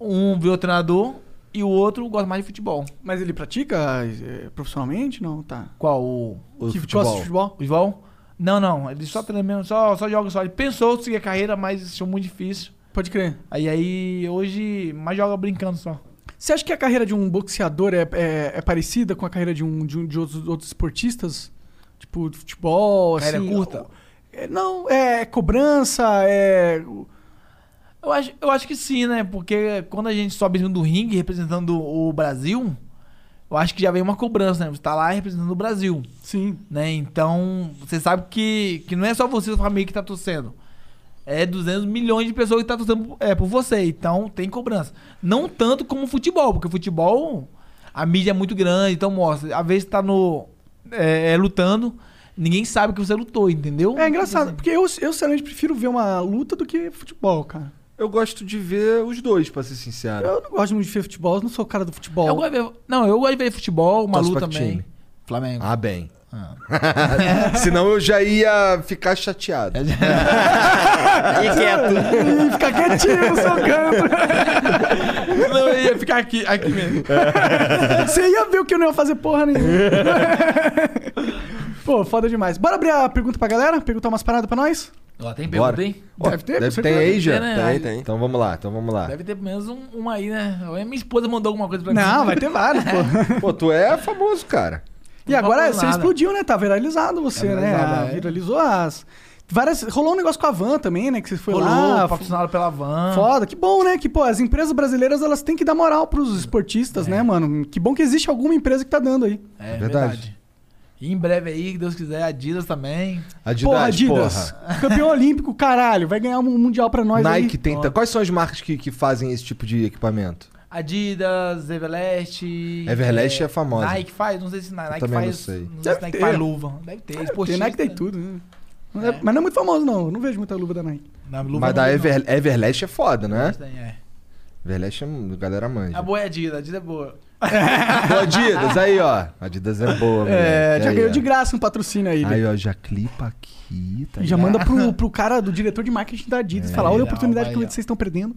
[SPEAKER 3] Um vê o treinador e o outro gosta mais de futebol.
[SPEAKER 1] Mas ele pratica eh, profissionalmente? Não, tá.
[SPEAKER 3] Qual? O,
[SPEAKER 2] O
[SPEAKER 1] Que
[SPEAKER 2] futebol.
[SPEAKER 1] gosta de futebol?
[SPEAKER 3] o Ival? Não, não. Ele só treina mesmo, só, só joga só. Ele pensou em seguir a carreira, mas isso é muito difícil.
[SPEAKER 1] Pode crer.
[SPEAKER 3] Aí, aí hoje mais joga brincando só.
[SPEAKER 1] Você acha que a carreira de um boxeador é, é, é parecida com a carreira de, um, de, um- de outros, outros esportistas? Tipo, de futebol,
[SPEAKER 3] Carreira
[SPEAKER 1] assim?
[SPEAKER 3] curta?
[SPEAKER 1] É, não, é cobrança, é...
[SPEAKER 3] Eu acho, eu acho que sim, né? Porque quando a gente sobe em cima do ringue representando o Brasil, eu acho que já vem uma cobrança, né? Você tá lá representando o Brasil,
[SPEAKER 1] Sim.
[SPEAKER 3] né? Então, você sabe que, que não é só você e sua família que tá torcendo. É 200 milhões de pessoas que tá torcendo é, por você. Então, tem cobrança. Não tanto como o futebol, porque o futebol, a mídia é muito grande, então mostra. Às vezes tá no... É, é, lutando, ninguém sabe que você lutou, entendeu?
[SPEAKER 1] É engraçado, porque eu, eu sinceramente prefiro ver uma luta do que futebol, cara.
[SPEAKER 2] Eu gosto de ver os dois, pra ser sincero.
[SPEAKER 1] Eu não gosto muito de ver futebol, eu não sou o cara do futebol.
[SPEAKER 3] Eu gosto de ver, não, eu gosto de ver futebol, uma
[SPEAKER 2] Torce
[SPEAKER 3] luta
[SPEAKER 2] pra que
[SPEAKER 3] também.
[SPEAKER 2] time?
[SPEAKER 3] Flamengo.
[SPEAKER 2] Ah, bem. Ah.
[SPEAKER 1] *laughs*
[SPEAKER 2] Senão eu já ia ficar chateado.
[SPEAKER 1] É, *laughs*
[SPEAKER 4] E quieto.
[SPEAKER 1] Ih, fica quietinho no seu canto.
[SPEAKER 3] *laughs* não, eu ia ficar aqui, aqui mesmo.
[SPEAKER 1] *laughs* Você ia ver o que eu não ia fazer porra
[SPEAKER 2] *laughs*
[SPEAKER 1] nenhuma. Pô, foda demais. Bora abrir a pergunta pra galera? Perguntar umas paradas pra nós?
[SPEAKER 3] Ó, tem
[SPEAKER 2] Bora.
[SPEAKER 3] pergunta, hein?
[SPEAKER 2] Ó,
[SPEAKER 1] Deve ter, com
[SPEAKER 2] deve ter
[SPEAKER 1] certeza.
[SPEAKER 2] aí já.
[SPEAKER 3] Tem, né?
[SPEAKER 4] Tem, tem.
[SPEAKER 2] Então vamos lá, então vamos lá.
[SPEAKER 3] Deve ter pelo menos um, um aí, né? Olha, Minha esposa mandou alguma coisa pra mim.
[SPEAKER 1] Não, vai ter
[SPEAKER 2] *laughs*
[SPEAKER 1] vários, pô.
[SPEAKER 2] Pô, tu é famoso, cara.
[SPEAKER 1] E agora
[SPEAKER 3] faltou
[SPEAKER 1] você
[SPEAKER 3] nada.
[SPEAKER 1] explodiu, né? Tá viralizado você,
[SPEAKER 3] Tá viralizado,
[SPEAKER 1] né? Ah,
[SPEAKER 3] é.
[SPEAKER 1] Viralizou as. Várias... Rolou um negócio com a van também, né? Que você foi
[SPEAKER 3] Rolou,
[SPEAKER 1] lá.
[SPEAKER 3] patrocinado pela Van.
[SPEAKER 1] Foda, que bom, né? Que, pô, as empresas brasileiras elas têm que dar moral pros
[SPEAKER 2] É.
[SPEAKER 1] esportistas, né, mano? Que bom que existe alguma empresa que tá dando aí.
[SPEAKER 3] É,
[SPEAKER 2] Verdade.
[SPEAKER 3] verdade. E em breve aí, que Deus quiser, Adidas também.
[SPEAKER 2] Adidas,
[SPEAKER 1] Porra, Adidas.
[SPEAKER 2] porra.
[SPEAKER 1] Campeão olímpico, caralho. Vai ganhar um mundial pra nós aí.
[SPEAKER 2] Nike tenta. Quais são as marcas que, que fazem esse tipo de equipamento?
[SPEAKER 3] Adidas, Everlast.
[SPEAKER 2] Everlast é famosa.
[SPEAKER 3] Nike faz, não sei se na- Nike
[SPEAKER 2] também não
[SPEAKER 3] faz.
[SPEAKER 2] sei.
[SPEAKER 3] sei
[SPEAKER 1] Deve
[SPEAKER 3] se Nike
[SPEAKER 1] ter.
[SPEAKER 3] faz luva. Deve ter,
[SPEAKER 1] Tem
[SPEAKER 3] esportista.
[SPEAKER 1] Nike tem tudo, né? Mas é- Mas não é muito famoso, não. Eu não vejo muita luva da Nike.
[SPEAKER 3] Na luva
[SPEAKER 2] Mas
[SPEAKER 3] não
[SPEAKER 2] da
[SPEAKER 3] tem, não.
[SPEAKER 2] Ever, Everlast é foda, né?
[SPEAKER 3] Mas tem, é.
[SPEAKER 2] Everlast é um- a galera manja.
[SPEAKER 3] A boa é Adidas, a Adidas é boa.
[SPEAKER 2] Pô, Adidas, aí, ó. Adidas é
[SPEAKER 1] É,
[SPEAKER 2] boa, moleque.
[SPEAKER 1] já
[SPEAKER 2] Aí,
[SPEAKER 1] ganhou
[SPEAKER 2] ó.
[SPEAKER 1] de graça um patrocínio aí. né?
[SPEAKER 2] Aí, ó, já clipa aqui, tá
[SPEAKER 1] E já
[SPEAKER 2] ligado?
[SPEAKER 1] manda
[SPEAKER 3] *laughs*
[SPEAKER 1] pro, pro cara do diretor de marketing da Adidas e falar: olha a
[SPEAKER 3] Não,
[SPEAKER 1] oportunidade que
[SPEAKER 3] vai, ó.
[SPEAKER 1] vocês estão perdendo.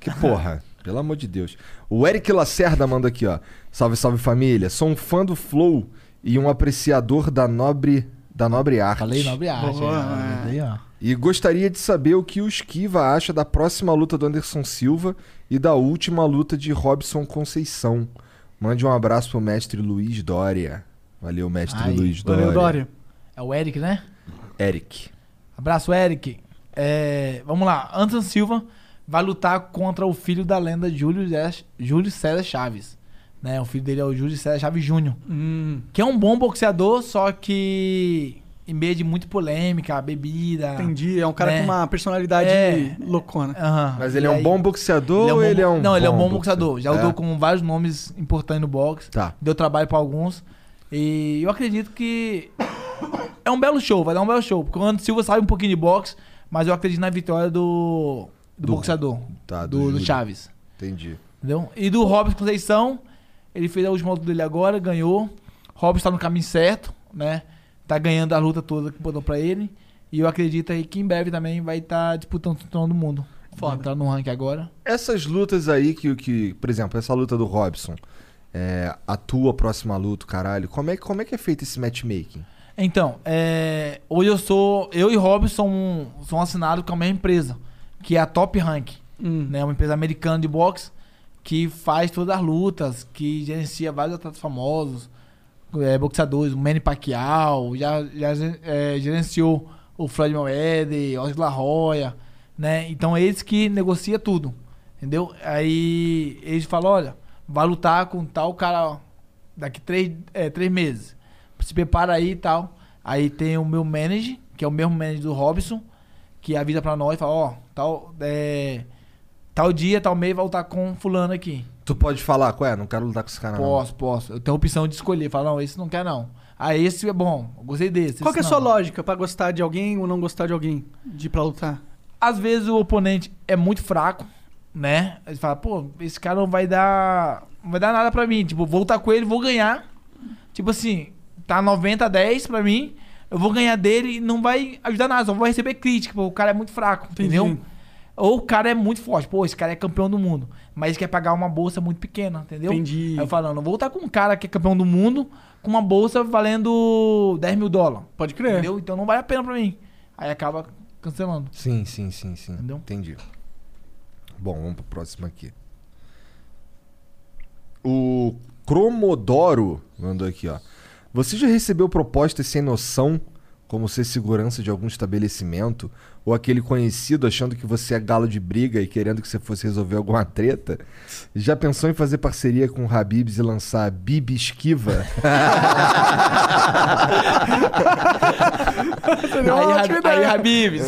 [SPEAKER 2] Que
[SPEAKER 3] *laughs*
[SPEAKER 2] porra, pelo amor de Deus. O Eric Lacerda manda aqui, ó. Salve, salve família. Sou um fã do Flow e um apreciador da nobre, da nobre arte.
[SPEAKER 3] Falei nobre arte.
[SPEAKER 1] Boa. é.
[SPEAKER 3] aí, ó.
[SPEAKER 2] E gostaria de saber o que o Esquiva acha da próxima luta do Anderson Silva e da última luta de Robson Conceição. Mande um abraço pro mestre Luiz Dória. Valeu, mestre
[SPEAKER 3] Aí,
[SPEAKER 2] Luiz Dória.
[SPEAKER 1] Valeu, Dória.
[SPEAKER 3] É o Eric, né?
[SPEAKER 2] Eric.
[SPEAKER 3] Abraço, Eric. É, vamos lá. Anderson Silva vai lutar contra o filho da lenda Júlio, Zé- Júlio César Chaves. Né? O filho dele é o Júlio César Chaves Júnior.
[SPEAKER 1] Hum,
[SPEAKER 3] Que é um bom boxeador, só que em meio de muita polêmica, bebida.
[SPEAKER 1] entendi. É um cara
[SPEAKER 3] É.
[SPEAKER 1] com uma personalidade
[SPEAKER 3] É.
[SPEAKER 1] loucona.
[SPEAKER 3] Aham.
[SPEAKER 2] Mas ele
[SPEAKER 3] E
[SPEAKER 2] é um
[SPEAKER 3] aí-
[SPEAKER 2] bom boxeador ou
[SPEAKER 3] bom
[SPEAKER 2] ele é
[SPEAKER 3] bo-
[SPEAKER 2] um.
[SPEAKER 3] Não, ele é um bom
[SPEAKER 2] boxeador?
[SPEAKER 3] boxeador. Já
[SPEAKER 2] É?
[SPEAKER 3] lutou com vários nomes importantes no boxe.
[SPEAKER 2] Tá.
[SPEAKER 3] Deu trabalho pra alguns. E eu acredito que é um belo show, vai dar um belo show. Porque o Anderson Silva sabe um pouquinho de boxe, mas eu acredito na vitória do, do,
[SPEAKER 2] Do-
[SPEAKER 3] boxeador.
[SPEAKER 2] tá, do
[SPEAKER 3] do, do
[SPEAKER 2] Júlio.
[SPEAKER 3] Chaves.
[SPEAKER 2] Entendi.
[SPEAKER 3] Entendeu? E do Robson Conceição, ele fez a última luta dele agora, ganhou. Robson tá no caminho certo, né? Tá ganhando a luta toda que botou pra ele. E eu acredito aí que em breve também vai estar disputando o trono do mundo. Foda. Entrar no ranking agora.
[SPEAKER 2] Essas lutas aí que, que por exemplo, essa luta do Robson, é, a tua próxima luta, caralho, como é, como é que é feito esse matchmaking?
[SPEAKER 3] Então, é, hoje eu sou. Eu e Robson somos- somos assinados com a mesma empresa, que é a Top Rank.
[SPEAKER 1] Hum.
[SPEAKER 3] Né, uma empresa americana de boxe que faz todas as lutas, que gerencia vários atletas famosos, é, boxeadores, o Manny Pacquiao, já, já é, gerenciou o Floyd Mayweather, Oscar La Hoya, né? Então é eles que negocia tudo, entendeu? Aí eles falam, olha, vai lutar com tal cara daqui três, é, três meses. Se prepara aí e tal. Aí tem o meu manager, que é o mesmo manager do Robson, que avisa pra nós, fala, ó, tal, é, tal dia, tal mês vai lutar com fulano aqui.
[SPEAKER 2] Tu pode falar, qual é? Não quero lutar com esse cara, não."
[SPEAKER 3] Posso, posso. Eu tenho a opção de escolher. Falar, não, esse não quer não. Ah, esse é bom. Eu gostei desse.
[SPEAKER 1] Qual
[SPEAKER 3] esse
[SPEAKER 1] que é a
[SPEAKER 3] não.
[SPEAKER 1] sua lógica pra gostar de alguém ou não gostar de alguém? De ir pra lutar?
[SPEAKER 3] Às vezes o oponente é muito fraco, né? Ele fala, pô, esse cara não vai dar. Não vai dar nada pra mim. Tipo, vou lutar com ele, vou ganhar. Tipo assim, tá 90 a 10 pra mim. Eu vou ganhar dele e não vai ajudar nada, só vou receber crítica, porque o cara é muito fraco,
[SPEAKER 1] Entendi.
[SPEAKER 3] entendeu? Ou o cara é muito forte, pô, esse cara é campeão do mundo, mas quer pagar uma bolsa muito pequena, entendeu?
[SPEAKER 1] Entendi.
[SPEAKER 3] Aí eu falo, não, não vou lutar com um cara que é campeão do mundo com uma bolsa valendo 10 mil dólares.
[SPEAKER 1] Pode crer.
[SPEAKER 3] Entendeu? Então não vale a pena pra mim. Aí acaba cancelando.
[SPEAKER 2] Sim, sim, sim, sim.
[SPEAKER 3] Entendeu?
[SPEAKER 2] Entendi. Bom, vamos pro próximo aqui. O Cromodoro mandou aqui, ó. Você já recebeu propostas sem noção, como ser segurança de algum estabelecimento, ou aquele conhecido achando que você é galo de briga e querendo que você fosse resolver alguma treta? Já pensou em fazer parceria com o Habibs e lançar a Bibi Esquiva?
[SPEAKER 3] Aí, Ra- aí é Habibs.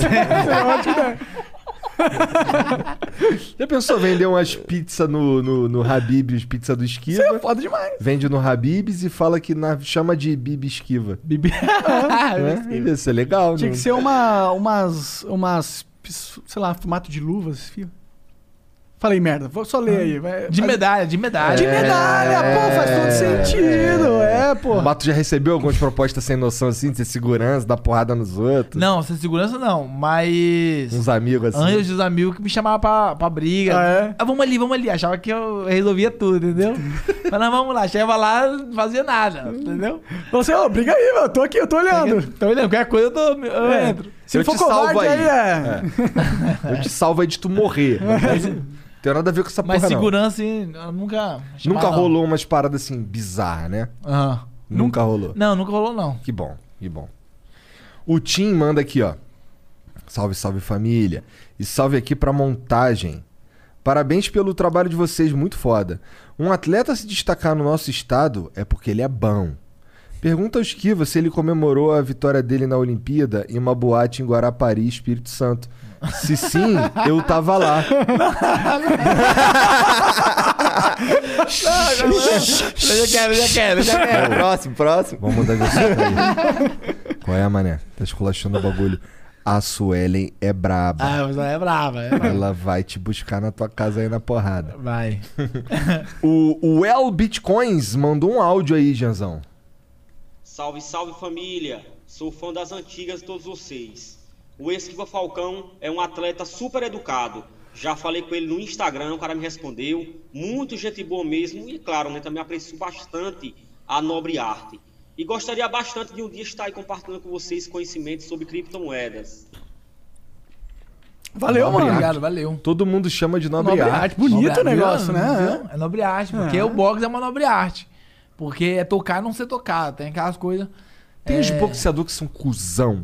[SPEAKER 2] já pensou vender umas pizzas no, no, no Habibs, pizza do Esquiva?
[SPEAKER 1] Isso é foda demais.
[SPEAKER 2] *laughs* Vende no Habibs e fala que na- chama de Bibi Esquiva.
[SPEAKER 3] Bibi.
[SPEAKER 2] Né? Ia ser legal,
[SPEAKER 1] Tinha
[SPEAKER 2] né?
[SPEAKER 1] que ser uma, umas, umas, pis- sei lá, formato de luvas, fio. Falei merda, vou só ler aí. vai-
[SPEAKER 3] Ah. De
[SPEAKER 1] mas-
[SPEAKER 3] medalha, de medalha.
[SPEAKER 1] De medalha, pô, faz todo sentido. É, pô.
[SPEAKER 2] O Mato já recebeu algumas propostas sem noção assim, de ser segurança, dar porrada nos outros.
[SPEAKER 3] É. Não, sem segurança não, mas.
[SPEAKER 2] Uns amigos assim.
[SPEAKER 3] Anjos dos amigos que me chamavam pra, pra briga.
[SPEAKER 1] Ah, é?
[SPEAKER 3] Ah, vamos ali, vamos ali. Achava que eu resolvia tudo,
[SPEAKER 1] *laughs*
[SPEAKER 3] entendeu? Mas nós vamos lá, chegava lá, não fazia nada, entendeu?
[SPEAKER 1] Você, ó, briga aí, mano. Eu tô aqui, eu tô olhando.
[SPEAKER 3] Então, olhando, qualquer coisa eu, tô, eu
[SPEAKER 1] É.
[SPEAKER 3] entro.
[SPEAKER 1] Se
[SPEAKER 2] Eu
[SPEAKER 1] for
[SPEAKER 2] te salvo
[SPEAKER 1] covarde, aí
[SPEAKER 2] aí.
[SPEAKER 1] é.
[SPEAKER 2] Eu te salvo aí de tu morrer. Não tem nada a ver com essa
[SPEAKER 3] Mas
[SPEAKER 2] porra, não.
[SPEAKER 3] segurança, hein, eu nunca. chamava,
[SPEAKER 2] Nunca
[SPEAKER 3] não.
[SPEAKER 2] rolou umas paradas assim bizarras, né?
[SPEAKER 3] Aham.
[SPEAKER 2] Nunca rolou.
[SPEAKER 3] Não, nunca rolou, não.
[SPEAKER 2] Que bom, que bom. O Tim manda aqui, ó. Salve, salve família. E salve aqui pra montagem. Parabéns pelo trabalho de vocês, muito foda. Um atleta se destacar no nosso estado é porque ele é bom. Pergunta ao Esquiva se ele comemorou a vitória dele na Olimpíada em uma boate em Guarapari, Espírito Santo. Se sim, eu tava lá.
[SPEAKER 1] é.
[SPEAKER 3] Eu já quero, eu já quero, eu já quero.
[SPEAKER 4] É, próximo, próximo.
[SPEAKER 2] Vamos mudar de assunto tá aí. Qual é, mané? Tá esculachando o bagulho. A Suelen é braba.
[SPEAKER 3] *laughs* Ah, mas ela é brava, é brava.
[SPEAKER 2] Ela vai te buscar na tua casa aí na porrada.
[SPEAKER 3] Vai.
[SPEAKER 2] O, o El Bitcoins mandou um áudio aí, Janzão.
[SPEAKER 5] Salve, salve família! Sou fã das antigas de todos vocês. O Esquiva Falcão é um atleta super educado. Já falei com ele no Instagram, o cara me respondeu. Muito gente boa mesmo e, claro, né, também aprecio bastante a nobre arte. E gostaria bastante de um dia estar aí compartilhando com vocês conhecimentos sobre criptomoedas.
[SPEAKER 1] Valeu,
[SPEAKER 2] Nobre
[SPEAKER 1] mano.
[SPEAKER 2] arte.
[SPEAKER 3] Obrigado, valeu.
[SPEAKER 2] Todo mundo chama de nobre, arte.
[SPEAKER 1] É Bonito
[SPEAKER 3] Nobre
[SPEAKER 1] o negócio,
[SPEAKER 3] arte,
[SPEAKER 1] né?
[SPEAKER 3] viu? É nobre arte, porque
[SPEAKER 1] É.
[SPEAKER 3] o boxe é uma nobre arte. Porque é tocar e não ser tocado. Tem aquelas coisas.
[SPEAKER 2] Tem uns
[SPEAKER 3] é,
[SPEAKER 2] boxeadores que são cuzão.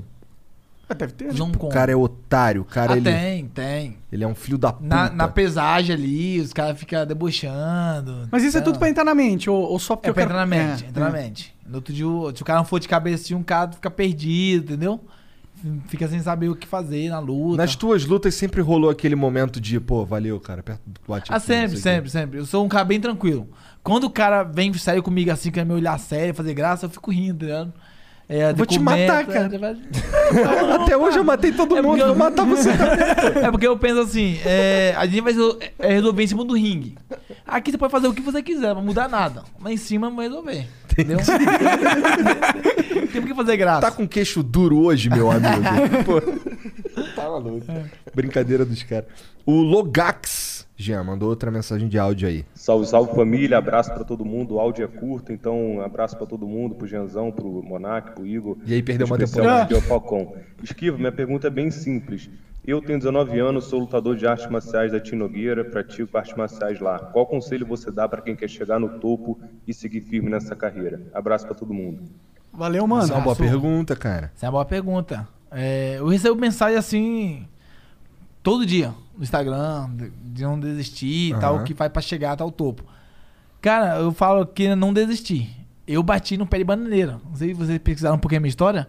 [SPEAKER 1] Ah, Deve ter.
[SPEAKER 3] não
[SPEAKER 2] O
[SPEAKER 3] com-
[SPEAKER 2] cara é otário, o cara
[SPEAKER 3] Ah,
[SPEAKER 2] ele,
[SPEAKER 3] tem, tem.
[SPEAKER 2] ele é um filho da puta.
[SPEAKER 3] Na, na pesagem ali, os caras ficam debochando.
[SPEAKER 1] Mas isso é
[SPEAKER 3] entendeu?
[SPEAKER 1] tudo pra entrar na mente, ou, ou só porque
[SPEAKER 3] É
[SPEAKER 1] eu
[SPEAKER 3] pra
[SPEAKER 1] quero...
[SPEAKER 3] entrar na mente,
[SPEAKER 1] É,
[SPEAKER 3] entrar na mente. No outro dia, o- se o cara não for de cabeça de um cara, fica perdido, entendeu? Fica sem saber o que fazer na luta.
[SPEAKER 2] Nas tuas lutas sempre rolou aquele momento de, pô, valeu, cara, perto do bate
[SPEAKER 3] Ah, sempre, sempre, sempre. Eu sou um cara bem tranquilo. Quando o cara vem sério comigo assim, quer me olhar sério, fazer graça, eu fico rindo, tá ligado? É,
[SPEAKER 2] Vou te
[SPEAKER 3] documento,
[SPEAKER 2] matar, cara.
[SPEAKER 3] é, vai-
[SPEAKER 2] Até hoje eu matei *laughs* todo
[SPEAKER 3] É
[SPEAKER 2] mundo,
[SPEAKER 3] porque eu-
[SPEAKER 2] vou matar você também.
[SPEAKER 3] *laughs* É porque eu penso assim, é, a gente vai resol- é, resolver em cima do ringue. Aqui você pode fazer o que você quiser, não vai mudar nada. Lá em cima vai resolver. Entendeu? *laughs* Tem por que fazer graça.
[SPEAKER 2] Tá com queixo duro hoje, meu
[SPEAKER 3] *laughs*
[SPEAKER 2] amigo. Pô, tá maluco. Brincadeira dos caras. O Logax, Jean, mandou outra mensagem de áudio aí.
[SPEAKER 6] Salve, salve família, abraço pra todo mundo. O áudio é curto, então abraço pra todo mundo, pro Genzão, pro Monark, pro Igor.
[SPEAKER 2] E aí perdeu uma
[SPEAKER 6] Especialmente
[SPEAKER 1] temporada.
[SPEAKER 6] ao Falcão. Esquiva, minha pergunta é bem simples. Eu tenho 19 anos, sou lutador de artes marciais da Tim Nogueira, pratico artes marciais lá. Qual conselho você dá pra quem quer chegar no topo e seguir firme nessa carreira? Abraço pra todo mundo.
[SPEAKER 1] Valeu, mano.
[SPEAKER 2] Essa é uma boa
[SPEAKER 3] Raçou.
[SPEAKER 2] pergunta, cara.
[SPEAKER 3] Essa é uma boa pergunta. É, eu recebo mensagem assim todo dia no Instagram, de- de não desistir e tal,
[SPEAKER 2] Aham.
[SPEAKER 3] o que faz pra chegar até o topo. Cara, eu falo que não desisti. Eu bati no pé de bananeira. Não sei se vocês pesquisaram um pouquinho a minha história.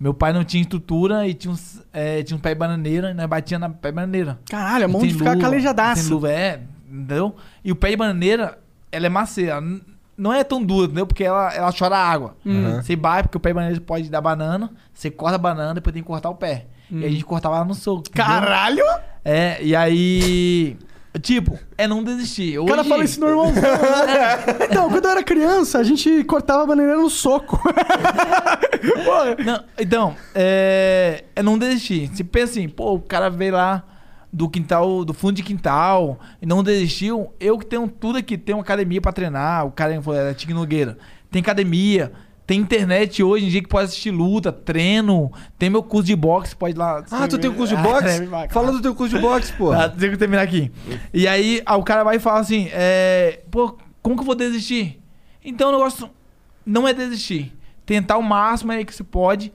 [SPEAKER 3] Meu pai não tinha estrutura e tinha, uns, é, tinha um pé de bananeira e nós batia na pé de bananeira.
[SPEAKER 1] Caralho, a mão
[SPEAKER 3] Tem
[SPEAKER 1] É de ficar
[SPEAKER 3] luva, Tem
[SPEAKER 1] calejadaço.
[SPEAKER 3] luva, é, entendeu? E o pé de bananeira, ela é macia. ela n- Não é tão dura, entendeu? Porque ela, ela chora água.
[SPEAKER 1] Uhum.
[SPEAKER 3] Você bate, porque o pé de bananeira pode dar banana, você corta a banana, depois tem que cortar o pé. E a
[SPEAKER 1] Uhum.
[SPEAKER 3] gente cortava ela no soco. entendeu?
[SPEAKER 1] Caralho!
[SPEAKER 3] É, e aí. Tipo, é não desistir.
[SPEAKER 1] O cara
[SPEAKER 3] Hoje-
[SPEAKER 1] fala isso normalzão.
[SPEAKER 3] *laughs*
[SPEAKER 1] né? então, quando eu era criança, a gente cortava a bananeira no soco. *laughs*
[SPEAKER 3] Não, então, é, é não desistir. Você pensa assim, pô, o cara veio lá do quintal, do fundo de quintal e não desistiu. Eu que tenho tudo aqui, tenho academia pra treinar, o cara falou, era Tig Nogueira. Tem academia, tem internet hoje em dia que pode assistir luta, treino, tem meu curso de boxe, pode ir lá.
[SPEAKER 2] Ah, tu tem o curso de
[SPEAKER 3] Ah,
[SPEAKER 2] boxe?
[SPEAKER 3] é, vai,
[SPEAKER 2] Fala do teu curso de boxe, pô.
[SPEAKER 3] Tá, deixa eu terminar aqui. E aí ah, o cara vai e fala assim: é, Pô, como que eu vou desistir? Então o negócio não é desistir. Tentar o máximo aí que se pode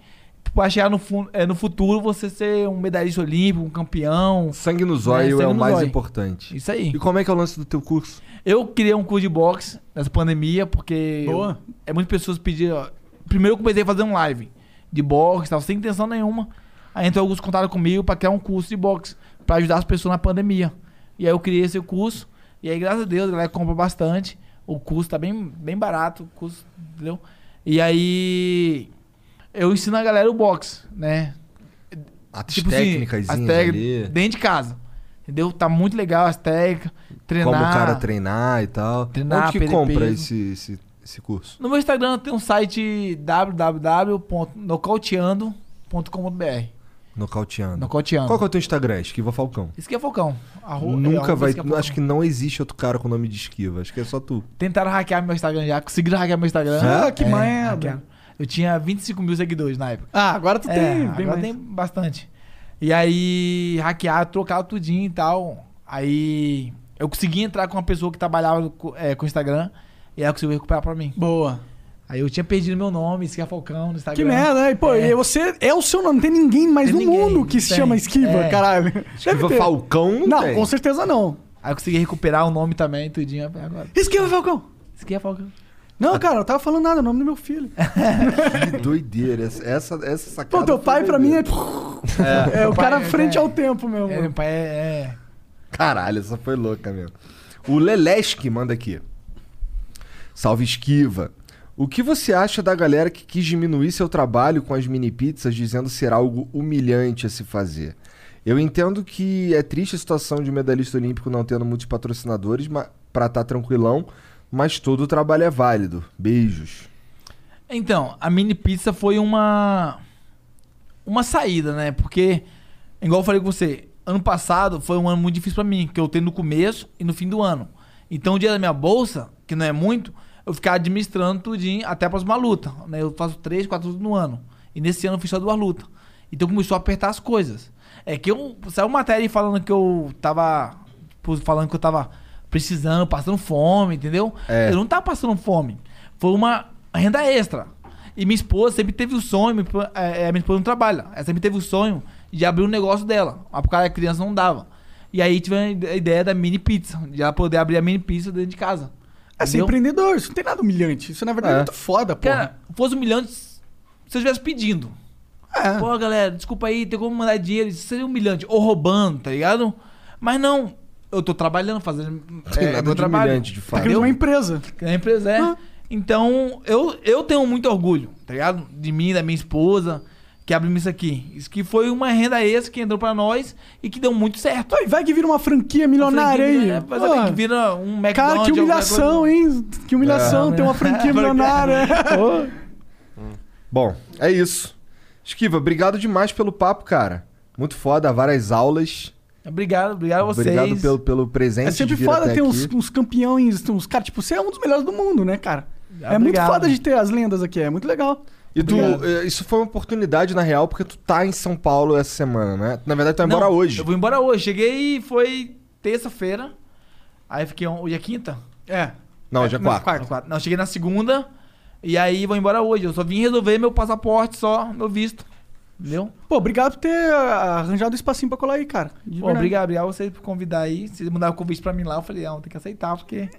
[SPEAKER 3] pra chegar no, fu- é, no futuro você ser um medalhista olímpico, um campeão.
[SPEAKER 2] Sangue no zóio é,
[SPEAKER 3] sangue
[SPEAKER 2] o
[SPEAKER 3] no
[SPEAKER 2] mais
[SPEAKER 3] zóio.
[SPEAKER 2] importante.
[SPEAKER 3] Isso aí.
[SPEAKER 2] E como é que é o lance do teu curso?
[SPEAKER 3] Eu criei um curso de boxe nessa pandemia, porque
[SPEAKER 1] Boa.
[SPEAKER 3] eu- é muitas pessoas pediram. Primeiro eu comecei a fazer um live de boxe, e tal, sem intenção nenhuma. Aí então alguns contaram comigo pra criar um curso de boxe, pra ajudar as pessoas na pandemia. E aí eu criei esse curso, e aí graças a Deus a galera compra bastante. O curso tá bem, bem barato, o curso, entendeu? E aí eu ensino a galera o boxe, né?
[SPEAKER 2] As
[SPEAKER 3] Tipo assim,
[SPEAKER 2] técnicas
[SPEAKER 3] as
[SPEAKER 2] ali.
[SPEAKER 3] técnicas dentro de casa. Entendeu? Tá muito legal as técnicas, treinar.
[SPEAKER 2] Como o cara treinar e tal.
[SPEAKER 3] Treinar,
[SPEAKER 2] Onde que
[SPEAKER 3] perder
[SPEAKER 2] compra
[SPEAKER 3] peso.
[SPEAKER 2] esse, esse, esse curso?
[SPEAKER 3] No meu Instagram tem um site www.nocauteando.com.br.
[SPEAKER 2] Nocauteando.
[SPEAKER 3] Nocauteando.
[SPEAKER 2] Qual que é o teu Instagram? Esquiva Falcão.
[SPEAKER 3] Isso que é Falcão. Arro-
[SPEAKER 2] Nunca
[SPEAKER 3] arroba
[SPEAKER 2] vai.
[SPEAKER 3] Esquiva Falcão.
[SPEAKER 2] Acho que não existe outro cara com o nome de esquiva. Acho que é só tu.
[SPEAKER 3] Tentaram hackear meu Instagram já. Conseguiram hackear meu Instagram. É,
[SPEAKER 1] Ah, que merda.
[SPEAKER 3] hackearam. Eu tinha 25 mil seguidores na época.
[SPEAKER 1] Ah, agora tu
[SPEAKER 3] é,
[SPEAKER 1] tem. bem
[SPEAKER 3] agora
[SPEAKER 1] mais.
[SPEAKER 3] tem bastante. E aí, hackearam, trocaram tudinho e tal. Aí, eu consegui entrar com uma pessoa que trabalhava co- é, com o Instagram. E ela conseguiu recuperar pra mim.
[SPEAKER 1] Boa.
[SPEAKER 3] Aí eu tinha perdido meu nome, Esquiva Falcão, no Instagram.
[SPEAKER 1] Que merda, né? E, Pô,
[SPEAKER 3] É.
[SPEAKER 1] e você é o seu nome. Não tem ninguém mais
[SPEAKER 3] Tem
[SPEAKER 1] no
[SPEAKER 3] ninguém,
[SPEAKER 1] mundo que se
[SPEAKER 3] tem.
[SPEAKER 1] chama Esquiva,
[SPEAKER 3] É.
[SPEAKER 1] caralho.
[SPEAKER 2] Esquiva
[SPEAKER 1] Deve ter.
[SPEAKER 2] Falcão não,
[SPEAKER 1] Não,
[SPEAKER 2] tem.
[SPEAKER 1] com certeza não.
[SPEAKER 3] Aí eu consegui recuperar o nome também, tudinho. até Agora.
[SPEAKER 1] Esquiva Falcão.
[SPEAKER 3] Isso aqui é Falcão.
[SPEAKER 1] Não, cara, eu tava falando nada, o nome do meu filho.
[SPEAKER 3] É,
[SPEAKER 2] Que doideira. Essa, essa, essa sacada.
[SPEAKER 1] Pô,
[SPEAKER 3] tá
[SPEAKER 1] teu
[SPEAKER 2] foi
[SPEAKER 1] pai pra mim
[SPEAKER 2] doideira.
[SPEAKER 1] é. *laughs* É, o
[SPEAKER 3] Meu pai
[SPEAKER 1] cara
[SPEAKER 3] é-
[SPEAKER 1] frente
[SPEAKER 3] é-
[SPEAKER 1] ao tempo mesmo.
[SPEAKER 3] É, meu pai é. é-
[SPEAKER 2] Caralho, essa foi louca mesmo. O Leleski manda aqui. Salve esquiva. O que você acha da galera que quis diminuir seu trabalho com as mini pizzas, dizendo ser algo humilhante a se fazer? Eu entendo que é triste a situação de um medalhista olímpico não tendo muitos patrocinadores ma- pra estar tranquilão, mas todo o trabalho é válido. Beijos.
[SPEAKER 3] Então, a mini pizza foi uma. Uma saída, né? Porque, igual eu falei com você, ano passado foi um ano muito difícil pra mim, que eu tenho no começo e no fim do ano. Então, o dia da minha bolsa, que não é muito, eu ficava administrando tudinho até a próxima luta. Né? Eu faço três, quatro lutas no ano. E nesse ano eu fiz só duas lutas. Então começou a apertar as coisas. É que eu. Saiu matéria falando que eu tava. tipo, Falando que eu tava precisando, passando fome, entendeu?
[SPEAKER 2] É.
[SPEAKER 3] Eu não tava passando fome. Foi uma renda extra. E minha esposa sempre teve o sonho. Minha, espo- é, é, minha esposa não trabalha. Ela sempre teve o sonho de abrir um negócio dela. Mas por causa da criança não dava. E aí tive a ide- a ideia da mini pizza. De ela poder abrir a mini pizza dentro de casa.
[SPEAKER 1] É ser
[SPEAKER 3] entendeu?
[SPEAKER 1] empreendedor, isso não tem nada humilhante. Isso, na verdade, é,
[SPEAKER 2] É.
[SPEAKER 1] muito foda, porra.
[SPEAKER 3] Cara, fosse um milhão, se eu estivesse pedindo.
[SPEAKER 1] É.
[SPEAKER 3] Pô, galera, desculpa aí, tem como mandar dinheiro. Isso seria humilhante. Ou roubando, tá ligado? Mas não. Eu tô trabalhando, fazendo.
[SPEAKER 2] Tem
[SPEAKER 3] é,
[SPEAKER 2] nada
[SPEAKER 3] meu
[SPEAKER 2] de
[SPEAKER 3] trabalho.
[SPEAKER 2] humilhante, de
[SPEAKER 1] tá
[SPEAKER 2] fato.
[SPEAKER 1] criando uma empresa.
[SPEAKER 3] Que a empresa é.
[SPEAKER 1] Ah.
[SPEAKER 3] Então, eu, eu tenho muito orgulho, tá ligado? De mim, da minha esposa, que abrimos isso aqui. Isso que foi uma renda extra que entrou pra nós e que deu muito certo.
[SPEAKER 1] Vai, vai que vira uma franquia
[SPEAKER 3] Eu falei
[SPEAKER 1] milionária
[SPEAKER 3] que
[SPEAKER 1] Ah, aí.
[SPEAKER 3] vira- Mas
[SPEAKER 1] Pô,
[SPEAKER 3] olha que vira um McDonald's.
[SPEAKER 1] cara, que humilhação, hein? Que humilhação
[SPEAKER 3] É.
[SPEAKER 1] ter uma
[SPEAKER 3] *laughs*
[SPEAKER 1] franquia *laughs* milionária. é
[SPEAKER 2] Bom, é isso. Esquiva, obrigado demais pelo papo, cara. Muito foda, várias aulas.
[SPEAKER 3] Obrigado, obrigado a vocês.
[SPEAKER 2] Obrigado pelo, pelo presente.
[SPEAKER 1] É sempre
[SPEAKER 2] de vir até
[SPEAKER 1] foda ter uns,
[SPEAKER 2] aqui.
[SPEAKER 1] uns campeões, uns caras, tipo, você é um dos melhores do mundo, né, cara? É muito
[SPEAKER 3] Ah, Obrigado.
[SPEAKER 1] foda de ter as lendas aqui, é muito legal.
[SPEAKER 2] E tu,
[SPEAKER 1] Obrigado.
[SPEAKER 2] eh, isso foi uma oportunidade, na real, porque tu tá em São Paulo essa semana, né? Na verdade, tu vai
[SPEAKER 3] Não,
[SPEAKER 2] embora hoje.
[SPEAKER 3] Eu vou embora hoje. Cheguei, foi terça-feira. Aí fiquei. on- Hoje é quinta?
[SPEAKER 1] É.
[SPEAKER 2] Não, hoje é
[SPEAKER 3] Não,
[SPEAKER 2] quarta.
[SPEAKER 3] quarta. Não, cheguei na segunda. E aí vou embora hoje. Eu só vim resolver meu passaporte, só meu visto. Entendeu?
[SPEAKER 1] Pô, obrigado por ter ah, arranjado um espacinho pra colar aí, cara. De
[SPEAKER 3] Bom,
[SPEAKER 1] verdade.
[SPEAKER 3] obrigado, obrigado vocês por convidar aí. Vocês mandaram o convite pra mim lá, eu falei, ah, tem que aceitar, porque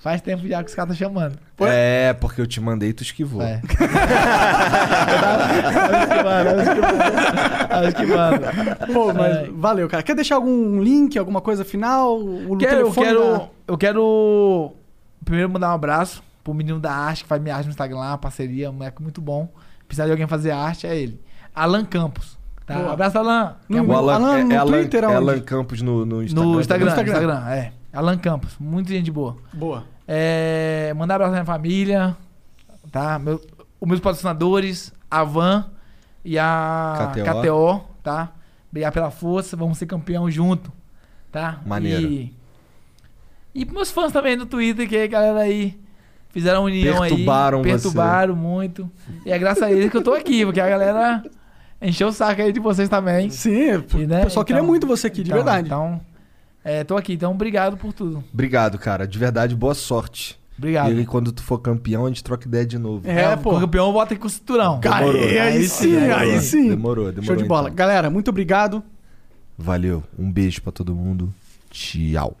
[SPEAKER 3] faz tempo já que os caras estão chamando.
[SPEAKER 2] É, porque eu te mandei e tu esquivou.
[SPEAKER 3] É. *laughs* Acho que manda, acho que manda.
[SPEAKER 1] Pô, mas
[SPEAKER 3] É.
[SPEAKER 1] valeu, cara. Quer deixar algum link, alguma coisa final? O
[SPEAKER 3] Quero, eu,
[SPEAKER 1] telefone
[SPEAKER 3] quero,
[SPEAKER 1] da-
[SPEAKER 3] eu quero primeiro mandar um abraço pro menino da arte, que faz minha arte no Instagram lá, parceria, um moleque muito bom. Precisar de alguém fazer arte, é ele. Alan Campos. Tá?
[SPEAKER 1] Boa.
[SPEAKER 3] Abraço, Alan.
[SPEAKER 1] No-
[SPEAKER 2] O Alan,
[SPEAKER 1] Alan,
[SPEAKER 2] é-
[SPEAKER 1] no
[SPEAKER 2] é Alan-
[SPEAKER 1] Twitter,
[SPEAKER 2] é
[SPEAKER 1] aonde?
[SPEAKER 2] Alan Campos no, no Instagram.
[SPEAKER 3] No Instagram,
[SPEAKER 1] No Instagram.
[SPEAKER 3] Instagram, é. Alan Campos, muita gente boa.
[SPEAKER 1] Boa.
[SPEAKER 3] É, mandar abraço pra minha família, tá? Meu, os meus patrocinadores, a Van e a
[SPEAKER 2] KTO.
[SPEAKER 3] KTO, tá? Obrigado pela força, vamos ser campeão junto, tá?
[SPEAKER 2] Maneiro.
[SPEAKER 3] E, e pros meus fãs também no Twitter, que é a galera aí fizeram união
[SPEAKER 2] Perturbaram
[SPEAKER 3] aí.
[SPEAKER 2] você.
[SPEAKER 3] Perturbaram muito. E é graças a eles que eu tô aqui, porque a galera encheu o saco aí de vocês também.
[SPEAKER 1] Sim,
[SPEAKER 3] E, né,
[SPEAKER 1] o pessoal queria
[SPEAKER 3] então-
[SPEAKER 1] muito você aqui, de
[SPEAKER 3] então-
[SPEAKER 1] verdade.
[SPEAKER 3] Então, é, tô aqui, então obrigado por tudo.
[SPEAKER 2] Obrigado, cara. De verdade, boa sorte.
[SPEAKER 3] Obrigado.
[SPEAKER 2] E aí, quando tu for campeão, a gente troca ideia de novo.
[SPEAKER 1] É, pô.
[SPEAKER 3] O campeão bota aqui com o cinturão.
[SPEAKER 1] Cara, aí, aí sim, aí
[SPEAKER 2] Demorou,
[SPEAKER 1] sim.
[SPEAKER 2] Demorou, demorou.
[SPEAKER 1] Show de bola.
[SPEAKER 2] então.
[SPEAKER 1] Galera, muito obrigado.
[SPEAKER 2] Valeu. Um beijo pra todo mundo. Tchau.